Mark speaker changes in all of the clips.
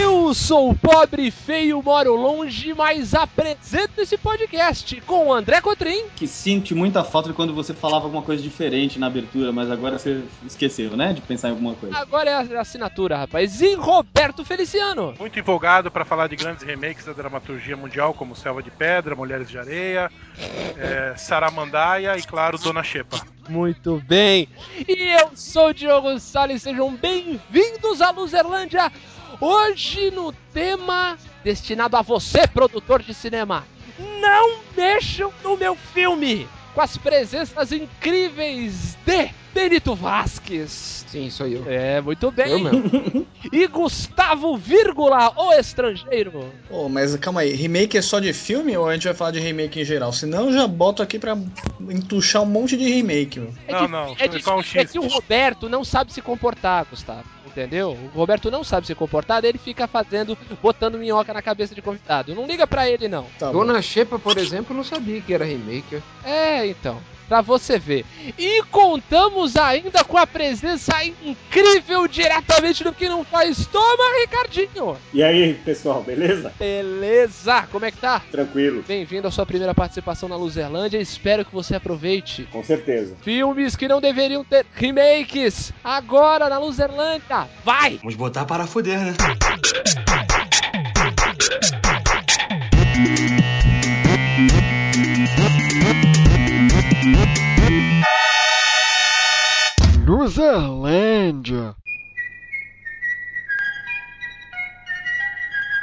Speaker 1: Eu sou pobre, feio, moro longe, mas apresento esse podcast com o André Cotrim.
Speaker 2: Que sente muita falta de quando você falava alguma coisa diferente na abertura, mas agora você esqueceu, né? De pensar em alguma coisa.
Speaker 1: Agora é a assinatura, rapaz. E Roberto Feliciano.
Speaker 3: Muito empolgado para falar de grandes remakes da dramaturgia mundial, como Selva de Pedra, Mulheres de Areia, é, Saramandaia e, claro, Dona Xepa.
Speaker 1: Muito bem. E eu sou o Diogo Salles, sejam bem-vindos à Luzerlândia. Hoje no tema destinado a você, produtor de cinema. Não mexam no meu filme! Com as presenças incríveis de Benito Vasquez.
Speaker 4: Sim, sou eu.
Speaker 1: É, muito bem. e Gustavo Vírgula, o estrangeiro.
Speaker 5: Pô, mas calma aí, remake é só de filme ou a gente vai falar de remake em geral? Senão eu já boto aqui pra entuchar um monte de remake, meu.
Speaker 1: É
Speaker 3: Não,
Speaker 1: que-
Speaker 3: não,
Speaker 1: é,
Speaker 3: foi só um
Speaker 1: que, é que
Speaker 3: xiste.
Speaker 1: o Roberto não sabe se comportar, Gustavo. Entendeu? O Roberto não sabe se comportar, daí ele fica fazendo, botando minhoca na cabeça de convidado. Não liga pra ele, não.
Speaker 5: Tá bom.
Speaker 4: Dona Xepa, por exemplo, não sabia que era remake.
Speaker 1: É, então. Pra você ver. E contamos ainda com a presença incrível diretamente do que não faz. Toma, Ricardinho!
Speaker 6: E aí, pessoal, beleza?
Speaker 1: Beleza! Como é que tá?
Speaker 6: Tranquilo,
Speaker 1: Bem-vindo à sua primeira participação na Luzerlândia. Espero que você aproveite.
Speaker 6: com certeza.
Speaker 1: Filmes que não deveriam ter remakes. Agora na Luzerlândia. Vai!
Speaker 7: Vamos botar para fuder, né?
Speaker 8: Luzerlândia.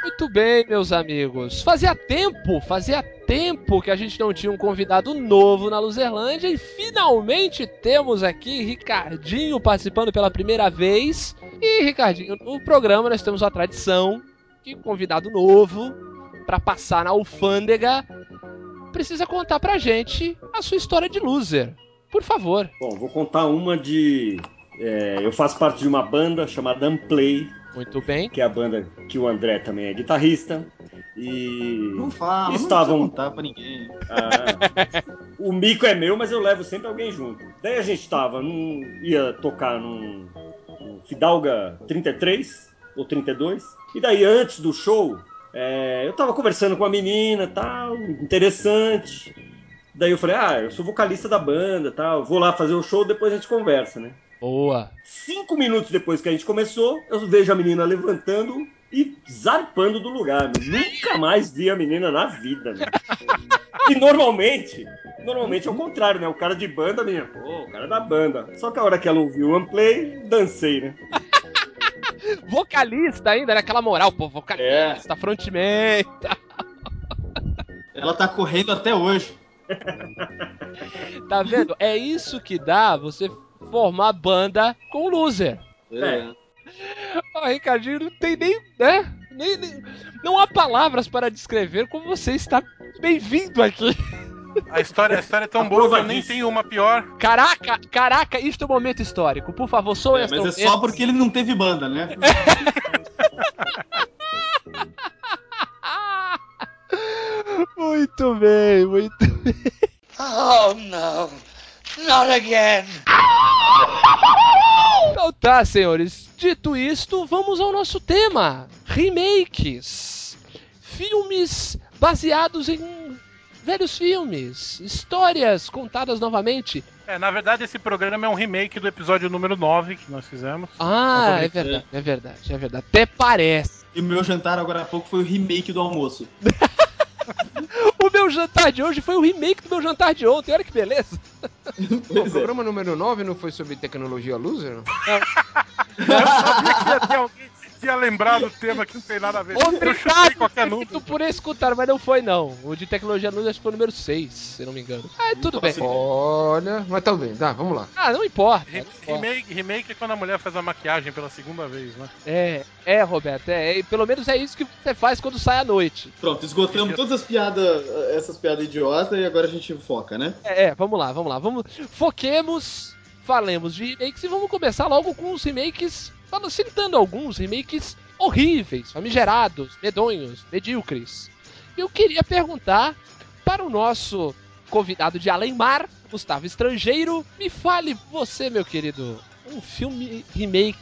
Speaker 1: Muito bem, meus amigos. Fazia tempo, fazia tempo que a gente não tinha um convidado novo na Luzerlândia e finalmente temos aqui Ricardinho participando pela primeira vez. E Ricardinho, no programa nós temos a tradição que convidado novo para passar na alfândega precisa contar pra gente a sua história de loser. Por favor.
Speaker 6: Bom, vou contar uma de. é, eu faço parte de uma banda chamada Unplay,
Speaker 1: Muito bem.
Speaker 6: que é a banda que o André também é guitarrista. E.
Speaker 2: Não fala,
Speaker 6: Estavam-
Speaker 2: não precisa contar pra ninguém.
Speaker 6: Ah, o mico é meu, mas eu levo sempre alguém junto. Daí a gente tava, num, ia tocar num, num Fidalga 33 ou 32. E daí, antes do show, é, eu tava conversando com a menina tal, interessante. Daí eu falei, ah, eu sou vocalista da banda tal, vou lá fazer o show, depois a gente conversa, né?
Speaker 1: Boa.
Speaker 6: Cinco minutos depois que a gente começou, eu vejo a menina levantando e zarpando do lugar. meu. Nunca mais vi a menina na vida. Né? E normalmente, normalmente é o contrário, né? O cara de banda, a menina, pô, o cara da banda. Só que a hora que ela ouviu o Unplay, dancei, né?
Speaker 1: Vocalista ainda, naquela moral, pô,
Speaker 2: É.
Speaker 1: vocalista, frontman.
Speaker 2: Ela tá correndo até hoje.
Speaker 1: Tá vendo? É isso que dá você formar banda com loser.
Speaker 6: É.
Speaker 1: Ó, Ah, Ricardinho, não tem nem, né? Nem, nem- não há palavras para descrever como você está bem-vindo aqui.
Speaker 3: A história, a história é tão boa que eu nem tenho uma pior.
Speaker 1: Caraca, caraca, isto é um momento histórico. Por favor, sou
Speaker 2: É,
Speaker 1: esta
Speaker 2: mas é
Speaker 1: momento.
Speaker 2: só porque ele não teve banda, né?
Speaker 1: Ah! Muito bem, muito bem. Oh, não. Not again. Então tá, senhores. Dito isto, vamos ao nosso tema: remakes. Filmes baseados em velhos filmes, histórias contadas novamente.
Speaker 3: É, na verdade, esse programa é um remake do episódio número 9 que nós fizemos.
Speaker 1: Ah,
Speaker 2: Novamente,
Speaker 1: é verdade, é verdade, é verdade. Até parece.
Speaker 2: E o meu jantar agora há pouco foi o remake do almoço.
Speaker 1: O meu jantar de hoje foi o remake do meu jantar de ontem. Olha que beleza.
Speaker 4: Pô, o programa número 9 não foi sobre tecnologia loser?
Speaker 3: Até alguém tinha lembrado o tema que não tem nada a ver. eu chutei
Speaker 1: Obrigado
Speaker 3: qualquer
Speaker 1: Obrigado
Speaker 3: número.
Speaker 1: por escutar, mas não foi não. O de tecnologia luz acho que foi o número 6, se não me engano. Ah, tudo bem.
Speaker 4: Olha, mas também, tá, vamos lá.
Speaker 1: Ah, não importa. não
Speaker 3: Re-
Speaker 1: importa.
Speaker 3: Remake, remake é quando a mulher faz a maquiagem pela segunda vez, né?
Speaker 1: É, é, Roberto, é, é, pelo menos é isso que você faz quando sai à noite.
Speaker 2: Pronto, esgotamos todas as piadas, essas piadas idiotas, e agora a gente foca, né?
Speaker 1: É, é, vamos lá, vamos lá. Vamos foquemos, falemos de remakes e vamos começar logo com os remakes, falando- citando alguns remakes horríveis, famigerados, medonhos, medíocres. Eu queria perguntar para o nosso convidado de Alemar, Gustavo Estrangeiro, me fale você, meu querido, um filme remake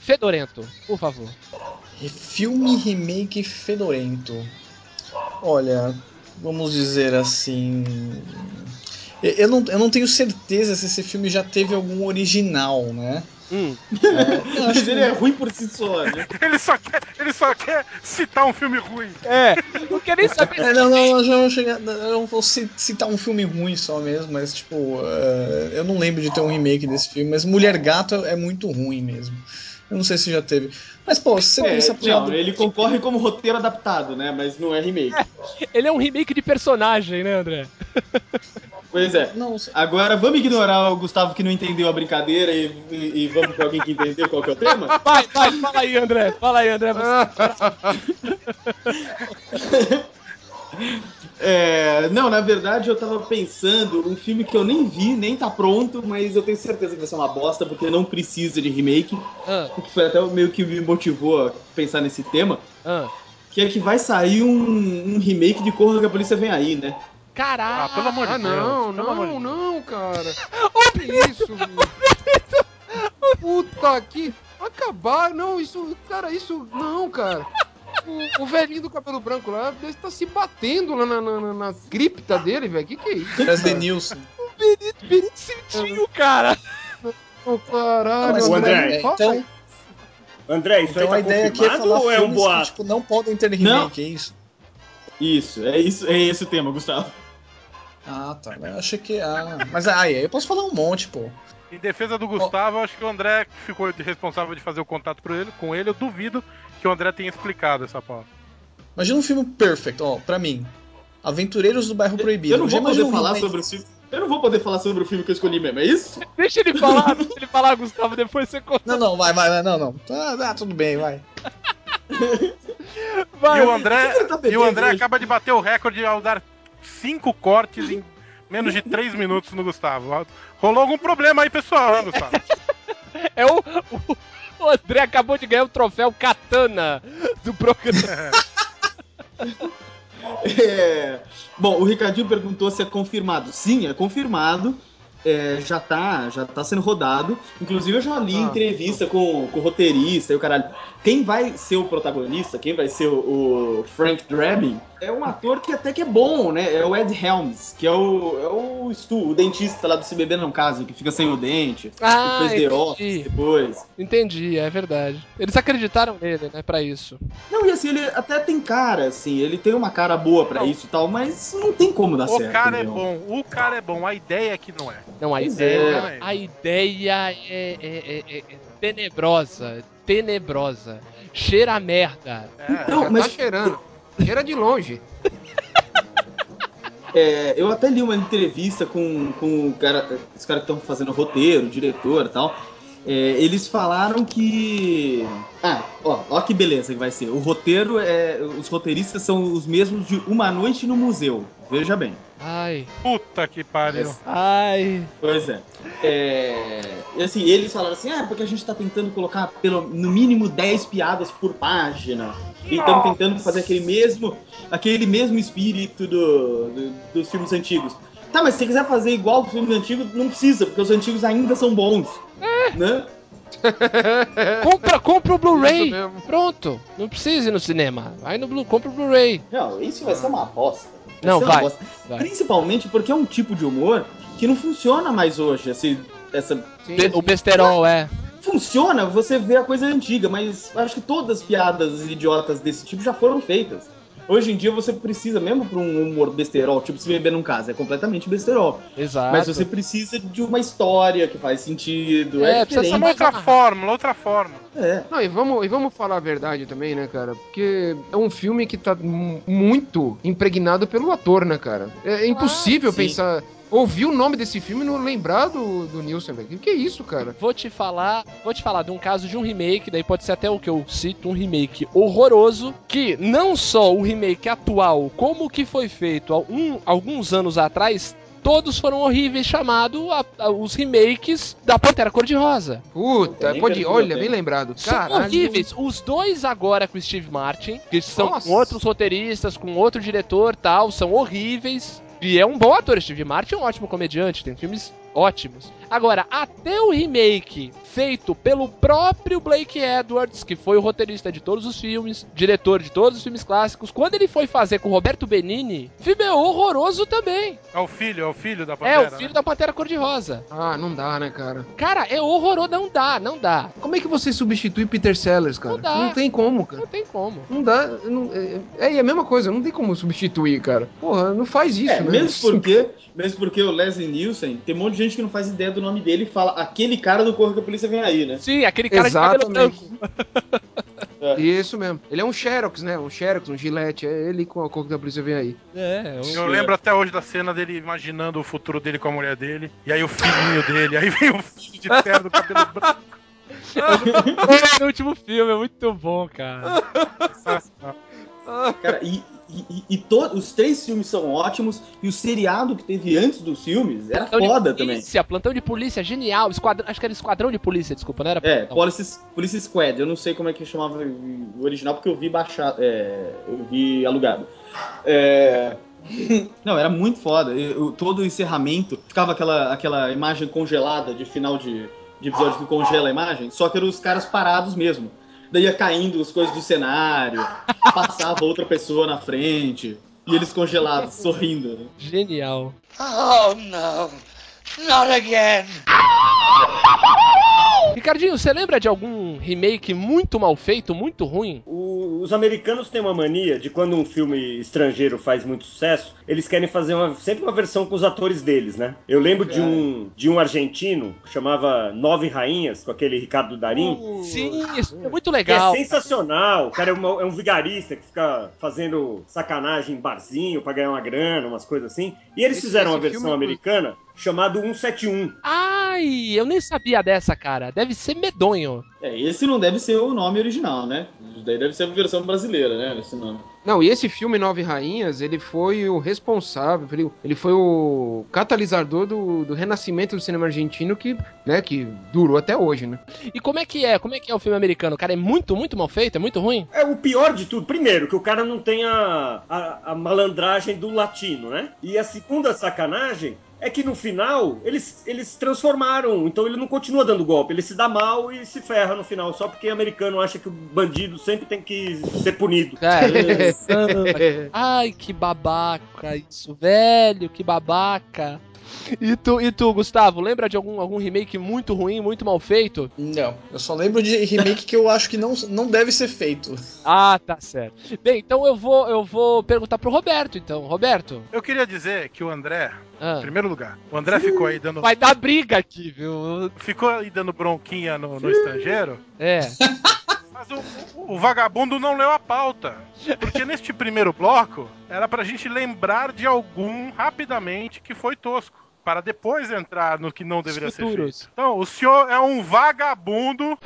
Speaker 1: fedorento, por favor.
Speaker 5: Filme remake fedorento. Olha, vamos dizer assim. Eu eu não, eu não tenho certeza se esse filme já teve algum original, né?
Speaker 1: Hum.
Speaker 5: É, eu acho
Speaker 2: Mas
Speaker 5: que
Speaker 2: ele é ruim por si só, né?
Speaker 3: Ele só quer, ele só quer citar um filme ruim.
Speaker 1: É, não quer nem saber
Speaker 5: É, não, não, não, já vou chegar, eu não vou ci- citar um filme ruim só mesmo, mas tipo, eh, eu não lembro de ter um remake desse filme, mas Mulher Gato é muito ruim mesmo. Eu não sei se já teve. Mas, pô, se você
Speaker 2: É,
Speaker 5: pensa pro
Speaker 2: não,
Speaker 5: lado.
Speaker 2: ele concorre como roteiro adaptado, né? Mas não é remake.
Speaker 1: Ele é um remake de personagem, né, André?
Speaker 2: Pois é.
Speaker 5: Não, se-
Speaker 2: Agora vamos ignorar o Gustavo que não entendeu a brincadeira e, e- e vamos pra alguém que entendeu qual que é o tema?
Speaker 1: Vai, vai, fala aí, André. Fala aí, André. Você...
Speaker 2: É, não, na verdade eu tava pensando um filme que eu nem vi, nem tá pronto, mas eu tenho certeza que vai ser uma bosta porque não precisa de remake.
Speaker 1: Ah,
Speaker 2: O que foi até meio que me motivou a pensar nesse tema.
Speaker 1: ah.
Speaker 2: Que é que vai sair um, um remake de Corra que a Polícia Vem Aí, né?
Speaker 1: Caralho.
Speaker 3: Ah, pelo amor
Speaker 4: Ah,
Speaker 3: de Deus.
Speaker 4: não,
Speaker 3: pelo amor de
Speaker 4: não,
Speaker 3: Deus.
Speaker 4: não, cara. Que isso? Puta que. Acabar, não, isso. Cara, isso. Não, cara. O, o velhinho do cabelo branco lá ele tá se batendo lá na, na, na- na cripta dele, velho. Que que é isso?
Speaker 5: Leslie Nielsen.
Speaker 1: Bonitinho, cara.
Speaker 4: Oh, caralho,
Speaker 5: Mas,
Speaker 6: o
Speaker 4: André,
Speaker 6: André,
Speaker 5: é,
Speaker 4: fala.
Speaker 5: então,
Speaker 6: André, isso
Speaker 5: então a
Speaker 6: aí tá
Speaker 5: ideia aqui é
Speaker 6: confirmado
Speaker 5: falar
Speaker 6: ou é um
Speaker 5: filmes que
Speaker 6: boato?
Speaker 5: tipo, não podem ter remake, é isso?
Speaker 2: Isso, é isso, é esse o tema, Gustavo.
Speaker 5: Ah, tá. mas Eu achei que. Ah, mas ah, aí eu posso falar um monte, pô.
Speaker 3: Em defesa do Gustavo, acho que o André ficou responsável de fazer o contato pro ele, com ele. Eu duvido que o André tenha explicado essa pauta.
Speaker 5: Imagina um filme perfect, ó, pra mim. Aventureiros do Bairro Proibido.
Speaker 2: eu não
Speaker 5: Já
Speaker 2: vou poder
Speaker 5: imagina um
Speaker 2: falar
Speaker 5: remake?
Speaker 2: sobre o filme. Eu não vou poder falar sobre o filme que eu escolhi mesmo, é isso?
Speaker 1: Deixa ele falar, deixa ele falar, Gustavo. Depois você conta.
Speaker 5: Não, não, vai, vai, vai, não, não. Tá, tá, tudo bem, vai.
Speaker 1: Vai,
Speaker 3: E o André,
Speaker 2: ele tá
Speaker 3: e o André
Speaker 2: bebendo
Speaker 3: acaba de bater o recorde ao dar cinco cortes em menos de três minutos no Gustavo. Rolou algum problema aí, pessoal, hein, Gustavo?
Speaker 2: Tá
Speaker 1: É o, o- o André acabou de ganhar o troféu Katana do programa.
Speaker 2: É, Bom, o Ricardinho perguntou se é confirmado. Sim, é confirmado. É, já, tá, já tá sendo rodado. Inclusive, eu já li
Speaker 4: Ah.
Speaker 3: então.
Speaker 2: entrevista com, com o roteirista e o caralho. Quem vai ser o protagonista, quem vai ser o, o Frank Drabin, é um ator que até que é bom, né? É o Ed Helms, que é o, é o Stu, o dentista lá do Se Beber Não Casa, que fica sem o dente.
Speaker 1: Ah,
Speaker 2: depois The Office,
Speaker 1: entendi.
Speaker 2: depois.
Speaker 1: Entendi, é verdade. Eles acreditaram nele, né, pra isso.
Speaker 2: Não, e assim, ele até tem cara, assim, ele tem uma cara boa pra
Speaker 3: Não.
Speaker 2: isso e tal, mas não tem como dar
Speaker 3: o
Speaker 2: certo.
Speaker 3: cara é
Speaker 2: meu.
Speaker 3: bom, o cara é bom. A ideia é que não é.
Speaker 1: Não, a
Speaker 2: Pois
Speaker 1: ideia,
Speaker 3: é.
Speaker 1: a ideia é, é- é- é- é tenebrosa, tenebrosa. Cheira a merda.
Speaker 3: É.
Speaker 2: Não,
Speaker 4: já
Speaker 2: mas-
Speaker 4: tá cheirando. Cheira de longe.
Speaker 2: É, eu até li uma entrevista com, com o cara, os caras que estão fazendo o roteiro, o diretor e tal. É, eles falaram que. Ah, ó, ó que beleza que vai ser. O roteiro é. Os roteiristas são os mesmos de Uma Noite no Museu. Veja bem.
Speaker 1: Ai,
Speaker 3: Puta que pariu.
Speaker 1: ai.
Speaker 2: Pois é. É, e assim, eles falaram assim, ah, porque a gente tá tentando colocar pelo, no mínimo 10 piadas por página. E estamos tentando fazer aquele mesmo, aquele mesmo espírito do, do- dos filmes antigos. Tá, mas se você quiser fazer igual os filmes antigos, não precisa, porque os antigos ainda são bons. Né?
Speaker 1: Compra, compra o
Speaker 4: É. Isso
Speaker 1: Blu-ray.
Speaker 4: mesmo.
Speaker 1: Pronto, não precisa ir no cinema. Vai no Blu, compra o Blu-ray.
Speaker 2: Não, isso vai ser uma bosta.
Speaker 1: Não,
Speaker 2: ser uma
Speaker 1: vai,
Speaker 2: bosta.
Speaker 1: vai.
Speaker 2: Principalmente porque é um tipo de humor que não funciona mais hoje. Esse, essa
Speaker 4: Sim.
Speaker 1: Be- O besterol é.
Speaker 2: funciona você vê a coisa antiga, mas acho que todas as piadas idiotas desse tipo já foram feitas. Hoje em dia você precisa, mesmo para um humor besterol, tipo se beber num caso, é completamente besterol.
Speaker 1: Exato.
Speaker 2: Mas você precisa de uma história que faz sentido, é,
Speaker 1: É, precisa
Speaker 2: diferente.
Speaker 3: Uma outra fórmula, outra fórmula.
Speaker 2: É.
Speaker 4: Não, e vamos, e vamos falar a verdade também, né, cara? Porque é um filme que tá mu- muito impregnado pelo ator, né, cara? É, é impossível
Speaker 2: sim.
Speaker 4: pensar. Ouvir o nome desse filme e não lembrar do, do Nielsen, velho. Que é isso, cara?
Speaker 1: Vou te falar, vou te falar de um caso de um remake, daí pode ser até o que eu cito, um remake horroroso, que não só o remake atual, como o que foi feito há um- alguns anos atrás, todos foram horríveis, chamado a- a- os remakes da Pantera Cor-de-Rosa.
Speaker 4: Puta,
Speaker 2: Nem
Speaker 4: pode.
Speaker 2: perdi meu
Speaker 4: Olha,
Speaker 2: tempo.
Speaker 4: bem lembrado.
Speaker 1: São
Speaker 4: Caralho.
Speaker 1: horríveis. Os dois agora com o Steve Martin, que são
Speaker 4: Nossa.
Speaker 1: com outros roteiristas, com outro diretor tal, são horríveis. E é um bom ator, Steve Martin é um ótimo comediante, tem filmes ótimos. Agora, até o remake feito pelo próprio Blake Edwards, que foi o roteirista de todos os filmes, diretor de todos os filmes clássicos, quando ele foi fazer com o Roberto Benini, filme é horroroso também.
Speaker 3: É o filho, é o filho da
Speaker 1: É
Speaker 3: Pantera.
Speaker 1: o filho
Speaker 4: né?
Speaker 1: da Pantera Cor-de-Rosa.
Speaker 4: Ah, não dá, né, cara?
Speaker 1: Cara, é horroroso, não dá, não dá.
Speaker 4: Como é que você substitui Peter Sellers, cara?
Speaker 1: Não dá.
Speaker 4: Não tem como, cara.
Speaker 1: Não tem como.
Speaker 4: Não dá. não- é, é a mesma coisa, não tem como substituir, cara. Porra, não faz isso,
Speaker 2: É,
Speaker 4: né?
Speaker 2: mesmo porque, mesmo porque o Leslie Nielsen, tem um monte de gente que não faz ideia do nome dele e fala aquele cara do Corra que a Polícia Vem Aí, né?
Speaker 1: Sim, aquele cara de cabelo branco.
Speaker 4: Exatamente.
Speaker 2: branco.
Speaker 4: Isso mesmo. Ele é um Xerox, né? Um Xerox, um Gillette. É ele com a cor da polícia vem aí.
Speaker 1: É, o-
Speaker 3: Eu lembro até hoje da cena dele imaginando o futuro dele com a mulher dele. E aí o filhinho dele, aí vem o filho de terno, cabelo branco.
Speaker 1: É, no último filme, é muito bom,
Speaker 2: Ah,
Speaker 1: cara.
Speaker 2: Cara, e, e- e- e to- os três filmes são ótimos e o seriado que teve antes dos filmes era é foda
Speaker 1: É de
Speaker 2: também.
Speaker 1: polícia, plantão de polícia, genial. Esquadrão, acho que era esquadrão de polícia, desculpa, não era?
Speaker 2: É,
Speaker 1: não.
Speaker 2: Police, Police Squad, eu não sei como é que chamava o original, porque eu vi baixado, é, eu vi alugado. É, Não, era muito foda. Eu- eu- todo o encerramento, ficava aquela, aquela imagem congelada de final de, de episódio que congela a imagem, só que eram os caras parados mesmo. Daí ia caindo as coisas do cenário, passava outra pessoa na frente, e eles congelados, sorrindo. né?
Speaker 1: Genial.
Speaker 7: Oh no, not again.
Speaker 1: Ricardinho, você lembra de algum remake muito mal feito, muito ruim?
Speaker 6: O- os americanos têm uma mania de quando um filme estrangeiro faz muito sucesso, eles querem fazer uma- sempre uma versão com os atores deles, né? Eu lembro
Speaker 4: É.
Speaker 6: de um, de um argentino que chamava Nove Rainhas, com aquele Ricardo Darim.
Speaker 4: Uh,
Speaker 1: Sim, isso é muito
Speaker 6: Que é
Speaker 1: legal.
Speaker 6: sensacional, o cara é, uma- é um vigarista que fica fazendo sacanagem em barzinho pra ganhar uma grana, umas coisas assim. E eles
Speaker 4: Esse-
Speaker 6: fizeram uma
Speaker 4: esse
Speaker 6: versão
Speaker 4: filme- é
Speaker 6: americana chamada 171.
Speaker 1: Ai, eu nem sabia dessa, cara. Deve ser medonho.
Speaker 2: É, esse não deve ser o nome original, né? Daí deve ser a versão brasileira, né? Esse nome.
Speaker 4: Não, e esse filme Nove Rainhas, ele foi o responsável, ele, ele foi o catalisador do, do renascimento do cinema argentino que, né, que durou até hoje, né?
Speaker 1: E como é que é? Como é que é o filme americano? Cara, é muito, muito mal feito? É muito ruim?
Speaker 6: É o pior de tudo. Primeiro, que o cara não tem a, a, a malandragem do latino, né? E a segunda sacanagem é que no final eles, eles transformaram. Então ele não continua dando golpe. Ele se dá mal e se ferra no final. Só porque o americano acha que o bandido sempre tem que ser punido.
Speaker 1: É, Caramba. Ai, que babaca isso, velho, que babaca. E tu, e tu Gustavo, lembra de algum, algum remake muito ruim, muito mal feito?
Speaker 5: Não, eu só lembro de remake que eu acho que não, não deve ser feito.
Speaker 1: Ah, tá certo. Bem, então eu vou, eu vou perguntar pro Roberto, então. Roberto,
Speaker 3: Eu queria dizer que o André,
Speaker 1: ah,
Speaker 3: em primeiro lugar, o André ficou aí dando,
Speaker 1: vai dar briga aqui, viu?
Speaker 3: ficou aí dando bronquinha no, no estrangeiro.
Speaker 1: É.
Speaker 3: Mas o, o- o vagabundo não leu a pauta. Porque neste primeiro bloco era pra gente lembrar de algum rapidamente que foi tosco. Para depois entrar no que não deveria ser
Speaker 1: futuros.
Speaker 3: feito. Então, o senhor é um vagabundo.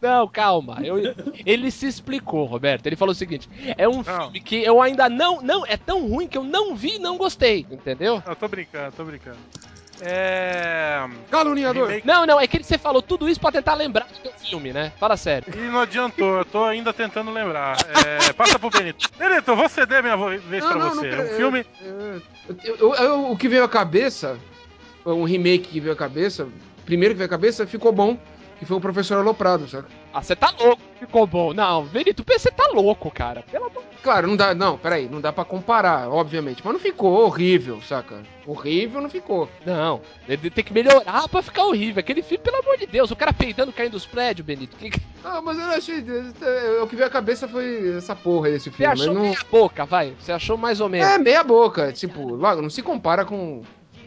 Speaker 1: Não, calma. Eu- ele se explicou, Roberto. Ele falou o seguinte: é um
Speaker 3: Não.
Speaker 1: filme que eu ainda não. Não, é tão ruim que eu não vi e não gostei. Entendeu?
Speaker 3: Não, tô brincando, tô brincando. É.
Speaker 4: Caluniador!
Speaker 3: remake-
Speaker 1: Não, não, é que você falou tudo isso pra tentar lembrar do teu filme, né? Fala sério.
Speaker 3: E não adiantou, eu tô ainda tentando lembrar. É, passa pro Benito. Benito, eu vou ceder minha vo- vez
Speaker 4: Não,
Speaker 3: pra
Speaker 4: não,
Speaker 3: você.
Speaker 4: não,
Speaker 3: um
Speaker 4: eu-
Speaker 3: filme.
Speaker 4: Eu- eu- eu- o que veio à cabeça, um remake que veio à cabeça, primeiro que veio à cabeça, ficou bom, que foi o Professor Aloprado, sabe?
Speaker 1: Ah, você tá louco, ficou bom. Não, Benito, você tá louco, cara. Pelo amor
Speaker 4: Claro, não dá, não, peraí, não dá pra comparar, obviamente, mas não ficou horrível, saca? Horrível não ficou.
Speaker 1: Não, ele tem que melhorar pra ficar horrível. Aquele filme, pelo amor de Deus, o cara peidando caindo dos prédios, Benito. Que, que-
Speaker 4: Ah, mas eu não achei. eh, O que veio à cabeça foi essa porra aí, esse
Speaker 1: você
Speaker 4: filme.
Speaker 1: achou
Speaker 4: mas não-
Speaker 1: meia boca, vai. Você achou mais ou menos.
Speaker 4: É meia boca, tipo, logo, não se compara com,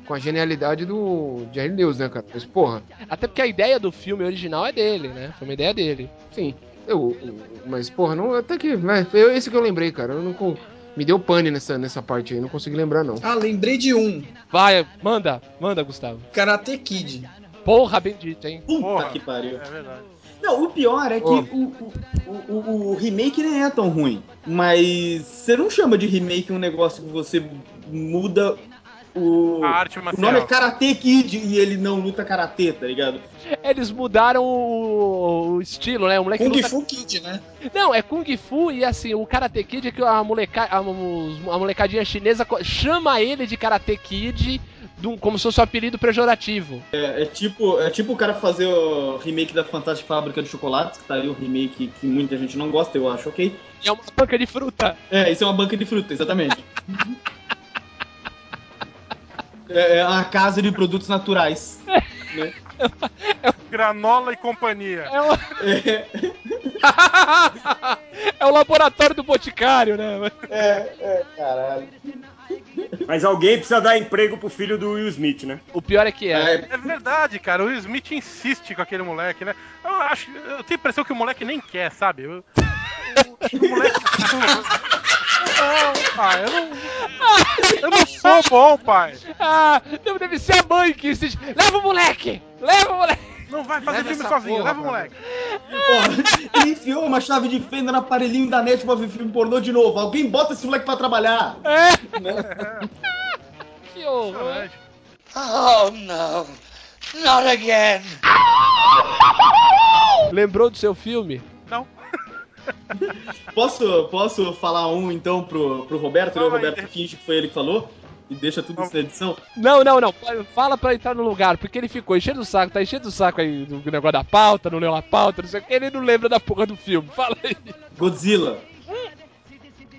Speaker 4: com a genialidade do Jerry Lewis, né, cara? Mas, porra,
Speaker 1: Até porque a ideia do filme original é dele, né? Foi uma ideia dele.
Speaker 4: sim. Eu, mas, porra, não, até que. Né, eu, esse que eu lembrei, cara. Eu não, co- me deu pane nessa, nessa parte aí, não consegui lembrar, não.
Speaker 5: Ah, lembrei de um.
Speaker 1: Vai, manda, manda, Gustavo.
Speaker 5: Karate Kid.
Speaker 1: Porra, bendito, hein?
Speaker 2: Puta
Speaker 3: Porra.
Speaker 2: que pariu.
Speaker 3: É verdade.
Speaker 2: Não, o pior é que
Speaker 4: Ô.
Speaker 2: o, o- o- o remake nem é tão ruim. Mas você não chama de remake um negócio que você muda o,
Speaker 3: A arte
Speaker 2: o
Speaker 3: marcial.
Speaker 2: nome é Karate Kid e ele não luta karatê, tá ligado?
Speaker 1: Eles mudaram o, o estilo, né? O
Speaker 2: É
Speaker 1: moleque
Speaker 5: Kung
Speaker 2: tá-
Speaker 1: luta-
Speaker 5: Fu Kid, né?
Speaker 1: Não, é Kung Fu e assim, o Karate Kid é que a, moleca... a, os- a molecadinha chinesa co- chama ele de Karate Kid dum- como se fosse um apelido pejorativo.
Speaker 2: É, é tipo, é tipo o cara fazer o remake da Fantástica Fábrica de Chocolates, que tá aí o remake que muita gente não gosta, eu acho, ok?
Speaker 1: É uma panca de fruta.
Speaker 2: É, isso é uma banca de fruta, exatamente. é, é uma casa de produtos naturais.
Speaker 3: Granola e companhia.
Speaker 1: É, uma-
Speaker 2: É,
Speaker 1: é o laboratório do boticário, né?
Speaker 2: caralho.
Speaker 6: Mas alguém precisa dar emprego pro filho do Will Smith, né?
Speaker 1: O pior é que é.
Speaker 2: É,
Speaker 3: É verdade, cara. O Will Smith insiste com aquele moleque, né? Eu acho. Eu tenho a impressão que o moleque nem quer, sabe? Eu- o, o moleque. Não, pai, Ah, eu não. Eu não sou bom, pai.
Speaker 1: Ah, deve, deve ser a mãe que insiste. Leva o moleque! Leva o moleque!
Speaker 3: Não vai fazer
Speaker 4: Leva
Speaker 3: filme
Speaker 4: essa
Speaker 3: sozinho,
Speaker 4: porra,
Speaker 3: leva o moleque.
Speaker 2: porra, ele enfiou uma chave de fenda no aparelhinho da net pra ver filme pornô de novo. Alguém bota esse moleque pra trabalhar.
Speaker 1: Que horror!
Speaker 3: Impressionante.
Speaker 7: Oh no, not again.
Speaker 1: Lembrou do seu filme?
Speaker 3: Não,
Speaker 2: Posso, posso falar um então pro, pro Roberto? né? O
Speaker 3: Fala aí,
Speaker 2: Roberto
Speaker 3: deixa.
Speaker 2: finge que foi ele que falou. E deixa tudo isso na edição.
Speaker 1: Não, não, não. Fala pra entrar no lugar, porque ele ficou enchendo o saco, tá enchendo o saco aí do negócio da pauta, não leu a pauta, não sei o que. Ele não lembra da porra do filme. Fala aí.
Speaker 2: Godzilla.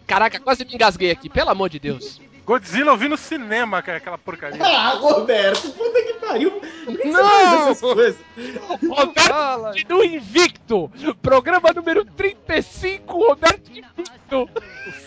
Speaker 1: Caraca, quase me engasguei aqui, pelo amor de Deus.
Speaker 3: Godzilla eu vi no cinema, cara, aquela porcaria.
Speaker 2: Ah, Roberto, puta que pariu. Por que que você
Speaker 4: Não!
Speaker 2: faz essas coisas?
Speaker 1: Roberto
Speaker 4: Fala.
Speaker 1: continua invicto. Programa número 35, Roberto invicto.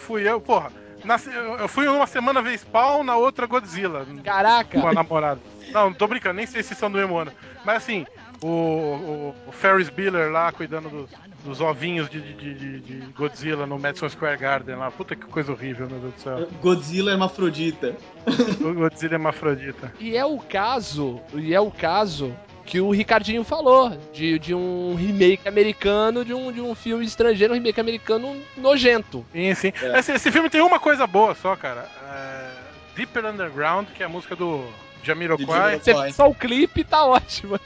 Speaker 3: Fui eu, porra. Na se- eu eu fui uma semana ver Spawn, na outra Godzilla.
Speaker 1: Caraca.
Speaker 3: Com a namorada. Não, não tô brincando, nem sei se são do mesmo ano. Mas assim, o, o, o Ferris Bueller lá cuidando do- dos ovinhos de, de- de- de Godzilla no Madison Square Garden lá. Puta que coisa horrível, meu Deus do céu.
Speaker 2: Godzilla é hermafrodita.
Speaker 3: O Godzilla é mafrodita.
Speaker 1: E é o caso, e é o caso que o Ricardinho falou, de, de um remake americano, de um, de um filme estrangeiro, um remake americano nojento.
Speaker 3: Sim, sim.
Speaker 2: É.
Speaker 3: Esse, esse filme tem uma coisa boa só, cara. É, Deeper Underground, que é a música do Jamiroquai.
Speaker 1: Você
Speaker 5: Vai.
Speaker 1: só o clipe tá ótimo.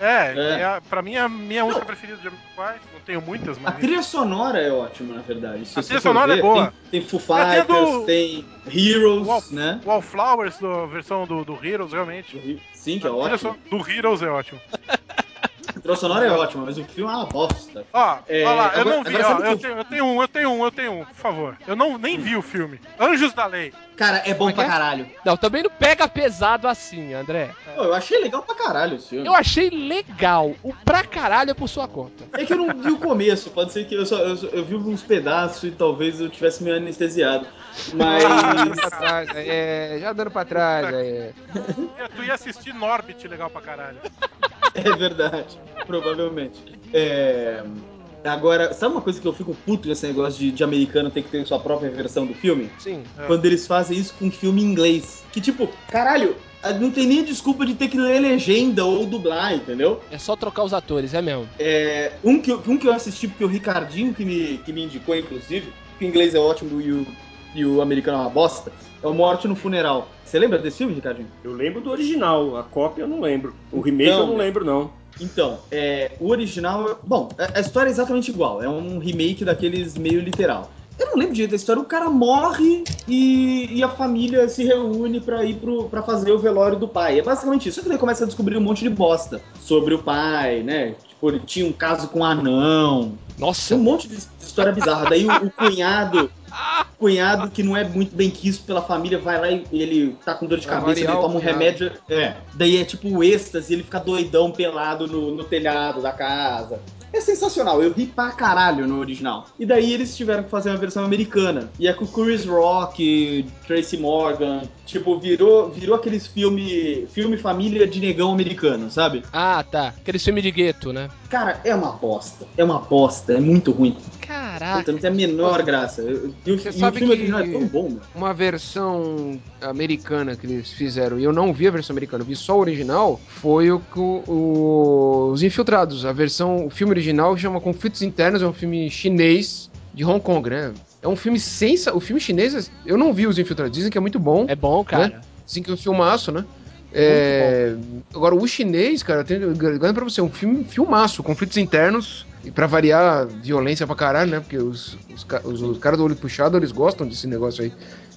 Speaker 3: É, é. a- pra mim é a minha música preferida do Jamiroquai. Não tenho muitas,
Speaker 2: A
Speaker 3: mas...
Speaker 2: trilha sonora é ótima, na verdade. Se
Speaker 3: A
Speaker 2: você
Speaker 3: trilha
Speaker 2: for
Speaker 3: sonora é boa.
Speaker 2: Tem, tem Foo
Speaker 3: Até
Speaker 2: Fighters,
Speaker 3: do-
Speaker 2: tem Heroes,
Speaker 3: Uau.
Speaker 2: né?
Speaker 3: Wallflowers, do, versão do, do Heroes, realmente.
Speaker 2: Sim, que é
Speaker 3: A trilha
Speaker 2: ótimo.
Speaker 3: son- Do Heroes é ótimo.
Speaker 2: A trilha sonora é ótima, mas o filme é uma bosta.
Speaker 3: Ó,
Speaker 2: É,
Speaker 3: ó lá, eu
Speaker 2: agora-
Speaker 3: não vi,
Speaker 2: agora
Speaker 3: ó,
Speaker 2: sabe o que
Speaker 3: eu
Speaker 2: eu-
Speaker 3: tenho, eu tenho um, eu tenho um, eu tenho um, por favor. Eu não, nem vi o filme. Anjos da Lei.
Speaker 2: Cara, é bom
Speaker 1: Como é que
Speaker 2: pra
Speaker 1: é?
Speaker 2: caralho.
Speaker 1: Não, também não pega pesado assim, André.
Speaker 3: É.
Speaker 2: Pô, eu achei legal pra caralho o filme.
Speaker 1: Eu achei legal. O pra caralho é por sua conta.
Speaker 2: É que eu não vi o começo, pode ser que eu só eu, só- eu vi uns pedaços e talvez eu tivesse me anestesiado. Mas
Speaker 4: Pra trás, aí, é, já dando pra trás. aí, é.
Speaker 3: É, Tu ia assistir Norbit, legal pra caralho.
Speaker 2: é verdade, provavelmente. É, Agora, sabe uma coisa que eu fico puto nesse negócio de, de americano ter que ter sua própria versão do filme?
Speaker 1: Sim.
Speaker 3: É.
Speaker 2: Quando eles fazem isso com filme em inglês. Que tipo, caralho, não tem nem desculpa de ter que ler legenda ou dublar, entendeu?
Speaker 1: É só trocar os atores, é mesmo.
Speaker 2: É, um, que eu, um que eu assisti, porque o Ricardinho que me, que me indicou, inclusive, que o inglês é ótimo e o, e o americano é uma bosta, é o Morte no Funeral. Você lembra desse filme, Ricardinho?
Speaker 6: Eu lembro do original, a cópia eu não lembro. O remake
Speaker 2: Não.
Speaker 6: eu não lembro, não.
Speaker 2: Então, é, o original. Bom, a, a história é exatamente igual. É um remake daqueles meio literal. Eu não lembro direito da história. O cara morre e, e a família se reúne pra ir pro, pra fazer o velório do pai. É basicamente isso. Só que daí começa a descobrir um monte de bosta sobre o pai, né? Tipo, ele tinha um caso com um anão. Tem
Speaker 1: Nossa.
Speaker 2: um monte de de história bizarra. Daí o, o cunhado, o cunhado que não é muito bem quisto pela família, vai lá e ele tá com dor de
Speaker 4: Vai
Speaker 2: cabeça, ele
Speaker 4: variar o
Speaker 2: toma um
Speaker 4: cunhado.
Speaker 2: remédio. É. Daí é tipo o êxtase, ele fica doidão pelado no, no telhado da casa. É sensacional, eu ri pra caralho no original. E daí eles tiveram que fazer uma versão americana. E é com Chris Rock, Tracy Morgan, tipo, virou, virou aqueles filme, filme família de negão americano, sabe?
Speaker 1: Ah, tá. Aquele filme de gueto, né?
Speaker 2: Cara, é uma bosta, é uma bosta, é muito ruim. Puta,
Speaker 1: Caraca.
Speaker 2: não tem a menor graça. Eu- E o,
Speaker 4: Você
Speaker 2: e o
Speaker 4: sabe
Speaker 2: filme
Speaker 4: que-
Speaker 2: original é tão bom, mano.
Speaker 4: Uma versão americana que eles fizeram, e eu não vi a versão americana, eu vi só o original, foi o, que o- o- Os Infiltrados. A versão, o filme original chama Conflitos Internos, é um filme chinês de Hong Kong, né? É um filme sensa. O filme chinês, eu não vi Os Infiltrados, dizem que é muito bom.
Speaker 1: É bom, cara.
Speaker 4: Assim que é um filmaço, né? É, agora, o chinês, cara, eu tenho- garanto pra você, um filme, filmaço, conflitos internos, e pra variar, violência pra caralho, né? Porque os, os, ca- os- os caras do olho puxado, eles gostam desse negócio aí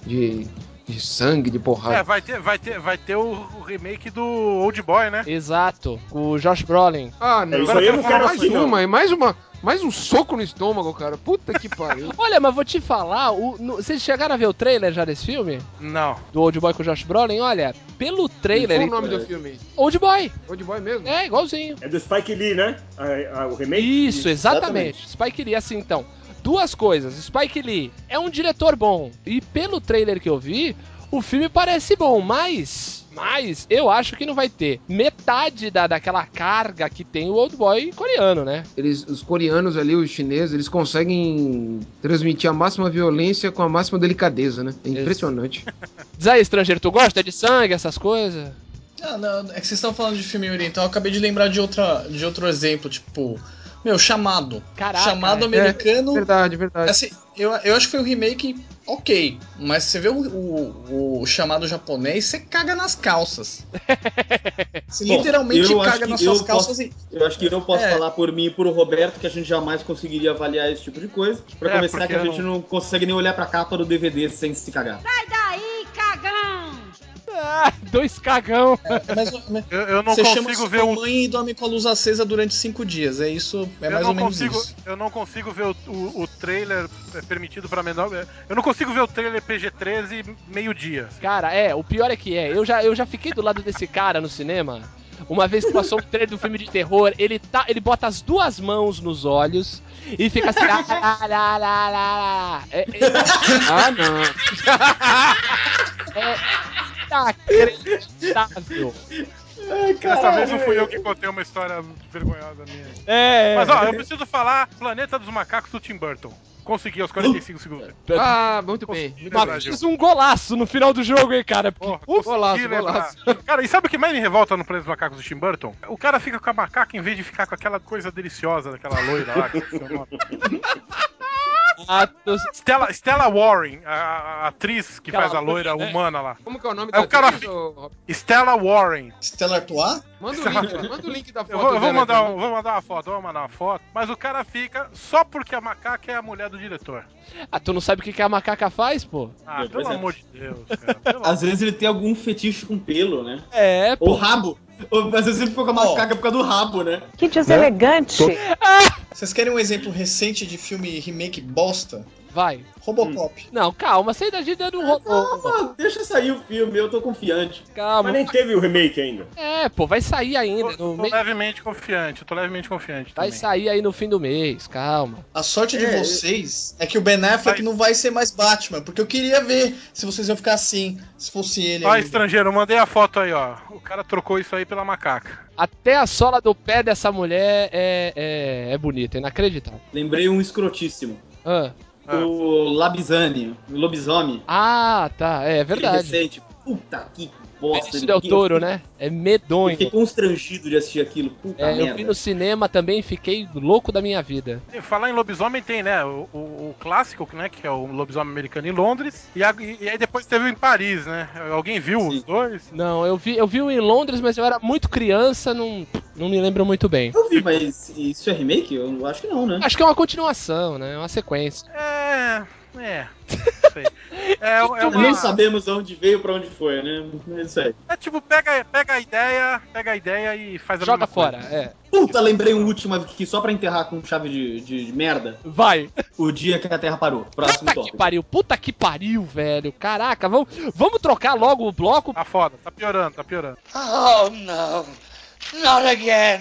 Speaker 4: de, de sangue, de
Speaker 3: É,
Speaker 4: porrada.
Speaker 3: vai ter, vai ter, vai ter o o remake do Old Boy, né?
Speaker 1: Exato, o Josh Brolin.
Speaker 4: Ah, não,
Speaker 6: É, isso
Speaker 4: agora
Speaker 6: aí eu
Speaker 4: quero
Speaker 6: não quero
Speaker 4: mais
Speaker 6: assistir, não.
Speaker 4: uma, e mais uma, mais um soco no estômago, cara. Puta que pariu.
Speaker 1: Olha, mas vou te falar, o- no- vocês chegaram a ver o trailer já desse filme?
Speaker 3: Não.
Speaker 1: Do Old Boy com o Josh Brolin? Olha, pelo
Speaker 4: Qual o
Speaker 1: trailer.
Speaker 4: nome do filme?
Speaker 1: Old Boy!
Speaker 4: Old Boy mesmo?
Speaker 1: É, igualzinho.
Speaker 6: É do Spike Lee, né? A- a- o remake?
Speaker 1: Isso, exatamente. Spike Lee, assim, então. Duas coisas. Spike Lee é um diretor bom. E pelo trailer que eu vi, o filme parece bom, mas. Mas eu acho que não vai ter metade da, daquela carga que tem o Old Boy coreano, né?
Speaker 4: eles, os coreanos ali, os chineses, eles conseguem transmitir a máxima violência com a máxima delicadeza, né? É impressionante.
Speaker 1: Diz aí, estrangeiro, tu gosta de sangue, essas coisas?
Speaker 5: Ah, não, é que vocês estão falando de filme oriental, eu acabei de lembrar de, outra, de outro exemplo, tipo. Meu, chamado.
Speaker 1: Caraca.
Speaker 5: chamado
Speaker 1: é.
Speaker 5: americano.
Speaker 4: Verdade,
Speaker 3: É
Speaker 4: verdade.
Speaker 5: assim, eu, eu acho que foi um remake ok. Mas você vê o, o- o chamado japonês, você caga nas calças. Você
Speaker 2: Bom,
Speaker 5: literalmente
Speaker 2: eu acho
Speaker 5: caga
Speaker 2: que
Speaker 5: nas suas
Speaker 2: eu
Speaker 5: calças
Speaker 2: posso-
Speaker 5: e.
Speaker 2: Eu acho que eu posso
Speaker 5: É.
Speaker 2: falar por mim e por o Roberto que a gente jamais conseguiria avaliar esse tipo de coisa. Pra
Speaker 3: É,
Speaker 2: começar,
Speaker 3: porque
Speaker 2: que a gente não consegue nem olhar pra capa do DVD sem se cagar.
Speaker 8: daí, cagão!
Speaker 1: Ah, dois cagão.
Speaker 5: Mas, mas
Speaker 3: Eu, eu não
Speaker 5: é, você chama
Speaker 3: consigo
Speaker 5: sua
Speaker 3: ver um.
Speaker 5: mãe e dorme com a luz acesa durante cinco dias. É isso, é
Speaker 3: eu,
Speaker 5: mais ou
Speaker 3: não
Speaker 5: menos
Speaker 3: consigo,
Speaker 5: isso.
Speaker 3: eu não consigo ver o, o, o trailer é, permitido pra menor. é, Eu não consigo ver o trailer PG-13 meio-dia.
Speaker 1: Cara, é, o pior é que é. Eu já, eu já fiquei do lado desse cara no cinema. Uma vez que passou um trailer do filme de terror, ele, tá, ele bota as duas mãos nos olhos e fica assim. "Ah, lá, lá, lá, lá, lá." É, é,
Speaker 4: Ah, não.
Speaker 1: É inacreditável.
Speaker 4: Então,
Speaker 3: Dessa vez não
Speaker 4: é.
Speaker 3: fui eu que contei uma história vergonhosa minha.
Speaker 1: É.
Speaker 3: Mas ó, eu preciso falar Planeta dos Macacos do Tim Burton. Consegui aos 45 segundos.
Speaker 4: Ah, muito bem.
Speaker 3: Consegui, né,
Speaker 1: mas
Speaker 3: Brasil?
Speaker 1: fiz um golaço no final do jogo, hein, cara? Porque, um
Speaker 3: Porra,
Speaker 1: ufa,
Speaker 4: Golaço,
Speaker 3: consegui lembrar.
Speaker 4: golaço.
Speaker 3: Cara, e sabe o que mais me revolta no Planeta dos Macacos do Tim Burton? O cara fica com a macaca em vez de ficar com aquela coisa deliciosa daquela loira lá. que eu esqueci o nome.
Speaker 1: atos-
Speaker 3: Stella, Stella Warren, a, a- a atriz que
Speaker 1: Aquela
Speaker 3: faz a loira
Speaker 1: loira, né?
Speaker 3: humana lá.
Speaker 4: Como que é o nome
Speaker 3: É o cara-
Speaker 4: atriz, ô, Rob?
Speaker 3: Stella Warren.
Speaker 5: Stella Artois?
Speaker 4: Manda o link, manda o link da foto
Speaker 3: Eu vou, eu vou
Speaker 4: dela
Speaker 3: mandar
Speaker 4: aqui.
Speaker 3: um- vou mandar uma foto, vou mandar uma foto. Mas o cara fica só porque a macaca é a mulher do diretor.
Speaker 1: Ah, tu não sabe o que, que a macaca faz, pô?
Speaker 3: Ah,
Speaker 2: É,
Speaker 3: pelo
Speaker 2: pois é.
Speaker 3: amor de Deus, cara. Pelo
Speaker 2: Às vezes ele tem algum fetiche com pelo, né?
Speaker 1: É,
Speaker 2: Ou rabo. Ou, às vezes ele fica com a
Speaker 5: Ó.
Speaker 2: macaca por causa do rabo, né?
Speaker 9: Que deselegante.
Speaker 5: Vocês querem um exemplo recente de filme remake bosta?
Speaker 1: Vai.
Speaker 3: Hum.
Speaker 5: Robocop.
Speaker 1: Não, calma, sai da gente dando um rolô.
Speaker 2: Ah, deixa sair o filme, eu tô confiante.
Speaker 1: Calma.
Speaker 6: Mas nem teve o remake ainda.
Speaker 1: É, pô, vai sair ainda.
Speaker 3: Eu tô
Speaker 1: No meio...
Speaker 3: levemente confiante, eu tô levemente confiante.
Speaker 1: Vai
Speaker 3: também.
Speaker 1: sair aí no fim do mês, calma.
Speaker 5: A sorte de
Speaker 2: É,
Speaker 5: vocês é que o Ben Affleck não vai ser mais Batman, porque eu queria ver se vocês iam ficar assim, se fosse ele.
Speaker 3: Ó,
Speaker 1: né?
Speaker 5: ainda.
Speaker 3: estrangeiro, eu mandei a foto aí, ó. O cara trocou isso aí pela macaca.
Speaker 1: Até a sola do pé dessa mulher é, é, é bonita, é inacreditável.
Speaker 2: Lembrei um escrotíssimo.
Speaker 1: Ah,
Speaker 3: Ah.
Speaker 2: O Labizane, o lobisomem.
Speaker 1: Ah, tá, é, verdade.
Speaker 2: Recente. Puta que bosta.
Speaker 1: Isso é o
Speaker 2: Eu
Speaker 1: touro,
Speaker 2: fiquei-
Speaker 1: né? É
Speaker 2: eu
Speaker 1: medonho.
Speaker 2: Fiquei constrangido de assistir aquilo. Puta
Speaker 1: É, eu
Speaker 2: merda.
Speaker 1: vi no cinema também, fiquei louco da minha vida.
Speaker 3: E Falar em lobisomem tem, né? O, o- o clássico, né? Que é o lobisomem americano em Londres. E, a- e aí depois teve o em Paris, né? Alguém viu
Speaker 2: Sim.
Speaker 3: os dois?
Speaker 1: Não, eu vi, eu vi um em Londres, mas eu era muito criança, não, não me lembro muito bem.
Speaker 2: Eu vi, mas isso é remake? Eu acho que não, né?
Speaker 1: Acho que é uma continuação, né? Uma sequência.
Speaker 3: É. É. não sei. É, é uma-
Speaker 2: Não sabemos de onde veio pra onde foi, né? É isso aí.
Speaker 3: É tipo, pega, pega a ideia, pega a ideia e faz a
Speaker 1: Joga
Speaker 3: mesma
Speaker 1: fora,
Speaker 3: coisa.
Speaker 1: é.
Speaker 2: Puta, lembrei um último aqui só pra enterrar com chave de, de- de merda.
Speaker 1: Vai.
Speaker 2: O dia que a Terra parou. Próximo
Speaker 1: Puta que
Speaker 2: tópico.
Speaker 1: pariu, puta que pariu, velho. Caraca, vamos, vamos trocar logo o bloco.
Speaker 3: Tá foda, tá piorando, tá piorando.
Speaker 7: Oh no, not again.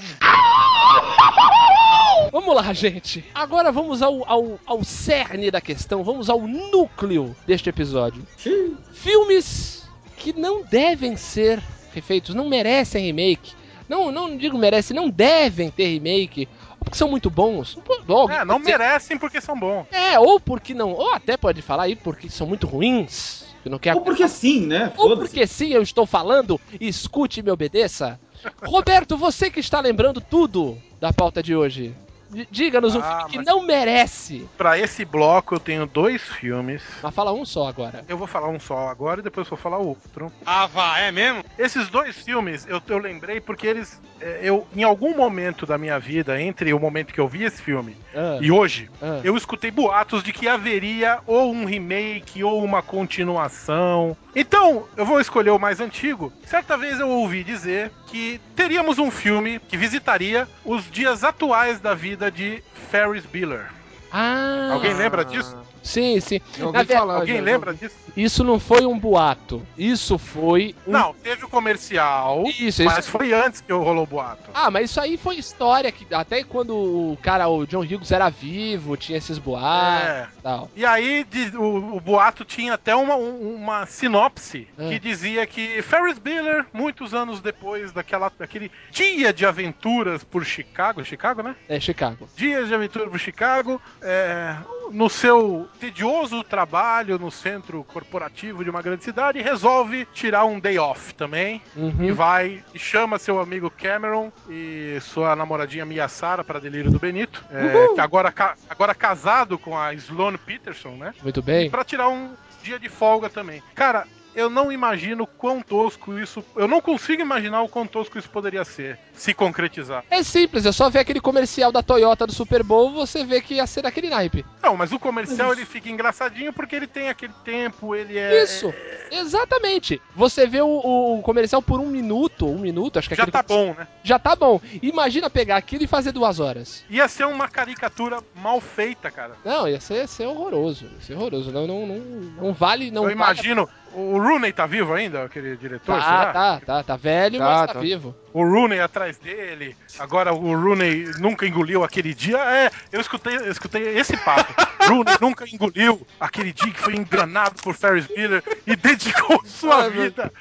Speaker 1: Vamos lá, gente. Agora vamos ao, ao, ao cerne da questão, vamos ao núcleo deste episódio.
Speaker 2: Xiii.
Speaker 1: Filmes que não devem ser refeitos, não merecem remake. Não, não digo merece, não devem ter remake. Ou porque são muito bons. ou por- ou-
Speaker 3: É, não
Speaker 1: pode ser-
Speaker 3: merecem porque são bons.
Speaker 1: É, ou porque não. Ou até pode falar aí porque são muito ruins. Que não quer
Speaker 2: Ou porque sim, né?
Speaker 1: Ou
Speaker 2: Foda-se.
Speaker 1: porque sim, eu estou falando, escute e me obedeça. Roberto, você que está lembrando tudo da pauta de hoje, D- Diga-nos um
Speaker 3: Ah,
Speaker 1: filme que
Speaker 3: mas-
Speaker 1: não merece.
Speaker 3: Pra esse bloco eu tenho dois filmes.
Speaker 1: Mas fala um só agora.
Speaker 3: Eu vou falar um só agora e depois vou falar outro.
Speaker 9: Ah, vá, é mesmo?
Speaker 3: Esses dois filmes eu, eu lembrei porque eles. é, Eu, em algum momento da minha vida, entre o momento que eu vi esse filme
Speaker 1: Ah,
Speaker 3: e hoje,
Speaker 1: ah.
Speaker 3: eu escutei boatos de que haveria ou um remake ou uma continuação. Então, eu vou escolher o mais antigo. Certa vez eu ouvi dizer que teríamos um filme que visitaria os dias atuais da vida de Ferris Bueller.
Speaker 1: Ah,
Speaker 3: Alguém lembra disso?
Speaker 1: sim, sim.
Speaker 4: Eu
Speaker 1: Na
Speaker 4: ouvi
Speaker 1: ver-
Speaker 4: falar,
Speaker 3: Alguém
Speaker 4: já,
Speaker 3: lembra
Speaker 4: já
Speaker 3: disso?
Speaker 1: Isso não foi um boato. Isso foi um...
Speaker 3: Não, teve o comercial,
Speaker 1: Isso, isso.
Speaker 3: mas foi antes que rolou o boato.
Speaker 1: Ah, mas isso aí foi história que até quando o cara, o John Hughes era vivo, tinha esses boatos
Speaker 3: É.
Speaker 1: e tal.
Speaker 3: E aí de- o, o boato tinha até uma, um- uma sinopse
Speaker 1: Ah.
Speaker 3: que dizia que Ferris Bueller, muitos anos depois daquela, daquele dia de aventuras por Chicago, Chicago, né?
Speaker 1: É Chicago.
Speaker 3: Dias de aventura por Chicago, é, no seu tedioso trabalho no centro corporativo de uma grande cidade, resolve tirar um day off também e
Speaker 1: Uhum.
Speaker 3: vai e chama seu amigo Cameron e sua namoradinha Mia Sara para Delírio do Benito, é, que agora, ca- agora casado com a Sloane Peterson, né?
Speaker 1: Muito bem.
Speaker 3: Pra tirar um dia de folga também. Cara, eu não imagino quão tosco isso. Eu não consigo imaginar o quão tosco isso poderia ser, se concretizar.
Speaker 1: É simples, é só ver aquele comercial da Toyota do Super Bowl, você vê que ia ser daquele naipe.
Speaker 3: Não, mas o comercial
Speaker 2: Mas
Speaker 3: ele fica engraçadinho porque ele tem aquele tempo, ele é.
Speaker 1: Isso, exatamente. Você vê o, o comercial por um minuto, um minuto, acho que
Speaker 3: Já
Speaker 1: aquele
Speaker 3: tá bom, né?
Speaker 1: Já tá bom. Imagina pegar aquilo e fazer duas horas.
Speaker 3: Ia ser uma caricatura mal feita, cara.
Speaker 1: Não, ia ser, ia ser horroroso. Ia ser horroroso. Não, não, não, não vale, não
Speaker 3: eu
Speaker 1: vale-
Speaker 3: imagino. né? O Rooney tá vivo ainda, aquele diretor?
Speaker 1: É um Tá,
Speaker 3: será?
Speaker 1: tá, tá, tá velho,
Speaker 4: Tá,
Speaker 1: mas tá,
Speaker 4: tá.
Speaker 1: vivo.
Speaker 3: O Rooney atrás dele. Agora o Rooney nunca engoliu aquele dia. É, eu escutei, eu escutei esse papo. Rooney nunca engoliu aquele dia que foi enganado por Ferris Bueller e dedicou sua
Speaker 4: Ai, meu
Speaker 3: vida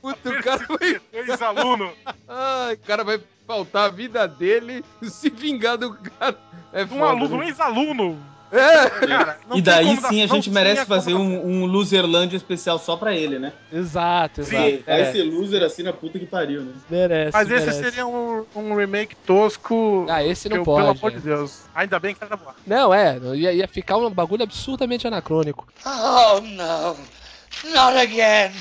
Speaker 4: Puta, o cara vai.
Speaker 3: ex-aluno.
Speaker 4: Ai, o cara vai faltar a vida dele se vingar do cara. É
Speaker 3: Um
Speaker 4: foda,
Speaker 3: aluno, um
Speaker 4: né?
Speaker 3: ex-aluno.
Speaker 4: É,
Speaker 3: Cara, não
Speaker 2: E
Speaker 3: tem
Speaker 2: daí
Speaker 3: como dar-
Speaker 2: sim a
Speaker 3: não
Speaker 2: gente
Speaker 3: tinha
Speaker 2: merece
Speaker 3: como
Speaker 2: fazer
Speaker 3: dar-
Speaker 2: um, um loserlândia especial só pra ele, né?
Speaker 1: Exato, exato.
Speaker 2: Porque vai
Speaker 1: É,
Speaker 2: ser loser assim na puta que pariu, né?
Speaker 1: merece,
Speaker 3: Mas esse
Speaker 1: merece.
Speaker 3: seria um, um remake tosco.
Speaker 1: Ah, esse
Speaker 3: que
Speaker 1: não
Speaker 3: eu-
Speaker 1: pode.
Speaker 3: Pelo amor
Speaker 1: é.
Speaker 3: de Deus. Ainda bem que era boa.
Speaker 1: Não, é, ia, ia ficar um bagulho absurdamente anacrônico.
Speaker 7: Oh no, not again.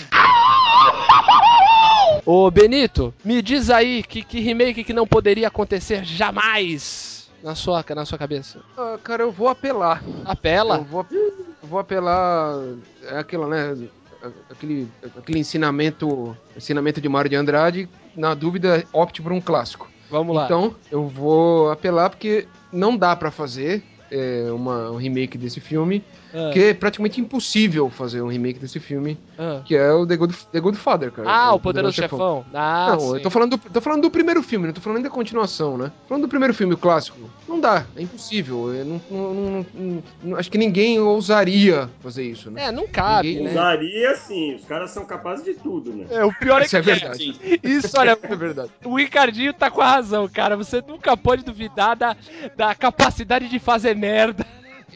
Speaker 1: Ô, Benito, me diz aí que, que remake que não poderia acontecer jamais na sua, na sua cabeça.
Speaker 4: Ah, cara, eu vou apelar. Eu
Speaker 1: Apela?
Speaker 4: vou, eu vou apelar é aquilo, né? Aquele, aquele ensinamento, ensinamento de Mário de Andrade, na dúvida, opte por um clássico.
Speaker 1: Vamos
Speaker 3: Tá.
Speaker 1: lá.
Speaker 4: Então, eu vou apelar porque não dá pra fazer é, uma, um remake desse filme,
Speaker 1: Ah,
Speaker 4: porque é praticamente impossível fazer um remake desse filme,
Speaker 1: ah.
Speaker 4: que é o The Good, The Good Father, cara. É
Speaker 1: Ah, o Poderoso Chefão. Ah,
Speaker 4: não, eu
Speaker 1: sim.
Speaker 4: tô falando, do, tô falando do primeiro filme, não tô falando nem da continuação, né? Tô falando do primeiro filme, o clássico. Não dá, é impossível. eu não- não- não- não- não- acho que ninguém ousaria fazer isso, né?
Speaker 1: É, não cabe,
Speaker 4: Ninguém-
Speaker 1: né?
Speaker 6: Usaria sim, os caras são capazes de tudo, né?
Speaker 1: É, o pior
Speaker 4: Isso é verdade.
Speaker 1: Isso, olha,
Speaker 4: É verdade.
Speaker 1: o Ricardinho tá com a razão, cara. Você nunca pode duvidar da, da capacidade de fazer merda.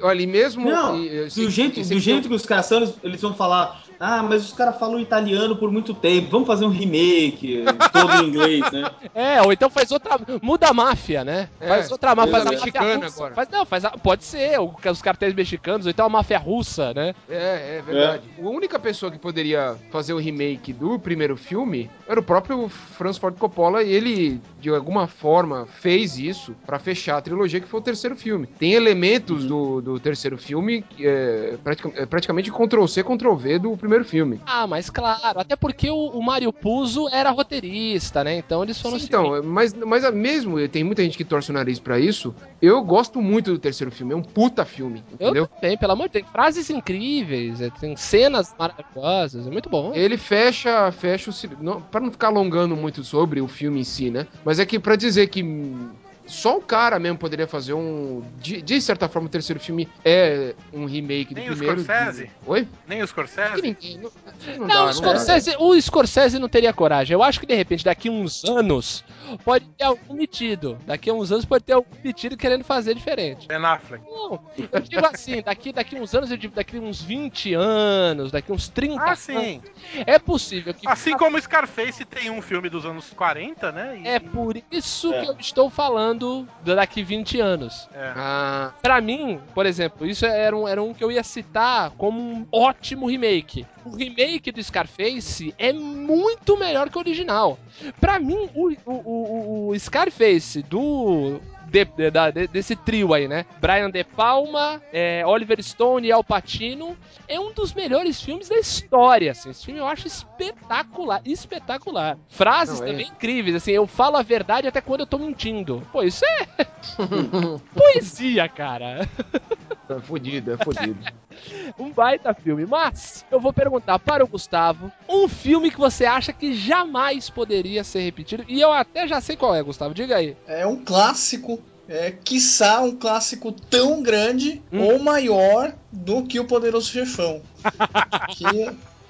Speaker 4: Olha, e mesmo.
Speaker 2: Não,
Speaker 4: e- eu
Speaker 2: Do
Speaker 4: sei-
Speaker 2: jeito,
Speaker 4: eu sei
Speaker 2: do
Speaker 4: que
Speaker 2: jeito que os caras são, eles- eles vão falar: Ah, mas os caras falam italiano por muito tempo, vamos fazer um remake, todo em inglês, né?
Speaker 1: É, ou então faz outra. Muda a máfia, né?
Speaker 4: É,
Speaker 1: Faz outra máfia, faz a
Speaker 4: beleza.
Speaker 1: máfia
Speaker 4: Mexicana
Speaker 1: russa.
Speaker 4: agora.
Speaker 1: Faz, não, faz a, pode ser, o- os cartéis mexicanos, ou então a máfia russa, né?
Speaker 4: É, é verdade. A única pessoa que poderia fazer o remake do primeiro filme era o próprio Franz Ford Coppola e ele, de alguma forma, fez isso pra fechar a trilogia, que foi o terceiro filme. Tem elementos do, do terceiro filme que é, pratica- é praticamente Ctrl-C, Ctrl-V do primeiro filme.
Speaker 1: Ah, mas claro, até porque o, o Mario Puzo era roteirista, né? Então eles foram
Speaker 4: Sim, então,
Speaker 1: seguindo.
Speaker 4: é, mas, mas é mesmo, e tem muita gente que torce o nariz pra isso, eu gosto muito do terceiro filme, é um puta filme,
Speaker 1: Eu
Speaker 4: entendeu?
Speaker 1: também, pelo amor de Deus, tem frases incríveis, é, tem cenas maravilhosas, é muito bom.
Speaker 4: Ele fecha, fecha o cir- não, para não ficar alongando muito sobre o filme em si, né? Mas é que pra dizer que hum, só o cara mesmo poderia fazer um, de, de certa forma o terceiro filme é um remake do
Speaker 3: Nem o
Speaker 4: primeiro.
Speaker 3: Scorsese?
Speaker 4: de- Oi?
Speaker 3: Nem o
Speaker 4: Acho que
Speaker 3: Scorsese.
Speaker 4: ninguém, não, acho que
Speaker 1: Não,
Speaker 4: não dá,
Speaker 1: o,
Speaker 4: não dá.
Speaker 1: Scorsese, o Scorsese não teria coragem. Eu acho que de repente, daqui uns anos, pode ter algum metido. Daqui a uns anos pode ter algum metido querendo fazer diferente.
Speaker 3: Ben Affleck.
Speaker 1: Não, eu digo assim, daqui, daqui uns anos, eu digo daqui uns 20 anos, daqui uns 30
Speaker 3: Ah,
Speaker 1: anos.
Speaker 3: sim.
Speaker 1: É possível
Speaker 4: Ah,
Speaker 1: que.
Speaker 3: Assim como Scarface tem um filme dos anos 40, né? E-
Speaker 1: É por isso
Speaker 2: É.
Speaker 1: que eu estou falando esperando daqui 20 anos.
Speaker 3: É.
Speaker 4: Ah,
Speaker 1: Pra mim, por exemplo, isso era um, era um que eu ia citar como um ótimo remake. O remake do Scarface é muito melhor que o original. Pra mim, o, o, o- o Scarface do. de- de- da- de- desse trio aí, né? Brian De Palma, é, Oliver Stone e Al Pacino. É um dos melhores filmes da história, assim. Esse filme eu acho espetacular, espetacular. Frases
Speaker 4: Não, é.
Speaker 1: também incríveis, assim. Eu falo a verdade até quando eu tô mentindo. Pô, isso é poesia, cara.
Speaker 4: é fudido, é fudido.
Speaker 1: Um baita filme. Mas eu vou perguntar para o Gustavo um filme que você acha que jamais poderia ser repetido. E eu até já sei qual é, Gustavo. Diga aí.
Speaker 5: É um clássico, é, quiçá um clássico tão grande
Speaker 1: Hum.
Speaker 5: ou maior do que o Poderoso Chefão. que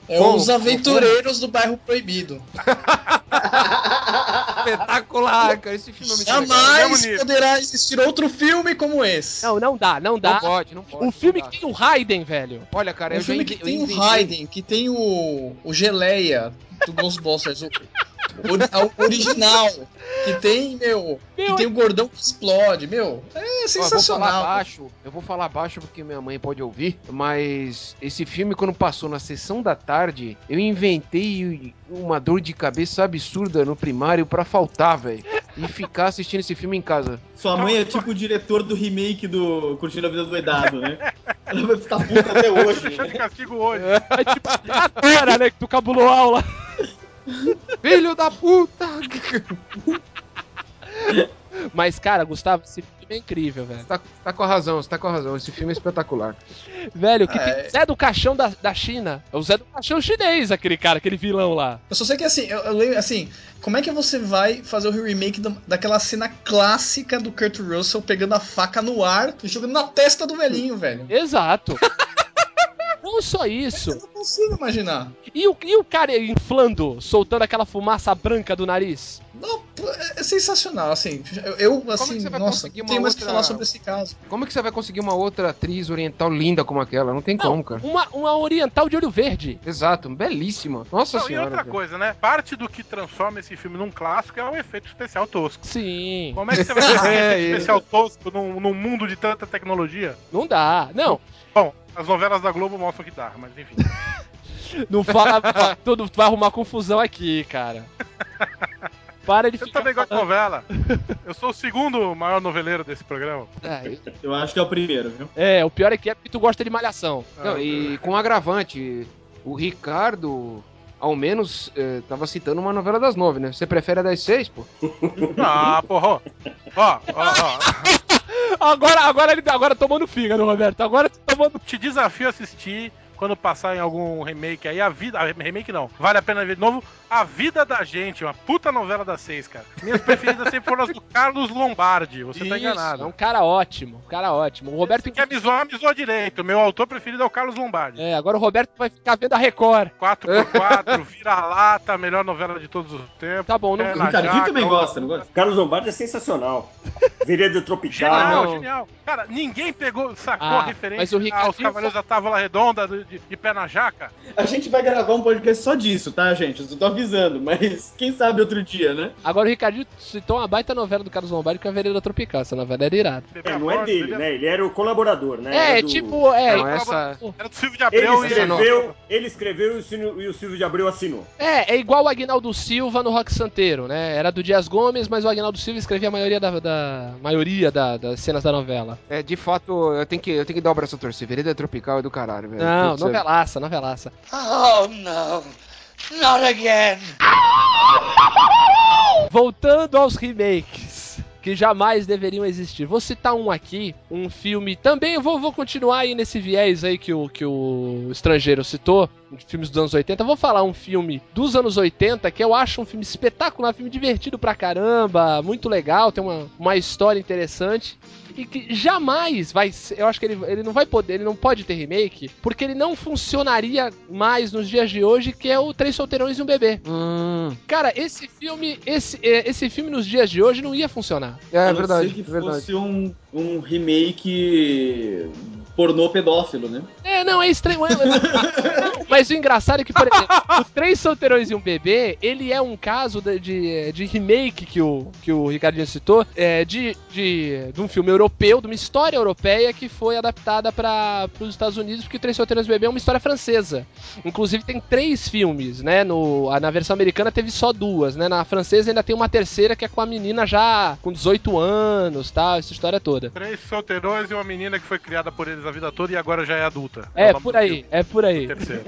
Speaker 5: é
Speaker 4: Como?
Speaker 5: os aventureiros do bairro proibido.
Speaker 4: Espetacular, cara. Esse filme é muito legal.
Speaker 3: Mesmo
Speaker 5: Jamais
Speaker 3: nível.
Speaker 5: poderá existir outro filme como esse.
Speaker 1: Não, não dá, não
Speaker 4: Não
Speaker 1: dá.
Speaker 4: pode, não pode.
Speaker 1: o filme
Speaker 4: não
Speaker 1: que
Speaker 4: dá.
Speaker 1: tem o Raiden, velho.
Speaker 4: Olha, cara,
Speaker 5: um
Speaker 4: eu já
Speaker 5: filme
Speaker 4: inve-
Speaker 5: que
Speaker 4: eu
Speaker 5: tem o
Speaker 4: inventei-
Speaker 5: Raiden, que tem o, o Geleia do Ghostbusters, o, o- o original, que tem, meu,
Speaker 1: Meu,
Speaker 5: que tem o gordão que explode, meu, é
Speaker 4: Ó, eu vou falar
Speaker 5: sensacional.
Speaker 4: baixo, eu vou falar baixo porque minha mãe pode ouvir, mas esse filme quando passou na sessão da tarde, eu inventei uma dor de cabeça absurda no primário pra faltar, velho, e ficar assistindo esse filme em casa.
Speaker 2: Sua mãe é tipo o diretor do remake do Curtindo a Vida Doidado, né? Ela vai ficar puta até
Speaker 3: Vou
Speaker 2: hoje.
Speaker 3: deixar de
Speaker 2: né?
Speaker 3: castigo hoje.
Speaker 1: é tipo a cara, né? Que tu cabulou aula.
Speaker 4: Filho da puta!
Speaker 1: Mas, cara, Gustavo, esse filme é incrível, velho.
Speaker 4: Tá, tá com a razão, você tá com a razão, esse filme é espetacular.
Speaker 1: Velho, que
Speaker 5: Ah,
Speaker 1: tem
Speaker 5: é.
Speaker 1: Zé do Caixão da, da China. É o Zé do Caixão chinês, aquele cara, aquele vilão lá.
Speaker 5: Eu só sei que assim, eu, eu lembro, assim, como é que você vai fazer o remake da- daquela cena clássica do Kurt Russell pegando a faca no ar e jogando na testa do velhinho, velho?
Speaker 1: Exato. Não só isso.
Speaker 5: Eu não consigo imaginar.
Speaker 1: E o, e o cara inflando, soltando aquela fumaça branca do nariz?
Speaker 5: Não, pô, é- é sensacional, assim. Eu, eu, assim,
Speaker 4: é você vai
Speaker 5: nossa,
Speaker 4: conseguir
Speaker 5: não
Speaker 4: uma
Speaker 5: tenho mais o que
Speaker 4: outra-
Speaker 5: falar sobre esse caso.
Speaker 4: Como é que você vai conseguir uma outra atriz oriental linda como aquela? Não tem como,
Speaker 5: É.
Speaker 4: cara.
Speaker 1: Uma, uma oriental de olho verde.
Speaker 4: Exato, belíssima. Nossa
Speaker 3: Não, e
Speaker 4: senhora.
Speaker 3: outra
Speaker 4: velho.
Speaker 3: coisa, né? Parte do que transforma esse filme num clássico é o efeito especial tosco.
Speaker 1: Sim.
Speaker 3: Como é que você vai fazer
Speaker 4: É,
Speaker 3: efeito
Speaker 4: é.
Speaker 3: especial tosco num, num mundo de tanta tecnologia?
Speaker 1: Não dá. Não,
Speaker 3: Bom, as novelas da Globo mostram que dá, mas enfim.
Speaker 1: não fala. fa- tudo vai arrumar confusão aqui, cara. Para de
Speaker 3: Eu
Speaker 1: ficar.
Speaker 3: também gosto de novela. Eu sou o segundo maior noveleiro desse programa.
Speaker 1: Ai,
Speaker 2: Eu acho que é o primeiro, viu?
Speaker 1: É, o pior é que é porque tu gosta de malhação.
Speaker 4: Não, e com um agravante, o Ricardo, ao menos, eh, tava citando uma novela das nove, né? Você prefere a das seis, pô?
Speaker 3: Ah, porra. Ó, ó, ó.
Speaker 1: Agora, agora ele agora tomando fígado, Roberto. Agora tu tomando.
Speaker 3: Te desafio a assistir quando passar em algum remake aí. A vida. ah, Remake não. Vale a pena ver de novo. A Vida da Gente, uma puta novela das seis, cara. Minhas preferidas sempre foram as do Carlos Lombardi. Você tá enganado.
Speaker 1: É um cara ótimo. Um cara ótimo. O Roberto.
Speaker 3: Se quer me zoar, me zoa direito. Meu autor preferido é o Carlos Lombardi.
Speaker 1: É, agora o Roberto vai ficar vendo a Record.
Speaker 3: 4x4, Vira-Lata, a melhor novela de todos os tempos.
Speaker 1: Tá bom, não.
Speaker 3: É,
Speaker 2: O
Speaker 3: na-
Speaker 2: Ricardinho também
Speaker 3: Jaca,
Speaker 2: gosta, não gosta?
Speaker 6: Carlos Lombardi é sensacional. Vereda Tropical.
Speaker 3: Genial,
Speaker 1: não.
Speaker 3: genial. Cara, ninguém pegou, sacou
Speaker 1: Ah,
Speaker 3: a referência
Speaker 1: mas o Ricardinho
Speaker 3: aos Cavaleiros da Távola Redonda de, de- de pé na jaca.
Speaker 2: A gente vai gravar um podcast só disso, tá, gente? Eu tô avisando, mas quem sabe outro dia, né?
Speaker 1: Agora o Ricardinho citou uma baita novela do Carlos Lombardi que é a Vereda Tropical. Essa novela era irada.
Speaker 3: Bebê
Speaker 6: É,
Speaker 3: a
Speaker 6: não é
Speaker 3: bordo,
Speaker 6: dele,
Speaker 3: bebê-
Speaker 6: né? Ele era o colaborador, né?
Speaker 1: É,
Speaker 6: Era do-
Speaker 1: tipo, né? é,
Speaker 4: Não, Então essa.
Speaker 3: Era do Silvio de
Speaker 6: Ele
Speaker 3: Abreu e...
Speaker 4: escreveu-
Speaker 6: escreveu, ele escreveu e o Silvio- e o Silvio de Abreu assinou.
Speaker 1: é, é igual o Agnaldo Silva no Rock Santeiro, né? Era do Dias Gomes, mas o Agnaldo Silva escrevia a maioria, da, da- maioria da- das cenas da novela.
Speaker 4: É, de fato, eu tenho que, eu tenho que dar o braço a torcer. Vereda Tropical é do caralho, velho.
Speaker 1: Não,
Speaker 4: Putz,
Speaker 1: novelaça, novelaça.
Speaker 7: Oh no, not again.
Speaker 1: Voltando aos remakes. Que jamais deveriam existir. Vou citar um aqui, um filme. Também eu vou, vou continuar aí nesse viés aí que o, que o estrangeiro citou, de filmes dos anos 80. Vou falar um filme dos anos 80 que eu acho um filme espetacular, um filme divertido pra caramba, muito legal, tem uma, uma história interessante. E que jamais vai ser. Eu acho que ele, ele não vai poder, ele não pode ter remake, porque ele não funcionaria mais nos dias de hoje, que é o Três Solteirões e um Bebê.
Speaker 4: Hum,
Speaker 1: Cara, esse filme, esse, é, esse filme nos dias de hoje não ia funcionar.
Speaker 4: é
Speaker 2: A não
Speaker 4: verdade,
Speaker 2: ser que
Speaker 4: verdade.
Speaker 2: fosse um, um remake pornô pedófilo, né?
Speaker 1: É, não, é estranho. é- Não, mas o engraçado é que, por exemplo, o Três Solteirões e um Bebê, ele é um caso de, de, de remake que o, que o Ricardinho citou, é, de, de, de um filme europeu, de uma história europeia que foi adaptada para os Estados Unidos, porque Três Solteirões e um Bebê é uma história francesa. Inclusive tem três filmes, né? No, a- na versão americana teve só duas, né? Na francesa ainda tem uma terceira que é com a menina já com 18 anos, tal, essa história toda.
Speaker 3: Três solteirões e uma menina que foi criada por eles a vida toda e agora já é adulta.
Speaker 1: É,
Speaker 3: o nome
Speaker 1: por
Speaker 3: do
Speaker 1: aí,
Speaker 3: filme,
Speaker 1: é por aí.
Speaker 3: Terceiro.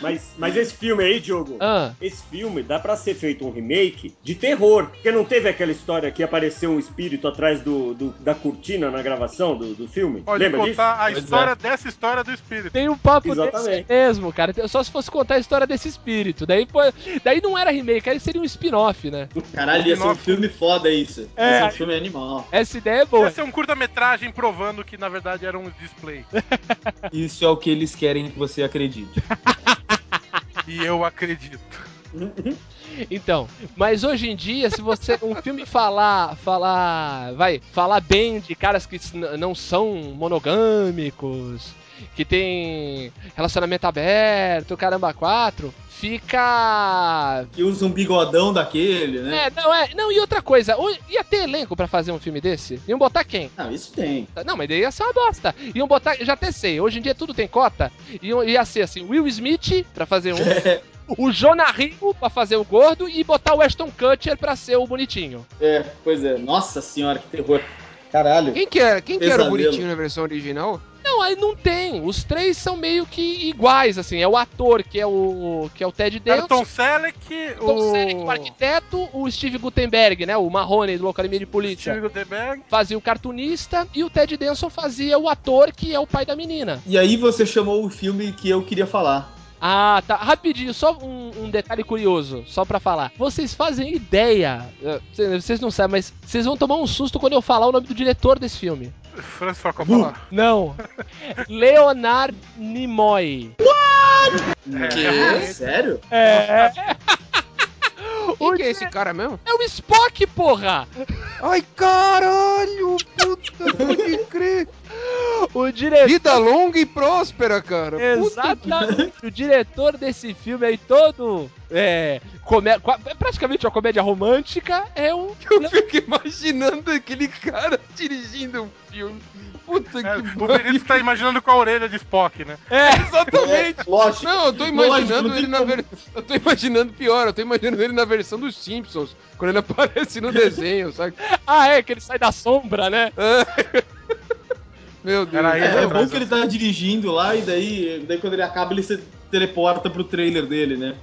Speaker 6: Mas, mas esse filme aí, Diogo,
Speaker 1: Ah,
Speaker 6: esse filme dá pra ser feito um remake de terror. Porque não teve aquela história que apareceu um espírito atrás do, do- da cortina na gravação do, do filme?
Speaker 3: Pode
Speaker 6: Lembra disso?
Speaker 3: contar a
Speaker 2: Pois
Speaker 3: história dessa história do espírito.
Speaker 1: tem um papo desse
Speaker 6: Exatamente.
Speaker 1: mesmo, cara. Tem- Só se fosse contar a história desse espírito. Daí, pô, daí não era remake, aí seria um spin-off, né?
Speaker 2: Caralho, ia ser um
Speaker 3: Nossa.
Speaker 2: filme foda isso.
Speaker 1: É.
Speaker 2: Ia ser um filme animal.
Speaker 1: Essa ideia é boa.
Speaker 3: Essa é um curta-metragem provando que na verdade era um display.
Speaker 2: Isso é o que eles querem que você acredite.
Speaker 3: E eu acredito.
Speaker 1: Então, mas hoje em dia, se você um filme falar, falar, vai, falar bem de caras que s- n- não são monogâmicos, que tem relacionamento aberto, caramba quatro, fica
Speaker 2: Que usa um bigodão daquele, né?
Speaker 1: é, não é, não e outra coisa, o- ia ter elenco pra fazer um filme desse? Iam botar quem?
Speaker 2: Ah, isso tem.
Speaker 1: Não, mas daí ia ser uma bosta. Iam botar, já até sei, hoje em dia tudo tem cota. Iam, ia ser assim, Will Smith pra fazer um, o Jonah Hill pra fazer o gordo e botar o Ashton Kutcher pra ser o bonitinho.
Speaker 2: É, pois é. Nossa senhora, que terror.
Speaker 5: Caralho.
Speaker 4: Quem que era, quem que era o
Speaker 2: Pesadelo.
Speaker 4: bonitinho né, na versão original?
Speaker 1: é, Não, aí não tem. Os três são meio que iguais, assim. É o ator que é o que é o Ted Danson.
Speaker 3: Ayrton Selleck,
Speaker 1: Tom Selleck, o
Speaker 3: o
Speaker 1: arquiteto, o Steve Gutenberg, né? O Marrone do Academia de Polícia.
Speaker 3: Steve Gutenberg.
Speaker 1: Fazia o cartunista e o Ted Danson fazia o ator que é o pai da menina.
Speaker 2: E aí você chamou o filme que eu queria falar.
Speaker 1: Ah, tá. Rapidinho, só um, um detalhe curioso, só pra falar. Vocês fazem ideia, eh, vocês- vocês não sabem, mas vocês vão tomar um susto quando eu falar o nome do diretor desse filme.
Speaker 3: François Coppola.
Speaker 1: Não. Leonard Nimoy.
Speaker 2: É. Que? Sério?
Speaker 4: Quem que é esse cara mesmo?
Speaker 1: É o Spock, porra!
Speaker 4: Ai, caralho! Puta, pode crer!
Speaker 1: O diretor.
Speaker 4: Vida longa e próspera, cara!
Speaker 1: Exatamente. O diretor desse filme aí todo. É. comé- qua- é praticamente uma comédia romântica. É o.
Speaker 4: Eu fico imaginando aquele cara dirigindo um filme. Puta
Speaker 3: É,
Speaker 4: que
Speaker 3: o Benito tá imaginando com a orelha de Spock, né?
Speaker 1: É.
Speaker 4: Exatamente!
Speaker 2: Lógico.
Speaker 4: Não, eu tô
Speaker 2: Lógico,
Speaker 4: imaginando
Speaker 2: não
Speaker 4: ele
Speaker 2: tem
Speaker 4: na ver... Eu tô imaginando pior, eu tô imaginando ele na versão dos Simpsons, quando ele aparece no desenho, sabe?
Speaker 1: Ah, é, que ele sai da sombra, né?
Speaker 4: Meu Deus.
Speaker 3: Era ele
Speaker 2: É, é bom
Speaker 3: atrás.
Speaker 2: que ele tá dirigindo lá e daí, daí quando ele acaba ele se teleporta pro trailer dele, né?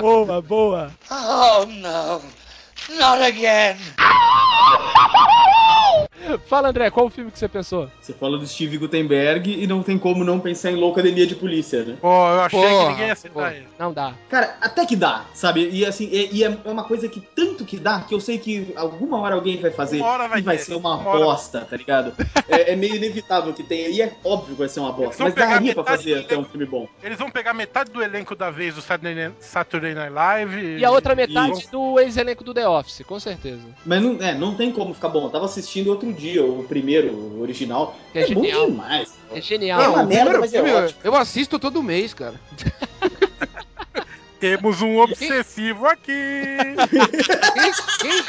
Speaker 1: Boa, boa.
Speaker 7: Oh no, not again.
Speaker 1: Fala, André, qual o filme que você pensou?
Speaker 2: Você fala do Steve Gutenberg e não tem como não pensar em Loucademia de Polícia, né?
Speaker 3: Pô, eu achei
Speaker 4: Porra,
Speaker 3: que ninguém ia acertar
Speaker 4: porra.
Speaker 3: ele.
Speaker 1: Não dá.
Speaker 2: Cara, até que dá, sabe? E assim, e, e é uma coisa que tanto que dá, que eu sei que alguma hora alguém vai fazer
Speaker 3: Uma hora vai
Speaker 2: e vai
Speaker 3: ter.
Speaker 2: ser uma
Speaker 3: Uma hora-
Speaker 2: bosta, tá ligado? É, é meio inevitável que tenha, e é óbvio que vai ser uma bosta,
Speaker 3: vão
Speaker 2: mas
Speaker 3: pegar
Speaker 2: daria pra
Speaker 3: metade
Speaker 2: fazer
Speaker 3: do
Speaker 2: até um filme bom.
Speaker 3: Eles vão pegar metade do elenco da vez do Saturday Night- Saturday Night Live.
Speaker 1: E a outra
Speaker 3: e-
Speaker 1: metade do ex-elenco do The Office, com certeza.
Speaker 2: Mas não, é, não tem como ficar bom. Eu tava assistindo outro dia, o primeiro, o original.
Speaker 1: Que
Speaker 2: Que
Speaker 1: é
Speaker 2: é,
Speaker 1: genial.
Speaker 2: bom demais.
Speaker 1: É
Speaker 4: Não,
Speaker 1: genial.
Speaker 2: uma merda,
Speaker 4: o um primeiro
Speaker 2: mas é
Speaker 4: filme eu-
Speaker 2: ótimo.
Speaker 4: eu assisto todo mês, cara.
Speaker 3: Temos um obsessivo aqui.
Speaker 4: Quem, quem...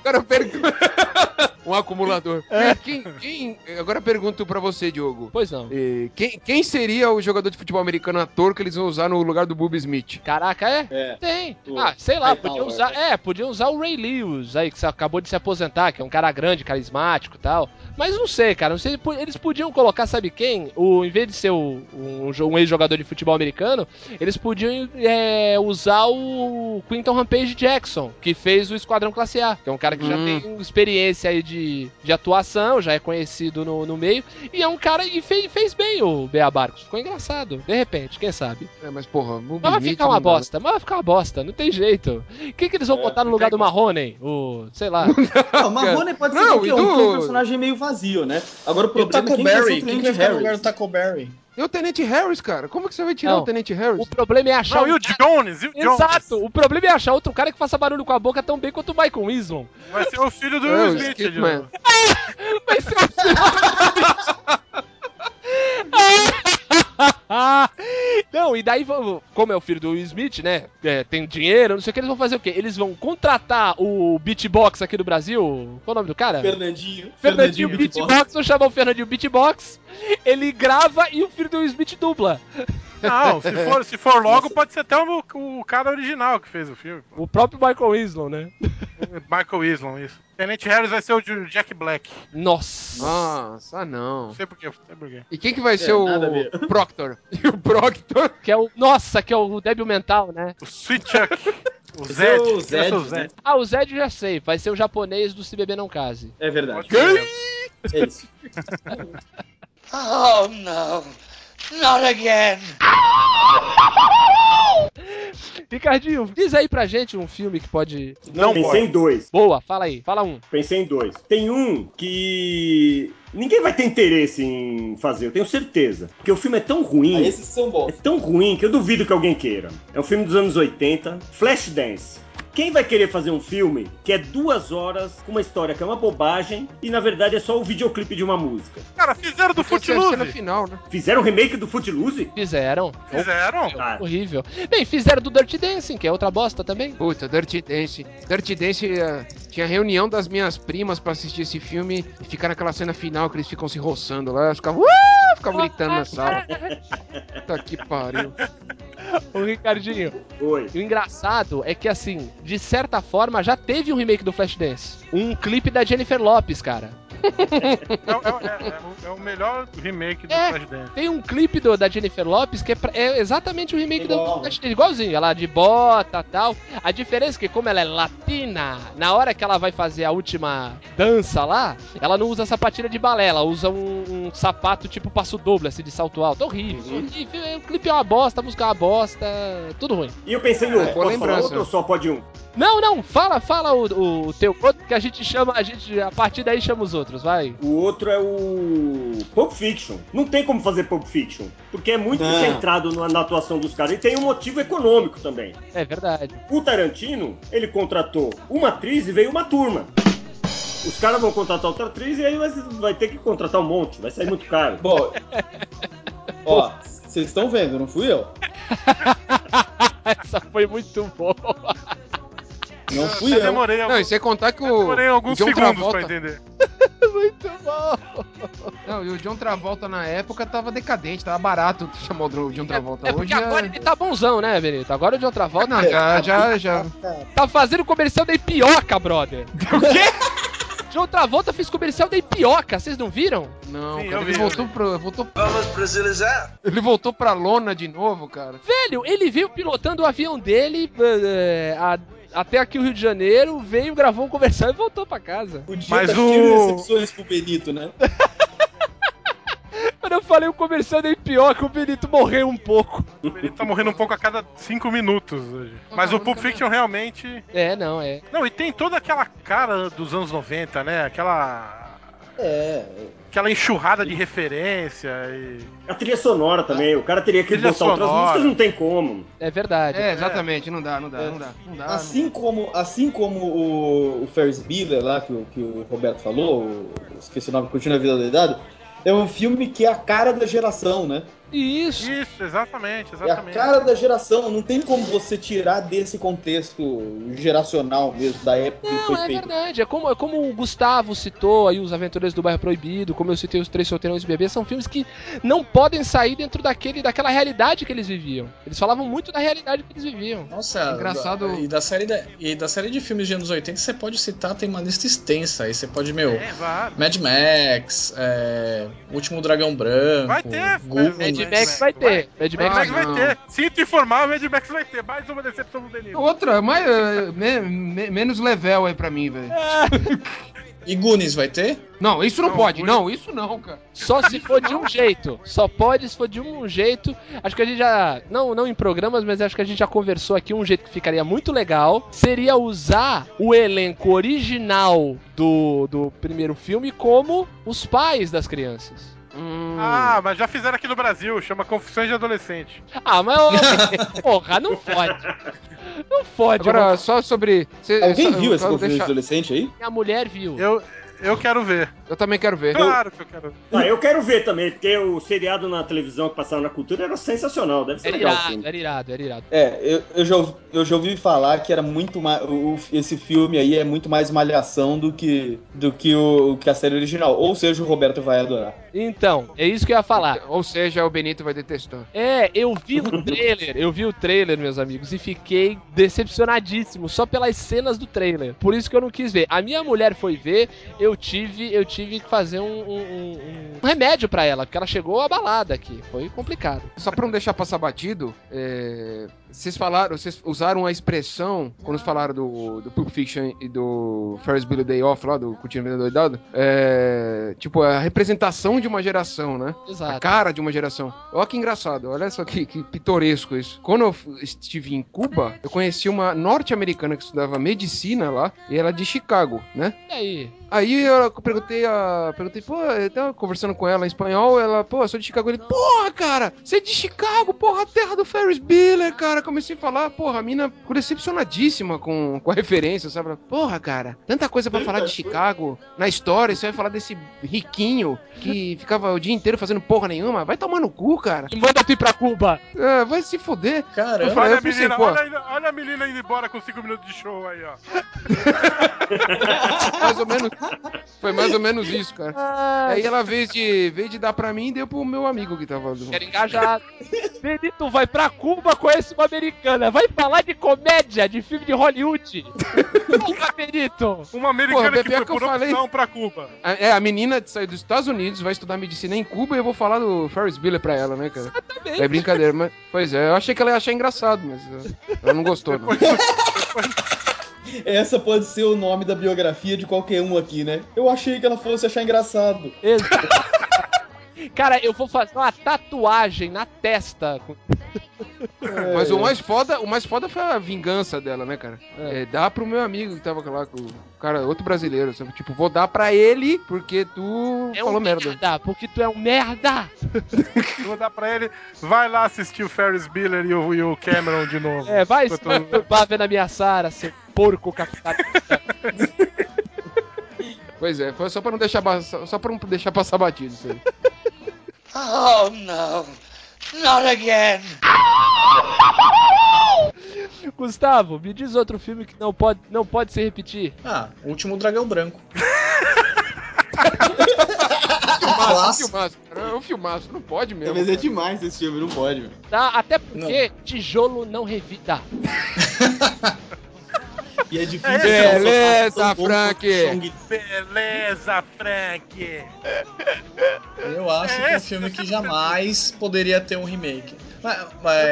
Speaker 4: Agora eu pergunto. um acumulador.
Speaker 2: É.
Speaker 4: Quem, quem- Agora eu pergunto pra você, Diogo.
Speaker 1: Pois não.
Speaker 4: Eh, Quem, quem seria o jogador de futebol americano ator que eles vão usar no lugar do Bob Smith?
Speaker 1: Caraca, é?
Speaker 2: É.
Speaker 1: Tem.
Speaker 2: Pô,
Speaker 1: Ah, sei lá,
Speaker 2: aí
Speaker 1: podia
Speaker 2: tá,
Speaker 1: usar. É, podia usar o Ray Lewis aí, que se- acabou de se aposentar, que é um cara grande, carismático e tal. Mas não sei, cara. Não sei, po- eles podiam colocar, sabe quem? O, em vez de ser o- um, jo- um ex-jogador de futebol americano, eles podiam é, usar o Quinton Rampage Jackson, que fez o Esquadrão Classe A, que é um cara que já
Speaker 4: Hum.
Speaker 1: tem experiência aí de, de atuação, já é conhecido no, no meio, e é um cara que fez, fez bem o Bea Barcos. Ficou engraçado, de repente, quem sabe?
Speaker 4: É, mas porra, o Bob
Speaker 1: Mas vai
Speaker 4: Smith
Speaker 1: ficar uma
Speaker 4: não dá, né?
Speaker 1: bosta, mas vai ficar uma bosta, não tem jeito. O que, que eles vão
Speaker 2: É,
Speaker 1: botar no lugar do Marrone? O. sei lá.
Speaker 2: Não, o Marrone pode ser
Speaker 4: Não,
Speaker 2: qualquer
Speaker 4: e
Speaker 2: um,
Speaker 4: do-
Speaker 2: que é um personagem meio vazio, né? Agora o
Speaker 5: E tá o
Speaker 2: problema
Speaker 5: Taco
Speaker 2: é quem vai ser
Speaker 5: Berry?
Speaker 2: o
Speaker 5: Quem
Speaker 2: Trent
Speaker 5: que vai ficar no lugar
Speaker 2: Harris.
Speaker 5: do Taco Berry?
Speaker 4: né? E o Tenente Harris, cara? Como que você vai tirar
Speaker 1: Não.
Speaker 4: o Tenente Harris?
Speaker 1: O problema é achar.
Speaker 3: Não,
Speaker 1: um
Speaker 3: e o
Speaker 1: cara-
Speaker 3: Jones, e o Jones.
Speaker 1: Exato, o problema é achar outro cara que faça barulho com a boca tão bem quanto o Michael Winslow.
Speaker 3: Vai ser o filho do
Speaker 4: É,
Speaker 3: Will
Speaker 4: o
Speaker 3: Smith,
Speaker 4: Skip
Speaker 3: Diogo.
Speaker 4: Man.
Speaker 1: Mas se você- Não, e daí, vão- como é o filho do Will Smith, né? é, tem dinheiro, não sei o que, eles vão fazer o quê? Eles vão contratar o beatbox aqui do Brasil. Qual é o nome do cara?
Speaker 2: Fernandinho.
Speaker 1: Fernandinho
Speaker 2: Beatbox.
Speaker 1: Beatbox, vão chamar o Fernandinho Beatbox, ele grava e o filho do Will Smith dubla.
Speaker 3: Não, se for, se for logo, pode ser até o, o cara original que fez o filme.
Speaker 1: O próprio Michael Winslow, né?
Speaker 3: Michael Islam, isso. Tenente Harris vai ser o Ju- Jack Black.
Speaker 1: Nossa.
Speaker 4: Nossa, não.
Speaker 3: Não sei porquê, não sei porquê.
Speaker 4: E quem que vai ser
Speaker 2: é nada a
Speaker 4: o
Speaker 2: ver.
Speaker 4: Proctor? E o Proctor?
Speaker 1: Que é o, nossa, que é o débil mental, né?
Speaker 3: O Sweet Chuck. O
Speaker 2: Zé,
Speaker 3: Zed.
Speaker 2: o
Speaker 3: Esse é
Speaker 2: Zed,
Speaker 3: o Zed.
Speaker 1: Ah, o Zed eu já sei, vai ser o japonês do Se Beber Não Case.
Speaker 2: É verdade.
Speaker 3: Pode ser.
Speaker 2: É isso.
Speaker 7: Oh no, not again.
Speaker 1: Ricardinho, diz aí pra gente um filme que pode.
Speaker 3: Não
Speaker 6: Pensei
Speaker 3: pode.
Speaker 6: em dois.
Speaker 1: Boa, fala aí, fala um.
Speaker 6: Pensei em dois. Tem um que ninguém vai ter interesse em fazer, eu tenho certeza. Porque o filme é tão ruim.
Speaker 2: Ah, esses são
Speaker 6: É
Speaker 2: bons.
Speaker 6: tão ruim que eu duvido que alguém queira. É um filme dos anos 80, Flashdance. Quem vai querer fazer um filme que é duas horas, com uma história que é uma bobagem e na verdade é só o videoclipe de uma música?
Speaker 3: Cara, fizeram do
Speaker 4: Essa é a cena
Speaker 3: Footloose.
Speaker 4: final, né?
Speaker 6: Fizeram o remake do Footloose?
Speaker 1: Fizeram.
Speaker 3: Fizeram.
Speaker 6: Ah,
Speaker 1: Horrível. Bem, fizeram do Dirty Dancing, que é outra bosta também.
Speaker 4: Puta, Dirty Dance. Dirty Dance eh, tinha reunião das minhas primas pra assistir esse filme e ficar naquela cena final que eles ficam se roçando lá, elas ficavam, "Uh!", ficavam gritando na sala. Puta que pariu.
Speaker 1: Ô, Ricardinho,
Speaker 6: oi.
Speaker 1: o engraçado é que, assim, de certa forma, já teve um remake do Flashdance. Um clipe da Jennifer Lopes, cara.
Speaker 3: É, é- é- é o- é o melhor remake do
Speaker 1: É.
Speaker 3: Flashdance.
Speaker 1: Tem um clipe do- da Jennifer Lopes que é, pra- é exatamente o remake do
Speaker 2: Igual.
Speaker 1: Flashdance, igualzinho. Ela de bota tal. A diferença é que, como ela é latina, na hora que ela vai fazer a última dança lá, ela não usa sapatilha de balé, ela usa um, um sapato tipo passo doble, assim, de salto alto. Horrível. horrível. O clipe é uma bosta, a música é uma bosta, é tudo ruim.
Speaker 6: E eu pensei em outro.
Speaker 4: É, boa
Speaker 6: Posso falar
Speaker 4: lembrança.
Speaker 6: outro ou só pode um?
Speaker 1: Não, não, fala, fala o, o teu outro que a gente chama, a gente, a partir daí chama os outros, vai.
Speaker 6: O outro é o Pulp Fiction. Não tem como fazer Pulp Fiction, porque é muito
Speaker 2: Não.
Speaker 6: centrado na, na atuação dos caras. E tem um motivo econômico também.
Speaker 1: É verdade.
Speaker 6: O Tarantino, ele contratou uma atriz e veio uma turma. Os caras vão contratar outra atriz e aí vai, vai ter que contratar um monte, vai sair muito caro.
Speaker 2: Bom, ó, vocês estão vendo, não fui eu.
Speaker 1: Essa foi muito boa.
Speaker 2: Não
Speaker 3: Eu
Speaker 2: fui
Speaker 3: até
Speaker 2: eu.
Speaker 3: demorei,
Speaker 4: Não,
Speaker 3: algum,
Speaker 4: e sem contar que o.
Speaker 3: demorei
Speaker 4: o
Speaker 3: alguns
Speaker 4: John
Speaker 3: segundos pra
Speaker 4: Travolta-
Speaker 3: entender.
Speaker 1: Muito bom.
Speaker 4: Não, e o John Travolta na época tava decadente, tava barato chamar o John Travolta
Speaker 1: É
Speaker 4: hoje. eh,
Speaker 1: porque agora ele tá bonzão, né, Benito? Agora o de outra volta
Speaker 4: Não, já, já, já.
Speaker 1: tá fazendo comercial da Ipioca, brother. O quê? De outra volta fez comercial da Ipioca, vocês não viram?
Speaker 4: Não,
Speaker 3: Sim, eu
Speaker 4: cara, ele
Speaker 3: vi,
Speaker 4: voltou
Speaker 3: eu
Speaker 4: pro. Voltou... Ele voltou pra lona de novo, cara.
Speaker 1: Velho, ele veio pilotando o avião dele eh, a- até aqui o Rio de Janeiro, veio, gravou um comercial e voltou pra casa.
Speaker 2: Podia tá
Speaker 3: Mas o-
Speaker 2: cheio de decepções com o Benito, né?
Speaker 1: Quando eu falei o comercial da Ipioca, o Benito morreu um pouco.
Speaker 3: Ele tá morrendo um pouco a cada cinco minutos hoje. Mas o Pulp Fiction realmente.
Speaker 1: É, não, é.
Speaker 3: Não, e tem toda aquela cara dos anos 90, né? Aquela.
Speaker 2: É.
Speaker 3: Aquela enxurrada de referência e.
Speaker 6: A trilha sonora também, o cara teria que
Speaker 3: Trilha
Speaker 6: botar outras
Speaker 3: sonora.
Speaker 6: músicas, não tem como.
Speaker 1: É verdade.
Speaker 4: É, exatamente, não dá, não dá, não dá. Ah, Não dá
Speaker 2: Assim como, assim como o, o Ferris Bueller lá, que, o- que o Roberto falou, o, esqueci o nome, Continua a Vida Doidado, é um filme que é a cara da geração, né?
Speaker 1: Isso.
Speaker 3: Isso, exatamente,
Speaker 2: É a
Speaker 3: exatamente.
Speaker 2: cara da geração, não tem como você tirar desse contexto geracional mesmo, da época que
Speaker 1: Não,
Speaker 2: foi
Speaker 1: é
Speaker 2: feito.
Speaker 1: verdade. É como, é como o Gustavo citou aí os Aventureiros do Bairro Proibido, como eu citei os Três Solteirões e Bebê, são filmes que não podem sair dentro daquele, daquela realidade que eles viviam. Eles falavam muito da realidade que eles viviam.
Speaker 5: Nossa,
Speaker 4: Engraçado-
Speaker 5: da- e, da série da- e da série de filmes de anos 80 você pode citar, tem uma lista extensa. Aí você pode, meu,
Speaker 3: É, vai.
Speaker 5: Mad Max, é, Último Dragão Branco,
Speaker 3: Vai ter,
Speaker 5: Goonies.
Speaker 3: Mad
Speaker 1: Mad Max vai ter. Mad
Speaker 3: Mad Max
Speaker 1: Max
Speaker 4: Ah,
Speaker 3: vai
Speaker 4: não.
Speaker 3: ter. Sinto informar, Mad Max vai ter. Mais uma decepção do Denise.
Speaker 4: Outra, mais, eh, me- me- menos level aí pra mim, velho.
Speaker 5: E Goonies vai ter?
Speaker 4: Não, isso não,
Speaker 3: Não,
Speaker 4: pode,
Speaker 3: muito-
Speaker 4: não, isso não, cara.
Speaker 1: só se for de um jeito. Só pode se for de um jeito. Acho que a gente já. Não, não em programas, mas acho que a gente já conversou aqui um jeito que ficaria muito legal. Seria usar o elenco original do, do primeiro filme como os pais das crianças.
Speaker 4: Hum.
Speaker 3: Ah, mas já fizeram aqui no Brasil, chama Confissões de Adolescente.
Speaker 1: Ah, mas. ô, Porra, não fode. Não fode,
Speaker 4: Agora, só sobre. cê-
Speaker 2: Alguém
Speaker 4: só-
Speaker 2: viu
Speaker 4: eu
Speaker 2: esse
Speaker 4: quero
Speaker 2: conflito
Speaker 4: deixar-
Speaker 2: adolescente aí?
Speaker 1: mano. A mulher viu.
Speaker 3: Eu, eu quero ver.
Speaker 4: Eu também quero ver.
Speaker 3: Claro que eu quero ver.
Speaker 6: Ah, eu quero ver também, porque o seriado na televisão que passava na cultura era sensacional, deve ser
Speaker 1: Era
Speaker 6: legal.
Speaker 1: irado,
Speaker 2: sim.
Speaker 1: era irado, era irado.
Speaker 2: É, eu, eu, já, ouvi- eu já ouvi falar que era muito mais. Esse filme aí é muito mais malhação do que, do que, o, que a série original. Ou seja, o Roberto vai adorar.
Speaker 1: Então, é isso que eu ia falar.
Speaker 4: Ou seja, o Benito vai detestar.
Speaker 1: É, eu vi o trailer, eu vi o trailer, meus amigos, e fiquei decepcionadíssimo só pelas cenas do trailer. Por isso que eu não quis ver. A minha mulher foi ver, eu tive, eu tive que fazer um, um- um- um remédio pra ela, porque ela chegou abalada aqui. Foi complicado.
Speaker 4: Só pra não deixar passar batido, é, vocês falaram, vocês usaram a expressão quando vocês falaram do, do Pulp Fiction e do Ferris Bueller Day Off lá, do Curtindo a Vida Doidado, é, tipo, a representação de uma geração, né? A
Speaker 1: Exato.
Speaker 4: cara de uma geração. Olha que engraçado, olha só que, que pitoresco isso. Quando eu f- estive em Cuba, eu conheci uma norte-americana que estudava medicina lá, e ela é de Chicago, né?
Speaker 1: E aí?
Speaker 4: Aí eu perguntei a. Perguntei, pô, eu tava conversando com ela em espanhol, ela, pô, eu sou de Chicago. Ele, porra, cara, você é de Chicago, porra, a terra do Ferris Bueller, cara. Comecei a falar, porra, a mina ficou decepcionadicíssima com, com a referência, sabe? Ela, Porra, cara, tanta coisa pra falar de Chicago na história, você vai falar desse riquinho que ficava o dia inteiro fazendo porra nenhuma. Vai tomar no cu, cara.
Speaker 1: E manda pi pra Cuba.
Speaker 4: É, vai se foder. Eu
Speaker 5: Caramba.
Speaker 4: falei,
Speaker 3: Olha a,
Speaker 4: pensei,
Speaker 3: menina,
Speaker 4: pô.
Speaker 3: olha, a- olha a menina indo embora com 5 minutos de show aí, ó.
Speaker 4: Mais ou menos. Foi mais ou menos isso, cara. Aí ela vez de, vez de dar pra mim, deu pro meu amigo que tava. do-
Speaker 1: Quero engajar. Benito vai pra Cuba, conhece uma americana. Vai falar de comédia, de filme de Hollywood. Porra, Benito!
Speaker 3: Uma americana
Speaker 4: Porra,
Speaker 3: que
Speaker 4: pior
Speaker 3: foi
Speaker 4: que eu
Speaker 3: por opção
Speaker 4: falei.
Speaker 3: pra Cuba.
Speaker 4: A- É, a menina saiu dos Estados Unidos, vai estudar medicina em Cuba e eu vou falar do Ferris Bueller pra ela, né, cara?
Speaker 1: Exatamente.
Speaker 4: É brincadeira, mas. Pois é, eu achei que ela ia achar engraçado, mas uh, ela não gostou, não.
Speaker 2: Essa pode ser o nome da biografia de qualquer um aqui, né? Eu achei que ela fosse achar engraçado.
Speaker 1: Exato. Cara, eu vou fazer uma tatuagem na testa.
Speaker 2: É.
Speaker 4: Mas o mais foda, o mais foda foi a vingança dela, né, cara?
Speaker 1: É.
Speaker 4: É, dá pro meu amigo que tava lá com o cara, outro brasileiro, sabe? Tipo, vou dar pra ele porque tu
Speaker 1: É um
Speaker 4: falou merda.
Speaker 1: merda, porque tu é um merda.
Speaker 3: Vou dar pra ele. Vai lá assistir o Ferris Bueller e o, e o Cameron de novo.
Speaker 1: É, vai se
Speaker 3: Enquanto-
Speaker 1: perturbar vendo a minha Sara, seu porco capitalista.
Speaker 4: Pois é, foi só pra não deixar ba- só só pra não deixar passar batido É isso aí.
Speaker 7: Oh no, not again.
Speaker 1: Gustavo, me diz outro filme que não pode, não pode se repetir.
Speaker 5: Ah, o último dragão branco. Clássico.
Speaker 4: Filmaço, cara, é um filmaço, não pode mesmo.
Speaker 2: Mas é
Speaker 4: cara.
Speaker 2: demais esse filme, não pode. velho.
Speaker 1: Tá? Até porque tijolo não revida.
Speaker 2: E é difícil. achar um
Speaker 4: Beleza,
Speaker 2: sofá tão bom
Speaker 4: Frank.
Speaker 2: quanto o Song.
Speaker 3: Beleza, Frank!
Speaker 5: Eu acho que é um filme que jamais poderia ter um remake. Mas, mas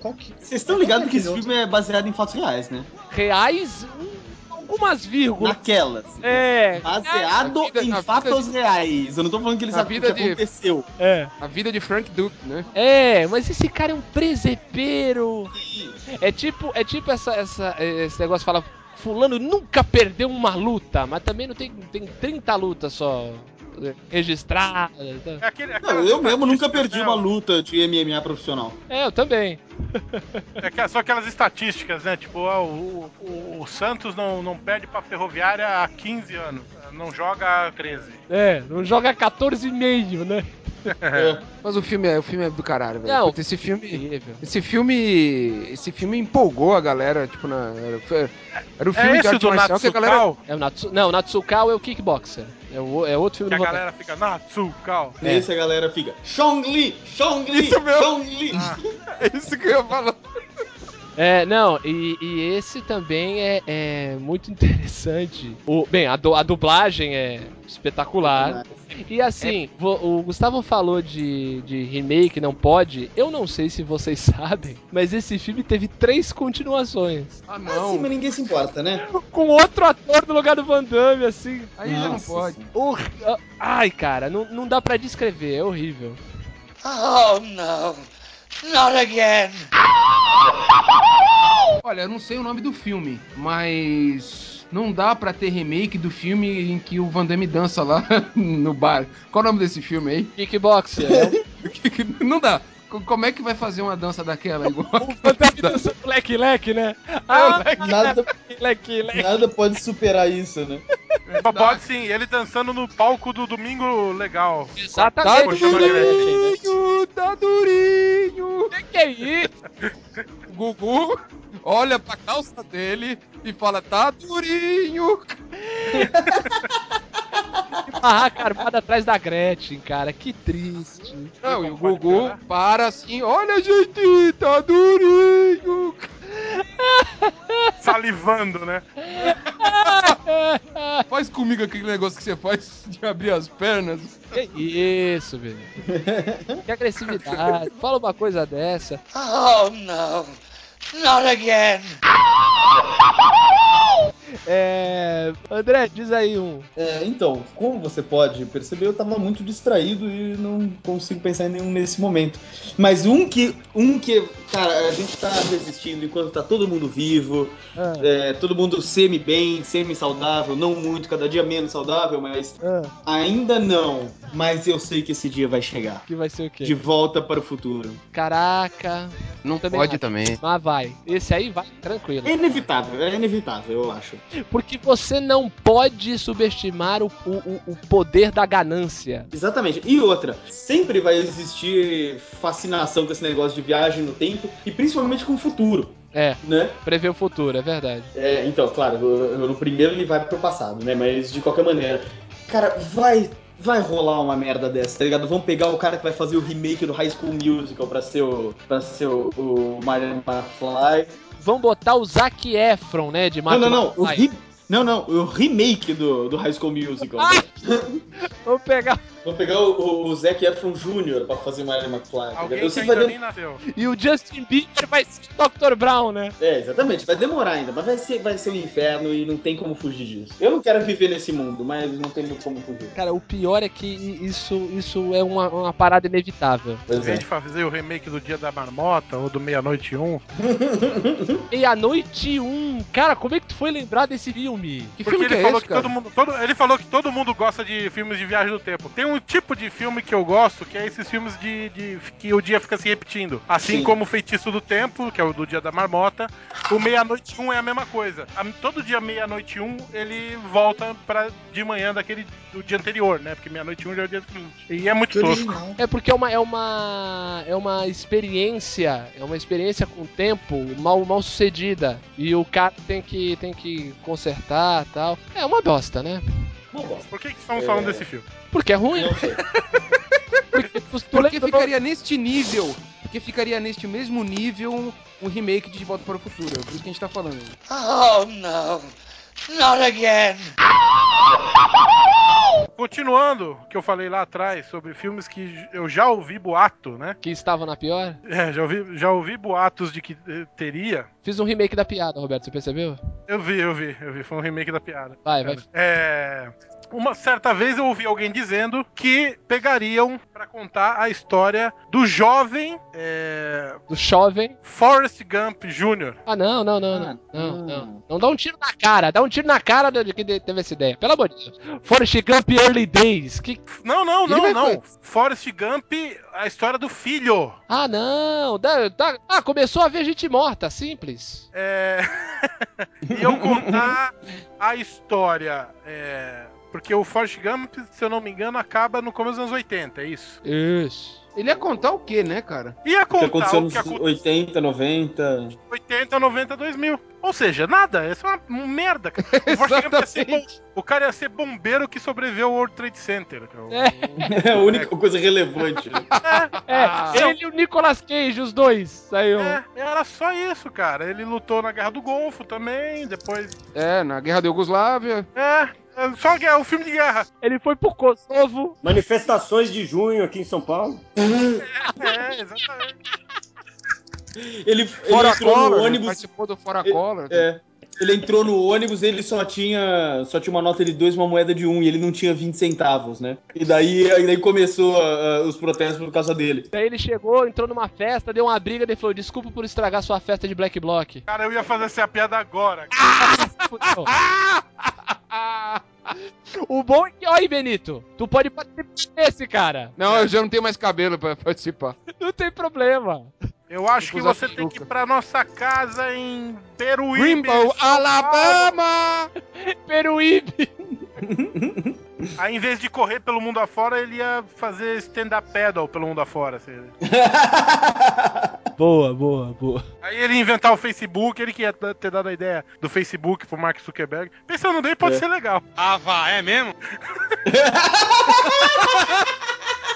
Speaker 5: qual que.
Speaker 2: Vocês estão ligados que esse filme é baseado em fatos reais, né?
Speaker 1: Reais, hum, algumas vírgulas.
Speaker 2: Naquelas.
Speaker 1: É,
Speaker 2: Baseado
Speaker 4: Na vida-
Speaker 2: em
Speaker 4: na
Speaker 2: fatos
Speaker 4: vida
Speaker 2: reais. Eu não tô falando que eles
Speaker 4: Na
Speaker 2: sabem o que
Speaker 4: vida de-
Speaker 2: aconteceu.
Speaker 1: é.
Speaker 4: A vida de Frank Duke, né?
Speaker 1: É, mas esse cara é um presepeiro. É tipo, é tipo essa, essa- esse negócio fala, fulano nunca perdeu uma luta, mas também não tem, tem 30 lutas só eh, registradas. tá?
Speaker 3: É aquele,
Speaker 2: Não,
Speaker 3: aquelas
Speaker 2: eu mesmo nunca
Speaker 3: estatísticas,
Speaker 2: perdi
Speaker 3: né?
Speaker 2: uma luta de MMA profissional.
Speaker 1: É, eu também.
Speaker 3: É que- só aquelas estatísticas, né? Tipo, ó, o, o- o Santos não, não perde pra Ferroviária há 15 anos. Não joga há 13.
Speaker 1: É, não joga 14,5, né?
Speaker 4: Mas o filme é, o filme é do caralho, velho.
Speaker 1: Não.
Speaker 4: Puta, Esse filme, esse filme, esse filme empolgou a galera, tipo na era, foi- era o filme
Speaker 3: É
Speaker 4: de
Speaker 3: esse
Speaker 4: arte
Speaker 3: do
Speaker 4: marcial que a galera
Speaker 3: Natsukal?
Speaker 1: É o Natsu, não, o Natsukao é o Kickboxer. É, o, é outro filme
Speaker 3: Que a
Speaker 1: do Roberto.
Speaker 3: galera fica, Natsukal.
Speaker 2: Nesse a galera fica. Chong Li! Chong Li!
Speaker 4: É. Isso mesmo.
Speaker 2: Chong Li!
Speaker 4: é isso que eu ia falar.
Speaker 1: É, não, e, e esse também é, é muito interessante. O, bem, a, du- a dublagem é espetacular. E assim, vo- o Gustavo falou de, de remake, não pode. Eu não sei se vocês sabem, mas esse filme teve três continuações.
Speaker 4: Ah,
Speaker 2: Assim, mas ninguém se importa, né?
Speaker 1: Com outro ator no lugar do Van Damme, assim.
Speaker 4: Aí já não
Speaker 2: Nossa
Speaker 4: pode.
Speaker 1: hor- Ai, cara, não, não dá pra descrever, é horrível.
Speaker 7: Oh no, not again.
Speaker 4: Olha, eu não sei o nome do filme, mas Não dá pra ter remake do filme em que o Van Damme dança lá no bar. Qual o nome desse filme aí?
Speaker 1: Kickboxer.
Speaker 4: Não dá. Co- Como é que vai fazer uma dança daquela igual?
Speaker 1: o fantasma dançando leque-leque, né? Ah,
Speaker 4: é
Speaker 5: Nada,
Speaker 1: leque-leque.
Speaker 5: nada pode superar isso, né?
Speaker 4: É
Speaker 3: Mas Pode sim, ele dançando no palco do Domingo Legal.
Speaker 1: Exatamente.
Speaker 3: Poxa, Margarete.
Speaker 4: Tá durinho!
Speaker 1: Que que é isso?
Speaker 4: Gugu olha pra calça dele e fala, tá durinho!
Speaker 1: Que barraca armada atrás da Gretchen, cara. Que triste.
Speaker 4: Não, e o
Speaker 3: Pode
Speaker 4: Gugu
Speaker 3: parar.
Speaker 4: para assim, olha gente, tá durinho!
Speaker 3: Salivando, né?
Speaker 4: Faz comigo aquele negócio que você faz de abrir as pernas.
Speaker 1: Que isso, velho. Que agressividade. Fala uma coisa dessa.
Speaker 7: Oh no, not again.
Speaker 1: É. André, diz aí um.
Speaker 5: É, então, como você pode perceber, eu tava muito distraído e não consigo pensar em nenhum nesse momento.
Speaker 2: Mas um que, um que, cara, a gente tá resistindo enquanto tá todo mundo vivo,
Speaker 1: Ah,
Speaker 2: é, todo mundo semi-bem, semi-saudável, não muito, cada dia menos saudável, mas
Speaker 1: ah,
Speaker 2: ainda não. Mas eu sei que esse dia vai chegar.
Speaker 1: que vai ser o quê?
Speaker 2: De volta para o futuro.
Speaker 1: Caraca.
Speaker 4: Não
Speaker 1: Também acho.
Speaker 4: também.
Speaker 1: Mas vai. Esse aí vai, tranquilo.
Speaker 2: É inevitável, é inevitável, eu acho.
Speaker 1: Porque você não pode subestimar o, o, o- o poder da ganância.
Speaker 2: Exatamente. E outra, sempre vai existir fascinação com esse negócio de viagem no tempo e principalmente com o futuro,
Speaker 1: É,
Speaker 2: né?
Speaker 1: prever o futuro, é verdade.
Speaker 2: É, então, claro, no- no primeiro ele vai pro passado, né? Mas de qualquer maneira, cara, vai vai rolar uma merda dessa, tá ligado? Vão pegar o cara que vai fazer o remake do High School Musical pra ser o, pra ser o, o Martin McFly.
Speaker 1: Vão botar o Zac Efron, né? De
Speaker 2: Não, não, não.
Speaker 1: Martin
Speaker 2: O
Speaker 1: McFly.
Speaker 2: re... Não, não, o remake do, do High School Musical.
Speaker 1: Ah, Vou pegar.
Speaker 2: Vão pegar o, o, o Zac Efron Jr. pra fazer o Martin McFly. tá ligado?
Speaker 3: Alguém
Speaker 2: Eu
Speaker 3: que
Speaker 2: sei que
Speaker 3: ainda
Speaker 2: vai
Speaker 3: nem nasceu.
Speaker 1: E o Justin Bieber vai ser o Dr. Brown, né?
Speaker 2: É, exatamente, vai demorar ainda, mas vai ser, vai ser um inferno e não tem como fugir disso. Eu não quero viver nesse mundo, mas não tem como fugir.
Speaker 1: Cara, o pior é que i- isso, isso é uma, uma parada inevitável.
Speaker 3: Em
Speaker 2: é.
Speaker 3: vez de fazer o remake do Dia da Marmota ou do Meia-Noite 1,
Speaker 1: Meia-noite um. Cara, como é que tu foi lembrar desse filme?
Speaker 4: Que
Speaker 3: Porque
Speaker 4: filme que
Speaker 3: ele
Speaker 4: é
Speaker 3: falou
Speaker 4: esse,
Speaker 3: que
Speaker 4: cara?
Speaker 3: todo mundo. todo- ele falou que todo mundo gosta de filmes de viagem no tempo. Tem um tipo de filme que eu gosto, que é esses filmes de. de- que o dia fica se repetindo. Assim
Speaker 2: Sim.
Speaker 3: como o Feitiço do Tempo, que é o do dia da marmota, o meia-noite um é a mesma coisa. A- todo dia meia-noite um ele volta pra, de manhã daquele do dia anterior, né? Porque meia-noite um já é o dia seguinte. E é muito
Speaker 5: Que
Speaker 3: tosco.
Speaker 5: original.
Speaker 1: É porque é uma, é uma, é uma experiência, é uma experiência com o tempo mal, mal sucedida. E o cara tem que, tem que consertar tal. É uma bosta, né?
Speaker 3: Por que, que estamos falando desse filme?
Speaker 1: Porque é ruim. Porque tu, tu
Speaker 4: Porque
Speaker 1: lembrou-
Speaker 4: ficaria neste nível, porque ficaria neste mesmo nível um, um remake de De Volta para o Futuro, é por isso que a gente tá falando.
Speaker 7: Oh no, not again.
Speaker 3: Continuando o que eu falei lá atrás sobre filmes que eu já ouvi boato, né?
Speaker 1: que estava na pior.
Speaker 3: É, já ouvi, já ouvi boatos de que eh, teria.
Speaker 1: Fiz um remake da piada, Roberto, você percebeu?
Speaker 3: Eu vi, eu vi, eu vi. Foi um remake da piada.
Speaker 1: Vai, vai.
Speaker 3: É. Uma certa vez eu ouvi alguém dizendo que pegariam pra contar a história do jovem é,
Speaker 1: Do jovem.
Speaker 3: Forrest Gump Jr.
Speaker 1: Ah, não, não, não, não. Não, não. Não dá um tiro na cara. Dá um tiro na cara de quem de- teve essa ideia. Pelo amor de Deus. Forrest Gump Early Days. Que...
Speaker 3: Não, não,
Speaker 4: Ele
Speaker 3: não,
Speaker 4: vai
Speaker 3: não. Forrest Gump, a história do filho.
Speaker 1: Ah, não. Dá, dá- Ah, começou a ver gente morta. Simples.
Speaker 3: É... e eu contar a história. é, Porque o Forrest Gump, se eu não me engano, acaba no começo dos anos 80, é isso?
Speaker 1: Isso.
Speaker 4: Ele ia contar o quê, né, cara?
Speaker 3: Ia
Speaker 2: O que
Speaker 3: contar
Speaker 2: aconteceu
Speaker 3: o
Speaker 2: nos
Speaker 3: que aconteceu
Speaker 2: 80, 90.
Speaker 3: 80, 90, 2000. Ou seja, nada. Essa é uma merda. cara. O Forrest Gump ia ser bom- O cara ia ser bombeiro que sobreviveu ao World Trade Center. cara.
Speaker 1: É.
Speaker 2: É a única coisa relevante. né?
Speaker 1: É,
Speaker 3: Ah.
Speaker 1: ele e o Nicolas Cage, os dois. Saiu.
Speaker 3: É, era só isso, cara. Ele lutou na Guerra do Golfo também, depois...
Speaker 4: É, na Guerra da Iugoslávia.
Speaker 3: É, é só guerra, o filme de guerra.
Speaker 1: Ele foi pro Kosovo.
Speaker 6: Manifestações de junho aqui em São Paulo.
Speaker 3: É, exatamente.
Speaker 2: Ele, ele
Speaker 4: Fora
Speaker 2: entrou
Speaker 4: Collor, né?
Speaker 2: no
Speaker 4: ele
Speaker 3: né?
Speaker 2: ônibus.
Speaker 4: participou do Fora Collor. né?
Speaker 2: É, Ele entrou no ônibus, ele só tinha só tinha uma nota de dois, uma moeda de um, e ele não tinha 20 centavos, né? E daí, aí daí começou ah, ah, os protestos por causa dele.
Speaker 1: Daí ele chegou, entrou numa festa, deu uma briga, ele falou: desculpa por estragar sua festa de Black Block.
Speaker 3: Cara, eu ia fazer essa piada agora.
Speaker 1: Fudeu. O bom é que, olha aí, Benito, tu pode participar desse, cara.
Speaker 4: Não, eu já não tenho mais cabelo pra participar.
Speaker 1: Não tem problema.
Speaker 3: Eu acho que
Speaker 4: Vou usar
Speaker 3: você tem que ir
Speaker 4: peruca.
Speaker 3: pra nossa casa em Peruíbe.
Speaker 4: Rainbow,
Speaker 3: São
Speaker 4: Alabama!
Speaker 1: Peruíbe.
Speaker 3: Paulo. Aí, em vez de correr pelo mundo afora, ele ia fazer stand-up pedal pelo mundo afora. assim.
Speaker 1: Boa, boa, boa.
Speaker 3: Aí ele ia inventar o Facebook, ele que ia t- ter dado a ideia do Facebook pro Mark Zuckerberg. Pensando bem, pode
Speaker 2: É.
Speaker 3: ser legal.
Speaker 9: Ah, vá, é mesmo?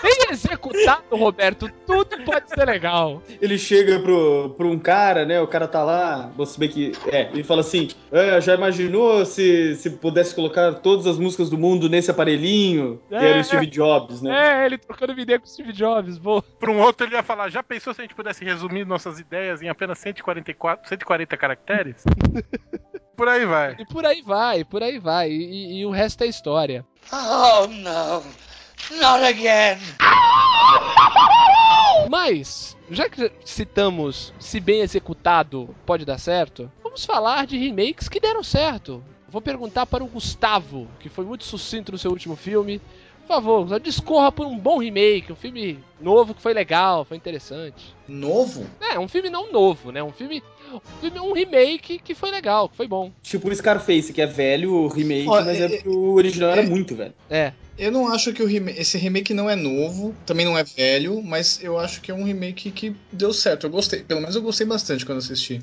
Speaker 1: Bem executado, Roberto, tudo pode ser legal.
Speaker 2: Ele chega pro, pro um cara, né? O cara tá lá, você vê que. É, ele fala assim: "É, já imaginou se, se pudesse colocar todas as músicas do mundo nesse aparelhinho? E era
Speaker 1: É.
Speaker 2: o Steve Jobs, né?
Speaker 1: É, ele trocando ideia com o Steve Jobs, boa.
Speaker 3: Pra um outro, ele ia falar: já pensou se a gente pudesse resumir nossas ideias em apenas 144, 140 caracteres? Por aí vai.
Speaker 1: E por aí vai, por aí vai. E, e- e o resto é história.
Speaker 7: Oh no, not again.
Speaker 1: Mas, já que citamos se bem executado pode dar certo, vamos falar de remakes que deram certo. Vou perguntar para o Gustavo, que foi muito sucinto no seu último filme. Por favor, Gustavo, discorra por um bom remake, um filme novo que foi legal, foi interessante.
Speaker 5: Novo?
Speaker 1: É, um filme não novo, né? Um filme, um filme- um remake que foi legal, que foi bom.
Speaker 2: Tipo o Scarface, que é velho, o remake,
Speaker 5: Ó,
Speaker 2: mas é
Speaker 5: é-
Speaker 2: porque o original era muito velho.
Speaker 1: É,
Speaker 5: Eu não acho que o rema- esse remake não é novo, também não é velho, mas eu acho que é um remake que deu certo. Eu gostei, pelo menos eu gostei bastante quando assisti.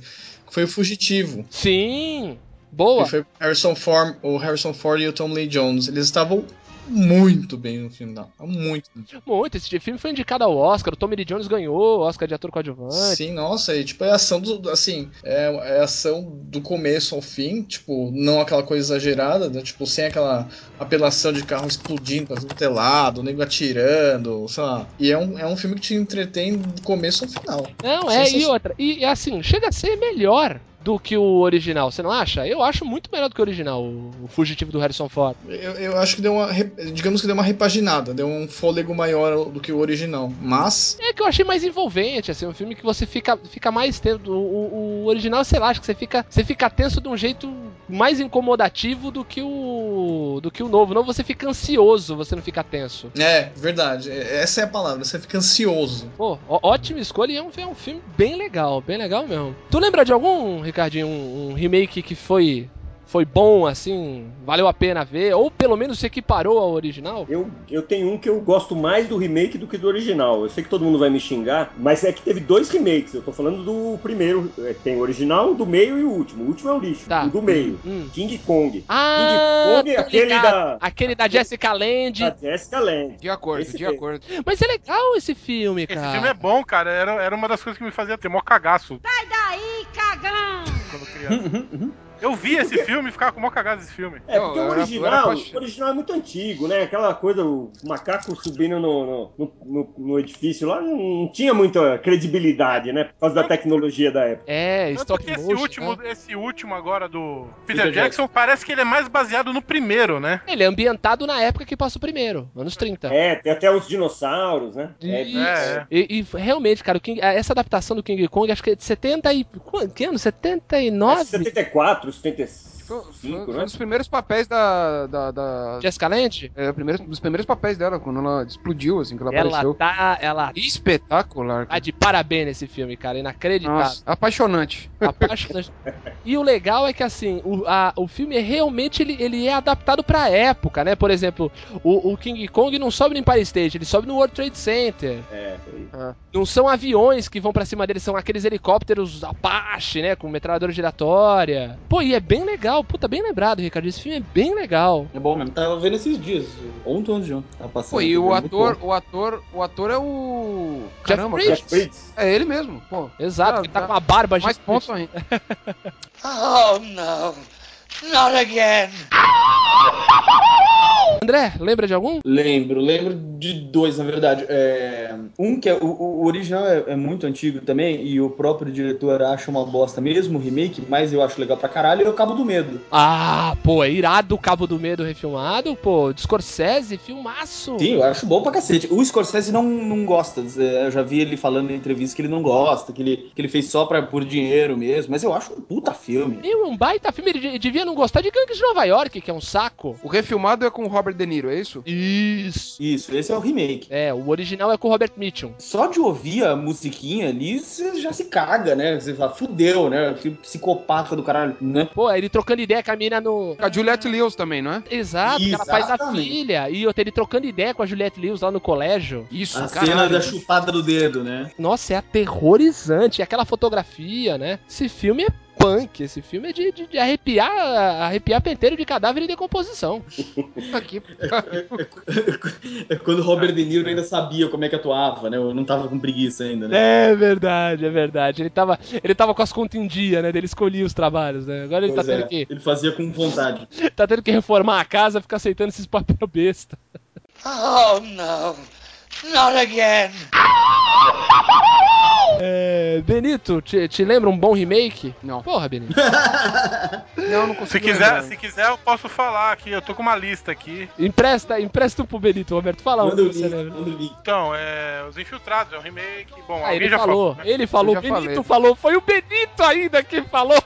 Speaker 5: Foi o Fugitivo.
Speaker 1: sim, boa.
Speaker 5: Que foi o Harrison, Form, o Harrison Ford e o Tom Lee Jones. Eles estavam muito bem no final. Muito.
Speaker 1: Muito, esse filme foi indicado ao Oscar, o Tommy Lee Jones ganhou o Oscar de ator coadjuvante.
Speaker 5: Sim, nossa, e tipo, é ação do. Assim, é, é ação do começo ao fim, tipo, não aquela coisa exagerada, né? Tipo, sem aquela apelação de carro explodindo, fazendo telado, o nego atirando, sei lá. E é um, é um filme que te entretém do começo ao final.
Speaker 1: Não, é, e
Speaker 5: Sensacional.
Speaker 1: outra. E e assim, chega a ser melhor do que o original, você não acha? Eu acho muito melhor do que o original, o o Fugitivo do Harrison Ford.
Speaker 5: Eu, eu acho que deu uma. re- Digamos que deu uma repaginada, deu um fôlego maior do que o original. Mas.
Speaker 1: É que eu achei mais envolvente, assim, um filme que você fica, fica mais tenso. O, o- o original, sei lá, acho que você fica, você fica tenso de um jeito mais incomodativo do que o do que o novo. Não, você fica ansioso, você não fica tenso.
Speaker 5: É, verdade. é- Essa é a palavra. Você fica ansioso.
Speaker 1: Pô, ó- ótima escolha e é um, é um filme bem legal, bem legal mesmo. Tu lembra de algum, Ricardinho, um, um remake que foi foi bom, assim, valeu a pena ver? Ou pelo menos se equiparou ao original?
Speaker 6: Eu, eu tenho um que eu gosto mais do remake do que do original. Eu sei que todo mundo vai me xingar, mas é que teve dois remakes. Eu tô falando do primeiro. É, Tem o original, o do meio e o último. O último é o lixo.
Speaker 1: Tá.
Speaker 6: O do meio.
Speaker 1: Hum.
Speaker 6: King Kong.
Speaker 1: Ah,
Speaker 6: Kong, é
Speaker 1: tô
Speaker 6: aquele
Speaker 1: ligado.
Speaker 6: da-
Speaker 1: aquele da Jessica Lange.
Speaker 6: Da Jessica Lange.
Speaker 4: De acordo,
Speaker 6: Esse
Speaker 4: de
Speaker 6: tem.
Speaker 4: acordo.
Speaker 1: Mas é legal esse filme,
Speaker 3: Esse
Speaker 1: cara.
Speaker 3: filme é bom, cara. Era, era uma das coisas que me fazia ter mó cagaço
Speaker 8: Sai daí, cagão!
Speaker 3: quando criança. Eu vi esse filme e ficava com mó cagaço desse filme.
Speaker 6: É,
Speaker 4: Não,
Speaker 6: porque o
Speaker 4: era- era
Speaker 6: original,
Speaker 4: paixão.
Speaker 6: o original é muito antigo, né? Aquela coisa, o macaco subindo no, no, no- no- no edifício lá não, não tinha muita credibilidade, né? Por causa da tecnologia da época.
Speaker 1: É,
Speaker 3: Tanto
Speaker 1: stop
Speaker 3: que esse
Speaker 1: motion.
Speaker 3: último,
Speaker 1: né?
Speaker 3: esse último agora do Peter,
Speaker 2: Peter
Speaker 3: Jackson, parece que ele é mais baseado no primeiro, né?
Speaker 1: Ele é ambientado na época que passa o primeiro, anos 30.
Speaker 6: É, tem até os dinossauros, né? É,
Speaker 1: Isso.
Speaker 3: É, é.
Speaker 1: E, e realmente, cara, o King- essa adaptação do King Kong, acho que é de 70 e... quan- Que ano?
Speaker 6: É
Speaker 1: 79?
Speaker 6: 74,
Speaker 4: Foi, foi-
Speaker 6: 75,
Speaker 4: foi um
Speaker 6: né?
Speaker 4: dos primeiros papéis da. da, da-
Speaker 1: Jessica Lange?
Speaker 4: é, o primeiro- dos primeiros papéis dela, quando ela explodiu, assim, que ela,
Speaker 1: Ela
Speaker 4: apareceu.
Speaker 1: tá, ela
Speaker 4: Espetacular.
Speaker 1: tá
Speaker 4: cara.
Speaker 1: de parabéns nesse filme, cara. Inacreditável.
Speaker 4: Nossa, apaixonante.
Speaker 1: Apaixonante. e o legal é que, assim, o, a- o filme é realmente ele, ele é adaptado pra época, né? Por exemplo, o, o King Kong não sobe no Empire State, ele sobe no World Trade Center.
Speaker 6: É, foi-
Speaker 1: Não são aviões que vão pra cima dele, são aqueles helicópteros Apache, né? Com metralhadora giratória. Pô, e é bem legal. Puta, bem lembrado, Ricardo. Esse filme é bem legal.
Speaker 2: É bom mesmo. Tava vendo esses dias, ontem ou ontem. Tava passando. é
Speaker 4: Pô, e
Speaker 2: Muito
Speaker 4: o
Speaker 2: bom.
Speaker 4: ator, um o ator, o ator é o.
Speaker 1: Jeff
Speaker 4: Caramba,
Speaker 1: Bridges.
Speaker 4: cara.
Speaker 6: Jeff Bridges.
Speaker 4: É ele mesmo, pô.
Speaker 1: Exato,
Speaker 4: Ah,
Speaker 1: ele tá
Speaker 4: tá.
Speaker 1: com a barba
Speaker 4: Mais
Speaker 1: gigante.
Speaker 4: pontos ainda.
Speaker 7: Oh no, not again.
Speaker 1: André, é? lembra de algum?
Speaker 2: Lembro, lembro de dois, na verdade. É, um que é, o, o original é, é muito antigo também, e o próprio diretor acha uma bosta mesmo, o remake, mas eu acho legal pra caralho, é o Cabo do Medo.
Speaker 1: Ah, pô, é irado o Cabo do Medo refilmado, pô. De Scorsese, filmaço.
Speaker 2: Sim, eu acho bom pra cacete. O Scorsese não, não gosta, é, eu já vi ele falando em entrevista que ele não gosta, que ele, que ele fez só pra, por dinheiro mesmo, mas eu acho um puta filme.
Speaker 1: Meu, é um baita filme. Ele de- devia não gostar de Gangues de Nova York, que é um saco.
Speaker 4: O refilmado é com o Robert De Niro, é isso?
Speaker 1: Isso.
Speaker 2: Isso, esse é o remake.
Speaker 1: É, o original é com o Robert Mitchum.
Speaker 2: Só de ouvir a musiquinha ali, você já se caga, né? Você fala, fudeu, né? Que psicopata do caralho, né?
Speaker 1: Pô, ele trocando ideia com a mina no.
Speaker 4: A Juliette Lewis também, não é?
Speaker 1: Exato, que ela faz a
Speaker 2: Exatamente.
Speaker 1: filha. E eu ele trocando ideia com a Juliette Lewis lá no colégio.
Speaker 4: Isso,
Speaker 2: A
Speaker 4: caralho.
Speaker 2: cena da chupada do dedo, né?
Speaker 1: Nossa, é aterrorizante. é Aquela fotografia, né? Esse filme é punk. Esse filme é de, de- de arrepiar, arrepiar penteiro de cadáver em decomposição.
Speaker 4: Puta que pariu.
Speaker 2: É quando o Robert De Niro ainda sabia como é que atuava, né? Eu não tava com preguiça ainda, né?
Speaker 1: É verdade, é verdade. Ele tava, ele tava com as contas em dia, né? Ele escolhia os trabalhos, né? Agora ele tá
Speaker 2: Pois é,
Speaker 1: tendo, que,
Speaker 2: ele fazia com vontade.
Speaker 1: tá tendo que reformar a casa, ficar aceitando esses papel besta.
Speaker 7: Oh no, not again.
Speaker 1: É, Benito, te, te lembra um bom remake?
Speaker 4: Não.
Speaker 1: Porra, Benito.
Speaker 4: Não, não consigo
Speaker 3: Se quiser,
Speaker 4: lembrar.
Speaker 3: se quiser, eu posso falar aqui. Eu tô com uma lista aqui.
Speaker 1: Empresta, empresta um pro Benito, Roberto. Fala um
Speaker 2: Manda o
Speaker 1: que você
Speaker 2: link,
Speaker 1: lembra.
Speaker 2: manda o link.
Speaker 3: Então, é. Os Infiltrados, é um remake. Bom,
Speaker 1: Ah,
Speaker 3: alguém
Speaker 1: ele
Speaker 3: já
Speaker 1: falou,
Speaker 3: falou. né?
Speaker 1: ele falou,
Speaker 4: Eu já
Speaker 1: Benito
Speaker 4: falei.
Speaker 1: falou, foi o Benito ainda que falou.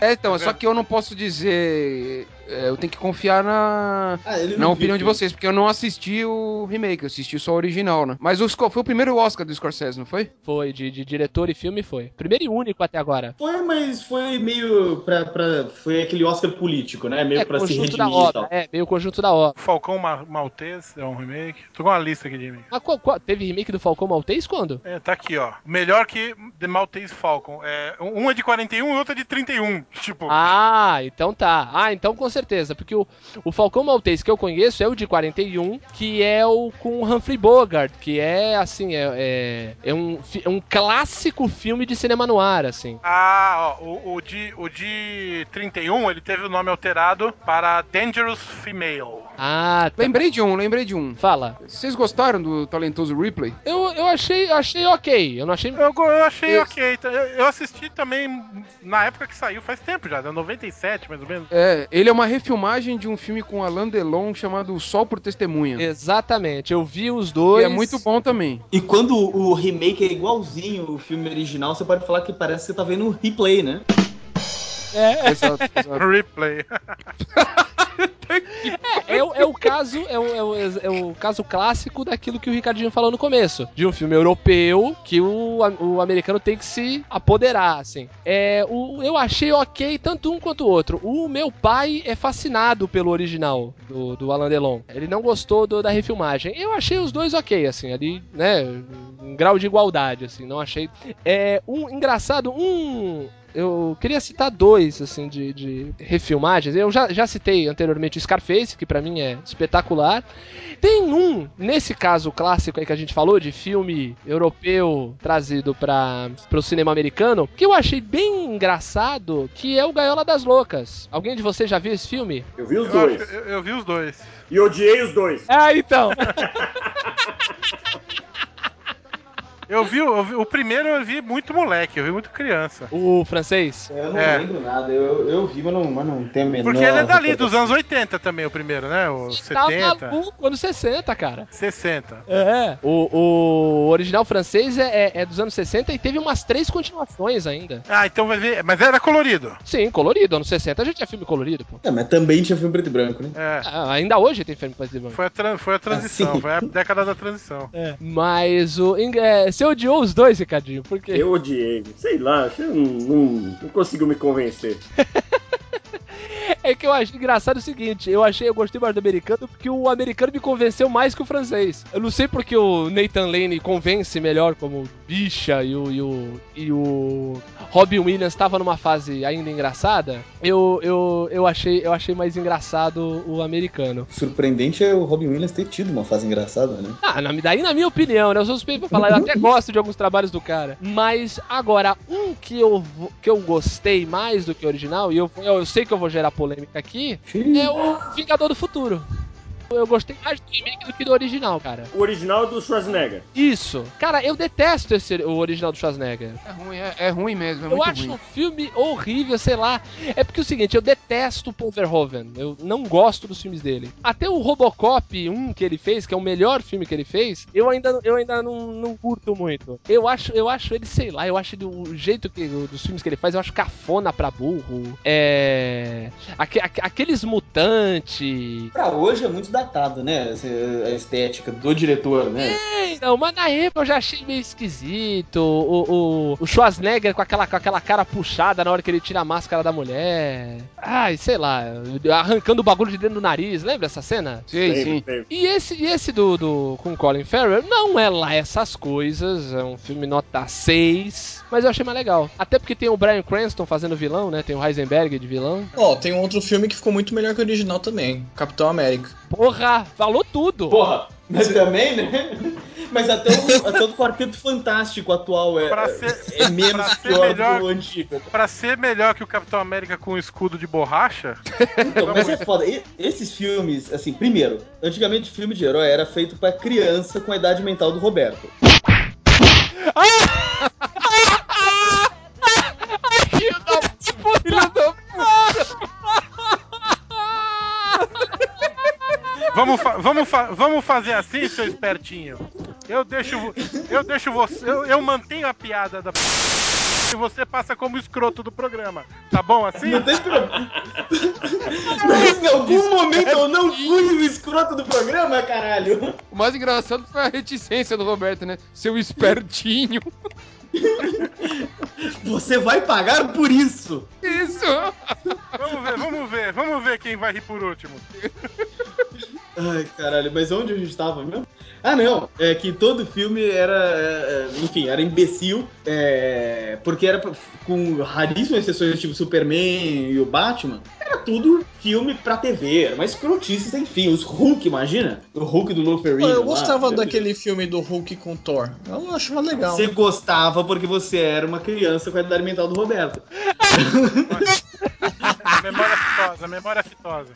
Speaker 4: É, então, é só que eu não posso dizer. é, eu tenho que confiar na.
Speaker 2: Ah, ele
Speaker 4: Na
Speaker 2: não
Speaker 4: opinião de
Speaker 2: viu.
Speaker 4: vocês, porque eu não assisti o remake, eu assisti só o original, né? Mas o Sco- foi o primeiro Oscar do Scorsese, não foi?
Speaker 1: Foi, de, de diretor e filme foi. Primeiro e único até agora.
Speaker 2: Foi, mas foi meio pra, pra... Foi aquele Oscar político, né? Meio
Speaker 1: É,
Speaker 2: pra se
Speaker 1: conjunto da
Speaker 2: redimir e
Speaker 1: obra,
Speaker 2: tal.
Speaker 1: é, veio o conjunto da obra.
Speaker 3: Falcão Ma- Maltês é um remake. Tô com uma lista aqui de remake.
Speaker 1: Mas qual- qual- teve remake do Falcão Maltês quando?
Speaker 3: É, tá aqui, ó. Melhor que The Maltese Falcon. É, um é de 41 e outro é de 31. Tipo,
Speaker 1: Ah, então tá. Ah, então com certeza, porque o, o Falcão Maltês que eu conheço é o de 41, que é o com Humphrey Bogart, que é assim, é, é, é um, fi- é um clássico filme de cinema no ar, assim.
Speaker 3: Ah, ó, o, o de, o de 31, ele teve o nome alterado para Dangerous Female.
Speaker 1: Ah, tá.
Speaker 4: Lembrei de um, lembrei de um.
Speaker 1: Fala.
Speaker 4: Vocês gostaram do talentoso Ripley?
Speaker 1: Eu, eu achei, eu achei ok. Eu não achei
Speaker 3: Eu, go- eu achei
Speaker 4: Isso.
Speaker 3: ok. tá? Eu, eu assisti também na época que saiu, faz tempo já, né? 97 mais ou menos.
Speaker 4: É, ele é uma refilmagem de um filme com Alain Delon chamado O Sol por Testemunha.
Speaker 1: Exatamente, eu vi os
Speaker 4: E
Speaker 1: dois.
Speaker 4: é muito bom também.
Speaker 2: E quando o remake é igualzinho o filme original, você pode falar que parece que você tá vendo um replay, né?
Speaker 4: Exato,
Speaker 1: Ah.
Speaker 4: exato.
Speaker 3: Replay.
Speaker 1: É, é o- é o caso, é o, é o- é o caso clássico daquilo que o Ricardinho falou no começo. De um filme europeu que o, o americano tem que se apoderar, assim. É, o, eu achei ok tanto um quanto o outro. O meu pai é fascinado pelo original do, do Alain Delon. Ele não gostou do- da refilmagem. Eu achei os dois ok, assim, ali, né? Um grau de igualdade, assim, não achei. É, um engraçado, um, eu queria citar dois, assim, de, de refilmagens. Eu já, já citei anteriormente o Scarface, que pra mim é espetacular. Tem um, nesse caso clássico aí que a gente falou, de filme europeu trazido para o cinema americano, que eu achei bem engraçado, que é o Gaiola das Loucas. Alguém de vocês já viu esse filme?
Speaker 6: Eu vi os
Speaker 3: Eu,
Speaker 6: dois.
Speaker 3: acho- eu- eu vi os dois.
Speaker 6: E odiei os dois.
Speaker 1: Ah, então.
Speaker 3: Eu vi, o- eu vi- o primeiro eu vi muito moleque, eu vi muito criança.
Speaker 1: o francês.
Speaker 2: Eu
Speaker 3: É.
Speaker 2: lembro nada, eu, eu vi, mas não, mas não tem a menor...
Speaker 3: Porque ele é dali, dos anos 80 também, o primeiro, né? O
Speaker 1: Tá
Speaker 3: 70,
Speaker 1: maluco, anos 60, cara.
Speaker 3: 60.
Speaker 1: É. O, o original francês é, é- é dos anos 60 e teve umas três continuações ainda.
Speaker 3: Ah, então vai ver. Mas era colorido.
Speaker 1: Sim, colorido, anos 60 a gente tinha filme colorido, pô.
Speaker 2: É, mas também tinha filme preto e branco, né?
Speaker 3: É.
Speaker 1: Ah, ainda hoje tem filme preto e branco.
Speaker 3: Foi a, tran- foi a transição,
Speaker 2: Assim. É,
Speaker 3: foi a década da transição.
Speaker 1: Mas o. eng- é, Você odiou os dois, Ricardinho, por quê?
Speaker 6: Eu odiei. Sei lá, achei um- não, não conseguiu me convencer.
Speaker 1: É que eu achei engraçado o seguinte, eu achei, eu gostei mais do americano porque o americano me convenceu mais que o francês. Eu não sei porque o Nathan Lane convence melhor como Bicha e o, e o, e o Robin Williams tava numa fase ainda engraçada, eu, eu, eu, achei, eu achei mais engraçado o americano.
Speaker 2: Surpreendente é o Robin Williams ter tido uma fase engraçada, né?
Speaker 1: Ah, na, daí na minha opinião, né? Eu sou suspeito pra falar, eu até gosto de alguns trabalhos do cara. Mas agora, um que eu, vo- que eu gostei mais do que o original, e eu, eu, eu sei que eu vou gerar polêmica aqui, é o Vingador do Futuro. Eu gostei mais do remake do que do original, cara.
Speaker 6: O original é do Schwarzenegger.
Speaker 1: Isso. Cara, eu detesto esse, o original do Schwarzenegger.
Speaker 4: É ruim, é, é ruim mesmo, é
Speaker 1: eu
Speaker 4: muito
Speaker 1: acho
Speaker 4: ruim.
Speaker 1: um filme horrível, sei lá. É porque é o seguinte, eu detesto o Paul Verhoeven. Eu não gosto dos filmes dele. Até o Robocop 1 que ele fez, que é o melhor filme que ele fez, eu ainda, eu ainda não, não curto muito. Eu acho, eu acho ele, sei lá, eu acho ele, o jeito que, dos filmes que ele faz, eu acho cafona pra burro. É. aque- aque- aqueles mutantes.
Speaker 2: Pra hoje é muito datado, né? essa- A estética do diretor, né?
Speaker 1: Não, mas na época eu já achei meio esquisito. O, o, o Schwarzenegger com aquela, com aquela cara puxada na hora que ele tira a máscara da mulher. Ai, sei lá, arrancando o bagulho de dentro do nariz, lembra essa cena?
Speaker 4: Sei, sim.
Speaker 6: Sempre, sempre.
Speaker 1: E esse, e esse do, do com Colin Farrell não é lá essas coisas, é um filme nota 6, mas eu achei mais legal. Até porque tem o Brian Cranston fazendo vilão, né? Tem o Heisenberg de vilão.
Speaker 5: Ó, tem um outro filme que ficou muito melhor que o original também, Capitão América.
Speaker 1: Porra, falou tudo.
Speaker 2: Porra, mas também, né? Mas até o, até o Quarteto Fantástico atual é,
Speaker 3: Pra ser,
Speaker 2: é menos
Speaker 3: pra ser
Speaker 2: pior
Speaker 3: melhor- Então,
Speaker 2: do antigo.
Speaker 3: pra ser melhor que o Capitão América com um escudo de borracha,
Speaker 2: Então, mas é foda. E- esses filmes, assim, primeiro, antigamente filme de herói era feito pra criança com a idade mental do Roberto.
Speaker 3: vamos, fa- vamos, fa- vamos fazer assim, seu espertinho. Eu deixo, vo- eu deixo você, eu, eu mantenho a piada da p- e você passa como escroto do programa. Tá bom assim?
Speaker 2: Não tem problema. Mas em algum momento eu não fui o escroto do programa, caralho.
Speaker 4: O mais engraçado foi a reticência do Roberto, né? Seu espertinho.
Speaker 2: Você vai pagar por isso.
Speaker 4: Isso!
Speaker 3: Vamos ver, vamos ver, vamos ver quem vai rir por último.
Speaker 2: Ai, caralho, mas onde a gente tava mesmo? Ah, não, é que todo filme era, é, é, enfim, era imbecil, é, porque era pra- com raríssimas exceções, tipo Superman e o Batman, era tudo filme pra TV, era uma escrotice sem fim. Os Hulk, imagina? O Hulk do Luferino.
Speaker 5: Pô, eu gostava daquele filme do Hulk com Thor. Eu achava legal.
Speaker 2: Você gostava porque você era uma criança com a idade mental do Roberto.
Speaker 3: Memória fitosa, memória é fitosa.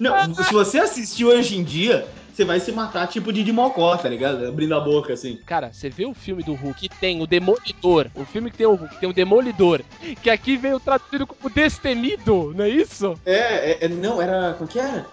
Speaker 2: Não, se você assistiu hoje em dia, você vai se matar tipo de Mocó, tá ligado? Abrindo a boca, assim.
Speaker 1: Cara, você vê o filme do Hulk que tem o Demolidor, o filme que tem o Hulk, tem o Demolidor, que aqui veio traduzido como Destemido, não é isso?
Speaker 2: É, é, é, não, era. Como que era?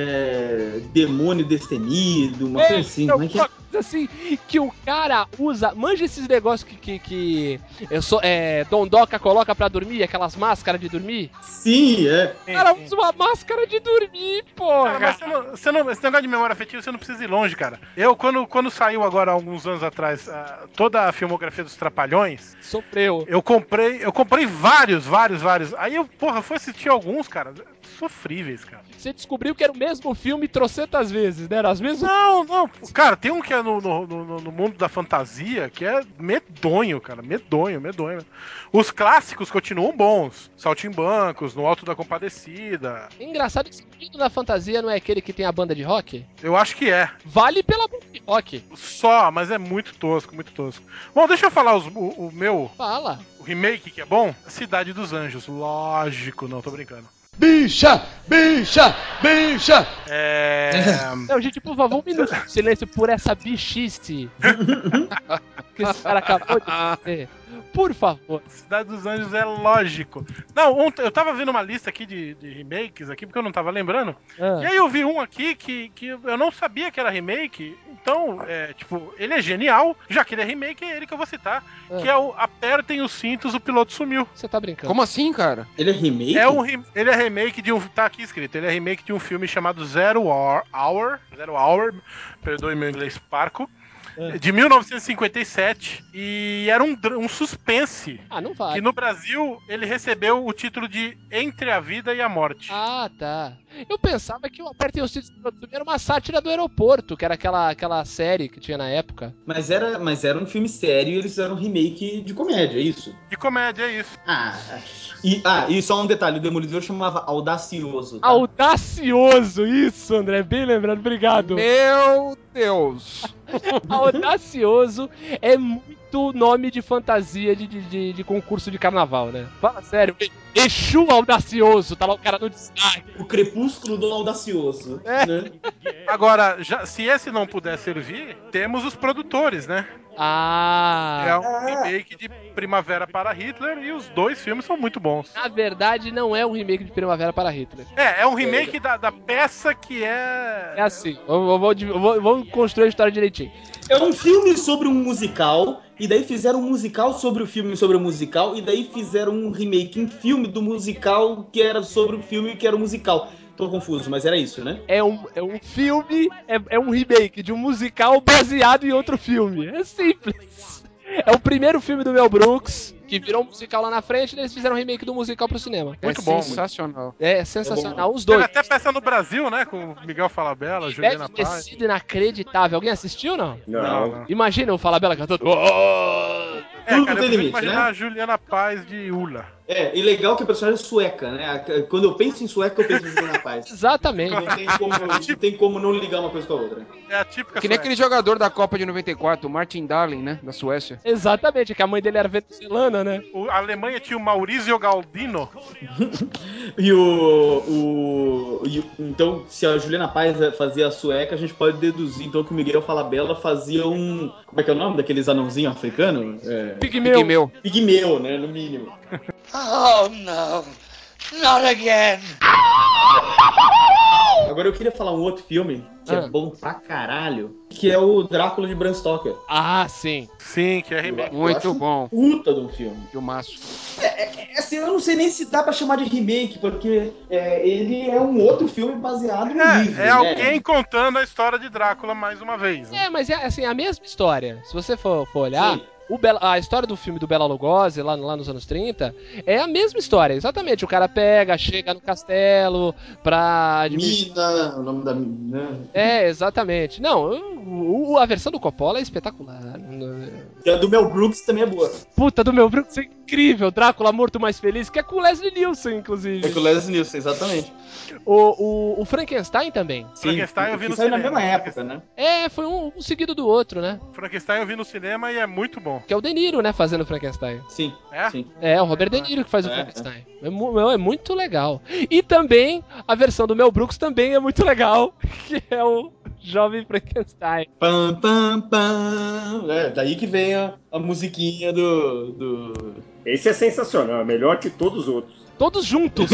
Speaker 2: É, demônio destemido, uma coisa assim. Como é que é?
Speaker 1: uma coisa assim, que o cara usa, manja esses negócios que, que, que eu sou, é, Dondoca coloca pra dormir, aquelas máscaras de dormir.
Speaker 2: Sim, é.
Speaker 1: O cara usa uma máscara de dormir,
Speaker 3: Cara,
Speaker 1: porra!
Speaker 3: mas você não, você não- esse negócio de memória afetiva, você não precisa ir longe, cara. Eu, quando, quando saiu agora, há alguns anos atrás, ah, toda a filmografia dos Trapalhões,
Speaker 1: Sofreu.
Speaker 3: eu comprei, eu comprei vários, vários, vários. Aí eu, porra, fui assistir alguns, cara, sofríveis, cara.
Speaker 1: Você descobriu que era o mesmo filme trocentas vezes, né? Era as mesmas...
Speaker 3: Não, não. Cara, tem um que é no, no- no- no mundo da fantasia que é medonho, cara. Medonho, medonho. Os clássicos continuam bons. Saltimbancos, No Alto da Compadecida.
Speaker 1: É Engraçado que esse filme da fantasia não é aquele que tem a banda de rock?
Speaker 3: Eu acho que é.
Speaker 1: Vale pela banda de rock.
Speaker 3: Só, mas é muito tosco, muito tosco. Bom, deixa eu falar os- o, o meu
Speaker 1: Fala.
Speaker 3: o remake que é bom. Cidade dos Anjos. Lógico, não, tô brincando.
Speaker 4: Bicha! Bicha! Bicha!
Speaker 3: É.
Speaker 1: Não, gente, por favor, um minuto de silêncio por essa bichice que esse cara acabou de fazer. Por favor.
Speaker 3: Cidade dos Anjos é lógico. Não, ontem eu tava vendo uma lista aqui de, de remakes aqui, porque eu não tava lembrando.
Speaker 1: Ah,
Speaker 3: E aí eu vi um aqui que, que eu não sabia que era remake, então, é, tipo, ele é genial, já que ele é remake, é ele que eu vou citar,
Speaker 1: Ah.
Speaker 3: que é o Apertem os Cintos, o Piloto Sumiu.
Speaker 1: você tá brincando.
Speaker 4: Como assim, cara?
Speaker 2: Ele é remake?
Speaker 3: É um, re- ele é remake de um, tá aqui escrito, ele é remake de um filme chamado Zero Hour, Hour Zero Hour, perdoe meu inglês parco,
Speaker 1: É.
Speaker 3: de 1957, e era um, dra- um suspense.
Speaker 1: Ah, não
Speaker 3: Que
Speaker 1: vale.
Speaker 3: no Brasil ele recebeu o título de Entre a Vida e a Morte.
Speaker 1: Ah, tá. Eu pensava que o Apertem os Cintos do Clube era uma sátira do aeroporto, que era aquela, aquela série que tinha na época.
Speaker 2: Mas era, mas era um filme sério e eles fizeram um remake de comédia, é isso?
Speaker 3: De comédia, é isso.
Speaker 2: Ah, e, ah, e só um detalhe, o Demolidor chamava Audacioso. tá?
Speaker 1: Audacioso, isso, André, bem lembrado, obrigado.
Speaker 4: Meu Deus!
Speaker 1: Audacioso é muito nome de fantasia de, de, de- de concurso de carnaval, né? Fala sério, E- Exu Audacioso, tá lá o cara no destaque.
Speaker 2: O Crepúsculo do Audacioso.
Speaker 3: É.
Speaker 2: né?
Speaker 3: Agora, já- se esse não puder servir, temos os produtores, né? É
Speaker 1: Ah,
Speaker 3: um remake de Primavera para Hitler e os dois filmes são muito bons.
Speaker 1: na verdade não é um remake de Primavera para Hitler.
Speaker 3: É, é um remake da, da peça que
Speaker 1: É
Speaker 3: é.
Speaker 1: assim, vamos- vamos- vamos vamos construir a história direitinho.
Speaker 2: É um filme sobre um musical, e daí fizeram um musical sobre o filme sobre o musical, e daí fizeram um remake em filme do musical que era sobre o filme que era o musical. Tô confuso, mas era isso, né?
Speaker 1: é um, é um filme, é, é um remake de um musical baseado em outro filme. É simples. É o primeiro filme do Mel Brooks, que virou um musical lá na frente, e eles fizeram um remake do musical pro cinema.
Speaker 3: Muito
Speaker 4: é
Speaker 3: bom,
Speaker 4: Sensacional.
Speaker 1: É sensacional, os
Speaker 3: Teve
Speaker 1: dois.
Speaker 3: até peça no Brasil, né? Com o Miguel Falabella, Juliana
Speaker 1: Pede
Speaker 3: Paz.
Speaker 1: tecido inacreditável. Alguém assistiu, não?
Speaker 6: Não.
Speaker 1: Imagina o Falabella cantando. Oh!
Speaker 3: É,
Speaker 2: Tudo
Speaker 3: cara, eu
Speaker 2: tem
Speaker 3: prefiro
Speaker 2: limite,
Speaker 3: imaginar
Speaker 2: né?
Speaker 3: a Juliana Paz de Ula.
Speaker 2: É, e legal que a personagem é sueca, né? Quando eu penso em sueca, eu penso em Juliana Paz.
Speaker 1: Exatamente.
Speaker 2: Não tem, como, não tem como não ligar uma coisa com a outra.
Speaker 3: É a típica.
Speaker 4: Que nem
Speaker 3: sueca.
Speaker 4: aquele jogador da Copa de 94, o Martin Darling, né? Da Suécia.
Speaker 1: Exatamente, que a mãe dele era venezuelana, né?
Speaker 3: O- a Alemanha tinha o Maurizio Galdino.
Speaker 2: E o. o e- então, se a Juliana Paz fazia a sueca, a gente pode deduzir então que o Miguel Falabella fazia um. Como é que é o nome daqueles anãozinhos africanos? É,
Speaker 4: Meu.
Speaker 1: Pigmeu.
Speaker 4: meu.
Speaker 2: pigmeu, né? No mínimo.
Speaker 7: Oh no, not again.
Speaker 2: Agora eu queria falar um outro filme que
Speaker 1: Ah.
Speaker 2: é bom pra caralho, que é o Drácula de Bram Stoker.
Speaker 1: Ah, sim.
Speaker 3: Sim, que é remake.
Speaker 4: Muito bom.
Speaker 2: Puta de um filme.
Speaker 4: Filmaço.
Speaker 2: É assim, eu não sei nem se dá pra chamar de remake, porque é, ele é um outro filme baseado no livro.
Speaker 3: É, é
Speaker 2: né?
Speaker 3: alguém contando a história de Drácula mais uma vez. né?
Speaker 1: É, mas é assim, a mesma história. Se você for, for olhar,
Speaker 2: Sim.
Speaker 1: O Bela- a história do filme do Bela Lugosi, lá, lá nos anos 30, é a mesma história, exatamente. O cara pega, chega no castelo pra. admi-
Speaker 2: Mina, o nome da mina.
Speaker 1: É, exatamente. Não, o- o- a versão do Coppola é espetacular.
Speaker 2: E a do Mel Brooks também é boa.
Speaker 1: Puta do meu Brooks, é incrível. Drácula Morto Mais Feliz, que é com o Leslie Nielsen,
Speaker 2: É com
Speaker 1: inclusive.
Speaker 2: o Leslie Nielsen, exatamente.
Speaker 1: O, o- o Frankenstein também.
Speaker 3: Frankenstein eu vi
Speaker 2: que
Speaker 3: no
Speaker 2: saiu na
Speaker 3: cinema.
Speaker 2: mesma época, né?
Speaker 1: É, foi um, um seguido do outro, né?
Speaker 3: Frankenstein eu vi no cinema e é muito bom.
Speaker 1: Que é o De Niro, né, fazendo o Frankenstein.
Speaker 2: Sim,
Speaker 3: É?
Speaker 2: sim.
Speaker 1: É, o Robert De Niro que faz o
Speaker 2: É,
Speaker 1: Frankenstein. É, mu- é muito legal. E também, a versão do Mel Brooks também é muito legal, que é o Jovem Frankenstein.
Speaker 2: Pam, pam, pam. É, daí que vem a, a musiquinha do, do.
Speaker 6: Esse é sensacional, é melhor que todos os outros.
Speaker 1: Todos juntos.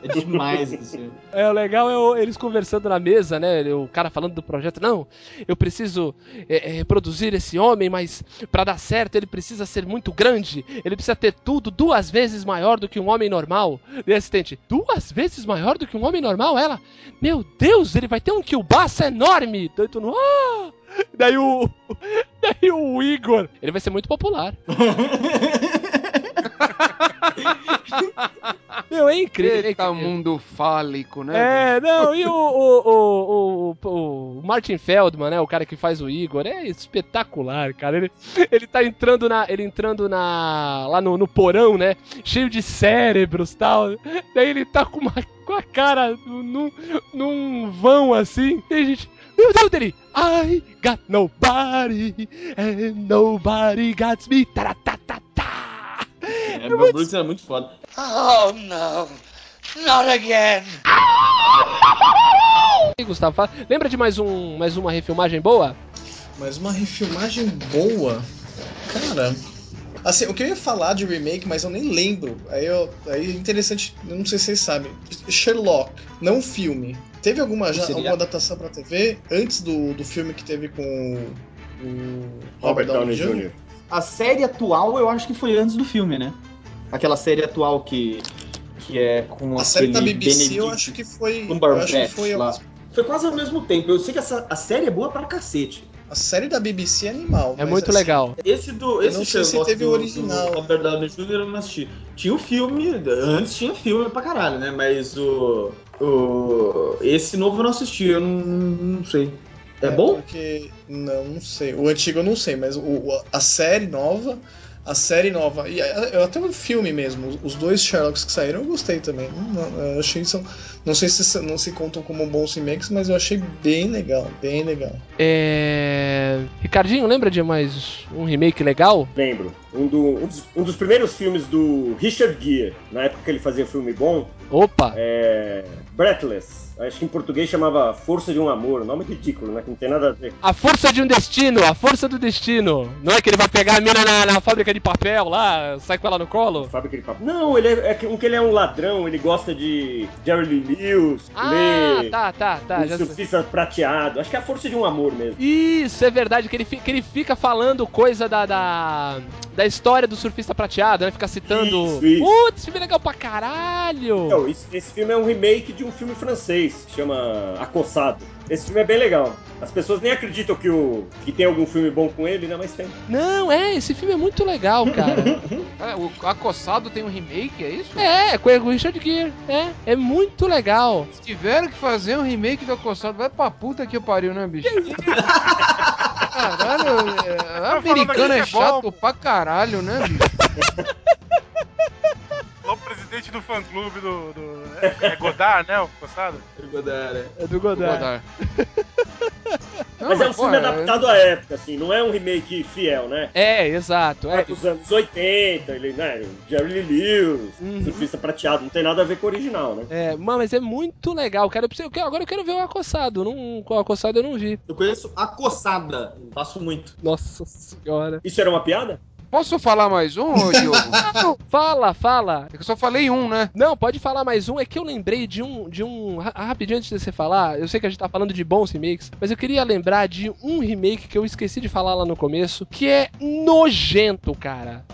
Speaker 2: É demais esse filme.
Speaker 1: é, o legal é o- eles conversando na mesa, né? ele- O cara falando do projeto. Não, eu preciso é, é, reproduzir esse homem, mas pra dar certo ele precisa ser muito grande. Ele precisa ter tudo duas vezes maior do que um homem normal. E a assistente, duas vezes maior do que um homem normal? Ela, meu Deus, ele vai ter um kilbaça enorme. Daí tu não, ah! Daí o. Daí o Igor. Ele vai ser muito popular. Meu, é incrível. é
Speaker 4: Eita
Speaker 1: incrível.
Speaker 4: mundo fálico, né?
Speaker 1: É, não, e o, o, o, o- o- o Martin Feldman, né? O cara que faz o Igor, é espetacular, cara. Ele, ele tá entrando na. Ele entrando na. lá no, no porão, né? Cheio de cérebros e tal. Daí ele tá com, uma, com a cara num- num, num vão assim. E a gente. Meu Deus dele! I got nobody, and nobody got me. Tá, Taratatata.
Speaker 2: É, Mel Brooks era muito foda.
Speaker 7: Oh no, not again.
Speaker 1: E aí, Gustavo, fala- lembra de mais, um, mais uma refilmagem boa?
Speaker 5: Mas uma refilmagem boa. Cara. Assim, o que eu ia falar de remake, mas eu nem lembro. Aí, eu, aí é interessante, eu não sei se vocês sabem. Sherlock, não filme. Teve alguma, já,
Speaker 2: Seria?
Speaker 5: alguma adaptação pra TV antes do, do filme que teve com o- o
Speaker 6: Robert Downey Jr.
Speaker 2: A série atual eu acho que foi antes do filme, né? Aquela série atual que, que é com
Speaker 5: A série da
Speaker 2: aquele
Speaker 5: BBC eu
Speaker 2: Benedict
Speaker 5: acho que foi. Eu acho que
Speaker 2: Cumberbatch
Speaker 5: foi
Speaker 2: lá. Foi quase ao mesmo tempo. Eu sei que essa, a série é boa pra cacete.
Speaker 5: A série da BBC é animal.
Speaker 1: É
Speaker 5: mas,
Speaker 1: muito
Speaker 5: assim,
Speaker 1: legal.
Speaker 2: Esse do.
Speaker 5: Eu
Speaker 2: Esse
Speaker 5: não sei se
Speaker 2: Sherlock
Speaker 5: teve o
Speaker 2: do-
Speaker 5: original.
Speaker 2: Do Robert Downey Jr. eu não assisti. Tinha o filme. Antes tinha filme pra caralho, né? Mas o. o esse novo eu não assisti, eu não, não sei. É bom?
Speaker 5: Porque, não, não sei. O antigo eu não sei, mas o- o- a série nova. A série nova. E a- eu até o filme mesmo. os- Os dois Sherlocks que saíram eu gostei também. Não, não, eu achei são. Não sei se são- não se contam como bons remakes, mas eu achei bem legal. Bem legal.
Speaker 1: É... Ricardinho, lembra de mais um remake legal?
Speaker 6: Lembro. Um, do- um dos, um dos primeiros filmes do Richard Gere, na época que ele fazia filme bom,
Speaker 1: Opa!
Speaker 6: é. Breathless. Acho que em português chamava Força de um Amor. Nome ridículo, né? Que não tem nada a ver.
Speaker 1: A força de um destino, a força do destino. Não é que ele vai pegar a mina na, na fábrica de papel lá, sai com ela no colo?
Speaker 6: Fábrica de papo. Não, ele é, é que- um que ele é um ladrão, ele gosta de Jerry Lee Lewis,
Speaker 1: Ah,
Speaker 6: lê
Speaker 1: tá, tá, tá.
Speaker 6: um
Speaker 1: já sei.
Speaker 6: surfista prateado. Acho que é a força de um amor mesmo.
Speaker 1: Isso, é verdade, que ele, fi- que ele fica falando coisa da, da, da história do surfista prateado, né? Fica citando.
Speaker 6: Isso, isso.
Speaker 1: Putz, filme é legal pra caralho!
Speaker 6: Então, isso- esse filme é um remake de um filme francês que chama Acossado. Esse filme é bem legal. As pessoas nem acreditam que, o, que tem algum filme bom com ele, né? Mas tem.
Speaker 1: Não, é, esse filme é muito legal, cara.
Speaker 4: Cara, o Acossado tem um remake, é isso?
Speaker 1: é, com o Richard Gere, é, é muito legal.
Speaker 4: Se tiveram que fazer um remake do Acossado, vai pra puta que pariu, né, bicho? Caralho, é,
Speaker 3: falando
Speaker 4: americano
Speaker 3: aqui
Speaker 4: é
Speaker 3: que é bom,
Speaker 4: chato pra caralho, né, bicho?
Speaker 3: Lá o presidente do fã clube do. do- é, é Godard, né? O passado?
Speaker 1: É do
Speaker 4: Godard. Não,
Speaker 6: mas é um filme
Speaker 4: porra,
Speaker 6: adaptado à época, assim, não é um remake fiel, né?
Speaker 1: É, exato.
Speaker 6: É
Speaker 1: É,
Speaker 6: dos anos 80, ele, né? Jerry Lee Lewis,
Speaker 1: Uhum.
Speaker 6: surfista prateado, não tem nada a ver com o original, né?
Speaker 1: é, mano, mas é muito legal, cara. Eu preciso- eu quero- agora eu quero ver o acossado. Não, o acossado eu não vi.
Speaker 2: Eu conheço a coçada. Faço muito.
Speaker 1: Nossa senhora.
Speaker 6: Isso era uma piada?
Speaker 4: é, Posso falar mais um, ô, Diogo?
Speaker 1: Fala, fala.
Speaker 4: É que eu só falei um, né?
Speaker 1: Não, pode falar mais um. É que eu lembrei de um. De um ra- rapidinho antes de você falar, eu sei que a gente tá falando de bons remakes, mas eu queria lembrar de um remake que eu esqueci de falar lá no começo, que é nojento, cara.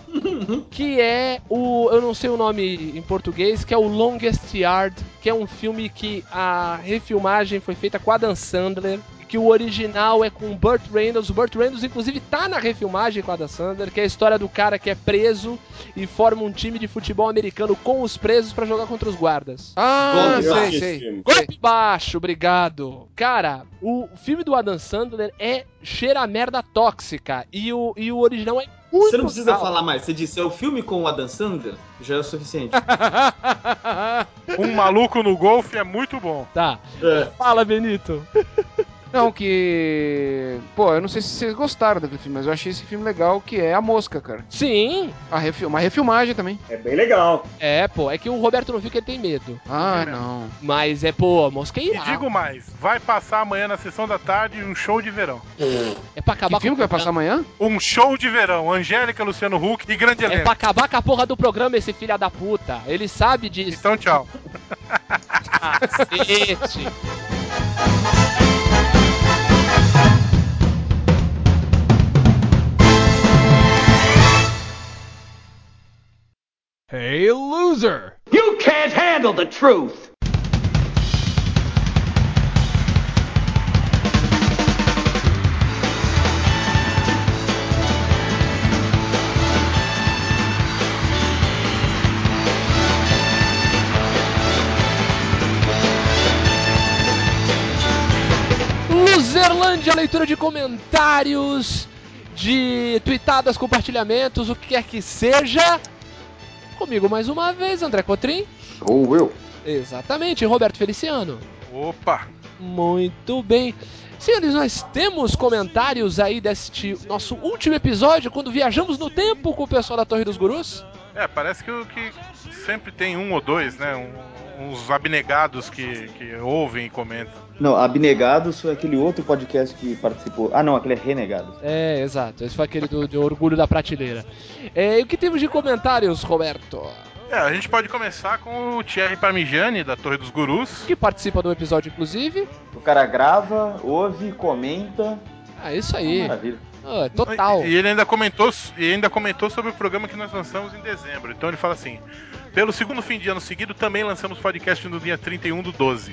Speaker 1: que é o. Eu não sei o nome em português, que é o Longest Yard, que é um filme que a refilmagem foi feita com Adam Sandler. e Que o original é com o Burt Reynolds. O Burt Reynolds, inclusive, tá na refilmagem com a Adam Sandler, que é a história do cara que é preso e forma um time de futebol americano com os presos pra jogar contra os guardas.
Speaker 4: Ah,
Speaker 2: Golpe
Speaker 4: sei,
Speaker 2: baixo,
Speaker 4: sei.
Speaker 1: Golpe baixo, obrigado. Cara, o filme do Adam Sandler é cheira a merda tóxica e o, e o original é muito
Speaker 2: Você não precisa
Speaker 1: legal.
Speaker 2: falar mais. Você disse, é o filme com o Adam Sandler? Já é o suficiente.
Speaker 3: Um maluco no golfe é muito bom.
Speaker 1: Tá,
Speaker 2: É.
Speaker 1: fala Benito.
Speaker 4: Não, que. Pô, eu não sei se vocês gostaram daquele filme, mas eu achei esse filme legal, que é A Mosca, cara.
Speaker 1: Sim,
Speaker 4: A refil... Uma refilmagem também.
Speaker 6: É bem legal.
Speaker 1: é, pô, é que o Roberto não viu que ele tem medo.
Speaker 4: Ah,
Speaker 3: É mesmo.
Speaker 4: não.
Speaker 1: Mas é, pô, mosquei
Speaker 3: E digo mais, vai passar amanhã na sessão da tarde um show de verão.
Speaker 1: É pra acabar
Speaker 4: que filme que vai passar amanhã?
Speaker 3: Um show de verão. Angélica, Luciano Huck e grande
Speaker 1: É
Speaker 4: né?
Speaker 3: elenco.
Speaker 1: pra acabar com a porra do programa esse filho da puta. Ele sabe disso.
Speaker 3: Então tchau.
Speaker 1: Cacete.
Speaker 9: Hey, loser!
Speaker 7: You can't handle the truth.
Speaker 1: Luzerlândia, leitura de comentários, de tweetadas, compartilhamentos, o que quer que seja. Comigo mais uma vez, André Cotrim.
Speaker 4: Sou eu.
Speaker 1: Exatamente, Roberto Feliciano.
Speaker 3: Opa!
Speaker 1: Muito bem. Senhores, nós temos comentários aí deste nosso último episódio, quando viajamos no tempo com o pessoal da Torre dos Gurus.
Speaker 3: É, parece que, o que sempre tem um ou dois, né? Um- uns abnegados que, que ouvem e comentam.
Speaker 2: Não, Abnegados foi aquele outro podcast que participou. Ah, não, aquele é Renegados.
Speaker 1: É, exato. Esse foi aquele do, do Orgulho da Prateleira. É, e o que temos de comentários, Roberto?
Speaker 3: É, a gente pode começar com o Thierry Parmigiani, da Torre dos Gurus.
Speaker 1: Que participa do episódio, inclusive.
Speaker 2: O cara grava, ouve, comenta.
Speaker 1: Ah, isso
Speaker 2: É
Speaker 1: aí.
Speaker 2: uma maravilha.
Speaker 1: Ah, total.
Speaker 3: E ele ainda comentou, e ainda comentou sobre o programa que nós lançamos em dezembro. Então ele fala assim: pelo segundo fim de ano seguido, também lançamos podcast no dia 31 do 12.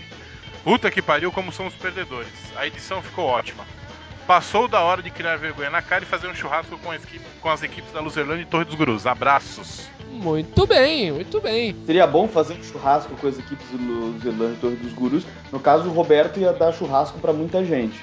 Speaker 3: Puta que pariu, como somos perdedores. A edição ficou ótima. Passou da hora de criar vergonha na cara e fazer um churrasco com as, equipe- com as equipes da Luzerlândia e Torre dos Gurus. Abraços.
Speaker 1: Muito bem, muito bem.
Speaker 2: Seria bom fazer um churrasco com as equipes do Zelândia e Torre dos Gurus. No caso, o Roberto ia dar churrasco pra muita gente.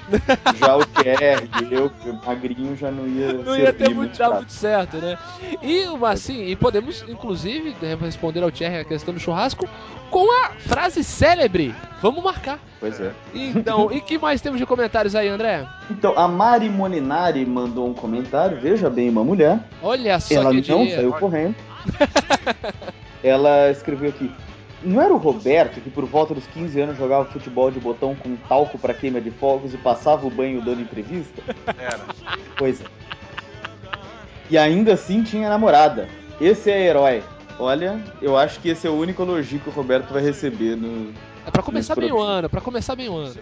Speaker 2: Já o Kerry, eu, o Magrinho, já não ia
Speaker 1: Não ia ter
Speaker 2: servir
Speaker 1: muito,
Speaker 2: pra-
Speaker 1: dar muito certo, né? E assim, e podemos, inclusive, né, responder ao Thierry a questão do churrasco com a frase célebre. Vamos marcar.
Speaker 2: Pois é.
Speaker 1: Então, e que mais temos de comentários aí, André?
Speaker 2: Então, a Mari Molinari mandou um comentário. Veja bem, uma mulher.
Speaker 1: Olha só
Speaker 2: Ela
Speaker 1: que eu
Speaker 2: não
Speaker 1: diria.
Speaker 2: saiu
Speaker 3: Olha.
Speaker 2: correndo. Ela escreveu aqui. Não era o Roberto que por volta dos 15 anos jogava futebol de botão com um talco pra queima de fogos e passava o banho dando entrevista?
Speaker 3: Era.
Speaker 2: Pois é. E ainda assim tinha namorada. Esse é herói. Olha, eu acho que esse é o único elogio que o Roberto vai receber no.
Speaker 1: É pra começar
Speaker 2: Isso,
Speaker 1: bem o
Speaker 2: produção.
Speaker 1: ano, pra começar bem o ano.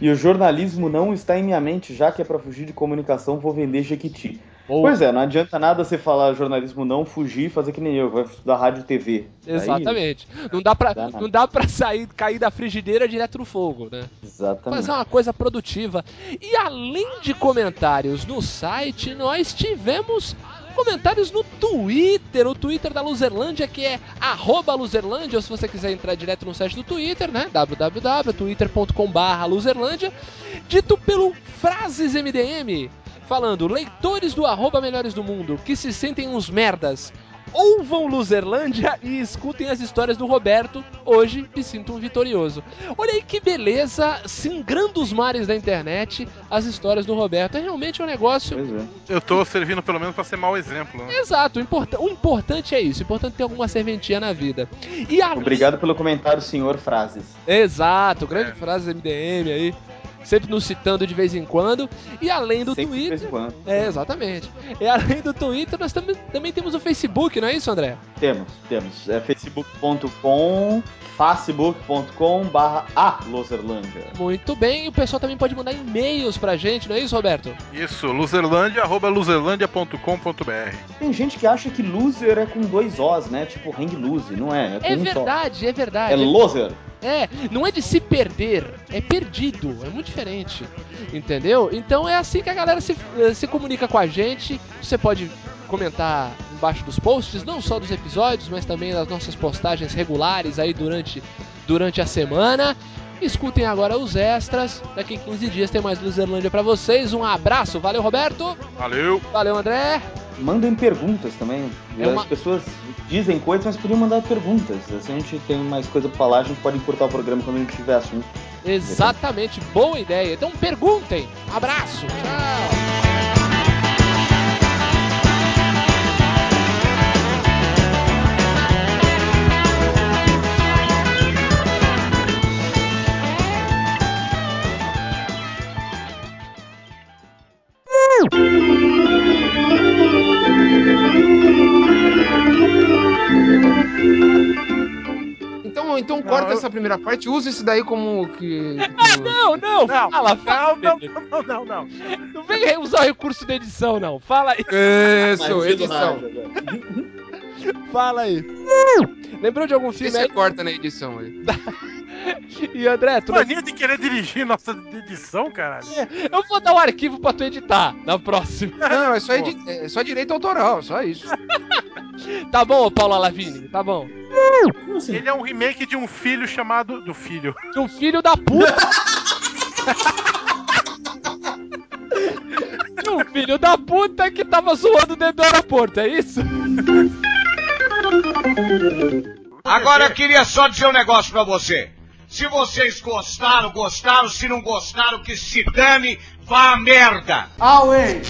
Speaker 2: E o jornalismo não está em minha mente, já que é pra fugir de comunicação, vou vender Jequiti.
Speaker 1: Ou-
Speaker 2: Pois é, não adianta nada você falar jornalismo não, fugir, fazer que nem eu, vai estudar rádio e TV. é, Aí-
Speaker 1: Exatamente. Não dá pra,
Speaker 2: Dá nada.
Speaker 1: não dá pra sair, cair da frigideira direto no fogo, né?
Speaker 2: exatamente.
Speaker 1: Fazer uma coisa produtiva. E além de comentários no site, nós tivemos comentários no Twitter, o Twitter da Luzerlândia, que é arroba Luzerlândia, ou se você quiser entrar direto no site do Twitter, né? www.twitter.com.br Luzerlândia, dito pelo Frases MDM, falando, leitores do arroba melhores do mundo, que se sentem uns merdas, ouvam Luzerlândia e escutem as histórias do Roberto, hoje me sinto um vitorioso. Olha aí que beleza, singrando os mares da internet, as histórias do Roberto. É realmente um negócio.
Speaker 2: Pois é.
Speaker 3: Eu tô servindo pelo menos pra ser mau exemplo. Né?
Speaker 1: Exato, o, importan- o importante é isso, o importante é ter alguma serventia na vida. E a...
Speaker 2: Obrigado pelo comentário, senhor Frases.
Speaker 1: Exato, grande
Speaker 3: É.
Speaker 1: frase do MDM aí, sempre nos citando de vez em quando. E além do
Speaker 2: Sempre de vez em
Speaker 1: Twitter.
Speaker 2: quando.
Speaker 1: É, exatamente. E além do Twitter, nós tam- também temos o Facebook, não é isso, André?
Speaker 2: Temos, temos. É facebook.com, facebook.com barra a Loserlândia.
Speaker 1: Muito bem, e o pessoal também pode mandar e-mails pra gente, não é isso, Roberto?
Speaker 3: Isso, luzerlândia, arroba luzerlândia.com.br.
Speaker 2: Tem gente que acha que loser é com dois Os, né? Tipo hang loose, não é? É, com
Speaker 1: É
Speaker 2: um
Speaker 1: verdade, é
Speaker 2: Só. É
Speaker 1: verdade.
Speaker 2: loser.
Speaker 1: É, não é de se perder, é perdido, é muito diferente, entendeu? Então é assim que a galera se, eh, se comunica com a gente. Você pode comentar embaixo dos posts, não só dos episódios, mas também das nossas postagens regulares aí durante, durante a semana. Escutem agora os extras. Daqui a 15 dias tem mais Luzerlândia pra vocês. Um abraço, valeu Roberto,
Speaker 3: Valeu.
Speaker 1: valeu André.
Speaker 2: Mandem perguntas também.
Speaker 1: É
Speaker 2: As
Speaker 1: uma-
Speaker 2: pessoas dizem coisas, mas podiam mandar perguntas. Se a gente tem mais coisa pra falar, a gente pode encurtar o programa quando a gente tiver assunto.
Speaker 1: Exatamente, boa ideia. Então perguntem. Abraço, tchau.
Speaker 4: Então, então corta
Speaker 3: eu-
Speaker 4: essa primeira parte, usa isso daí como que.
Speaker 1: Não, não,
Speaker 3: Não,
Speaker 1: fala,
Speaker 3: Não,
Speaker 1: fala.
Speaker 3: não, não, não, não.
Speaker 1: Não vem usar o recurso da edição, não. Fala aí.
Speaker 4: Isso,
Speaker 2: Mas,
Speaker 4: edição.
Speaker 1: Fala aí. Lembrou de algum filme
Speaker 4: Você
Speaker 1: aí?
Speaker 4: é corta na edição aí.
Speaker 1: E André, tu não-
Speaker 3: Mania de querer dirigir nossa edição, caralho.
Speaker 1: eu vou dar o arquivo pra tu editar na próxima.
Speaker 4: Não, é só, edi- é só direito autoral, só isso.
Speaker 1: Tá bom, Paula Lavigne? Tá bom.
Speaker 2: Como assim?
Speaker 3: Ele é um remake de um filho chamado. Do filho.
Speaker 1: De um filho da puta. De um filho da puta que tava zoando dentro do aeroporto, é isso?
Speaker 9: Agora eu queria só dizer um negócio pra você. Se vocês gostaram, gostaram. Se não gostaram, que se dane, vá à merda.
Speaker 2: Away!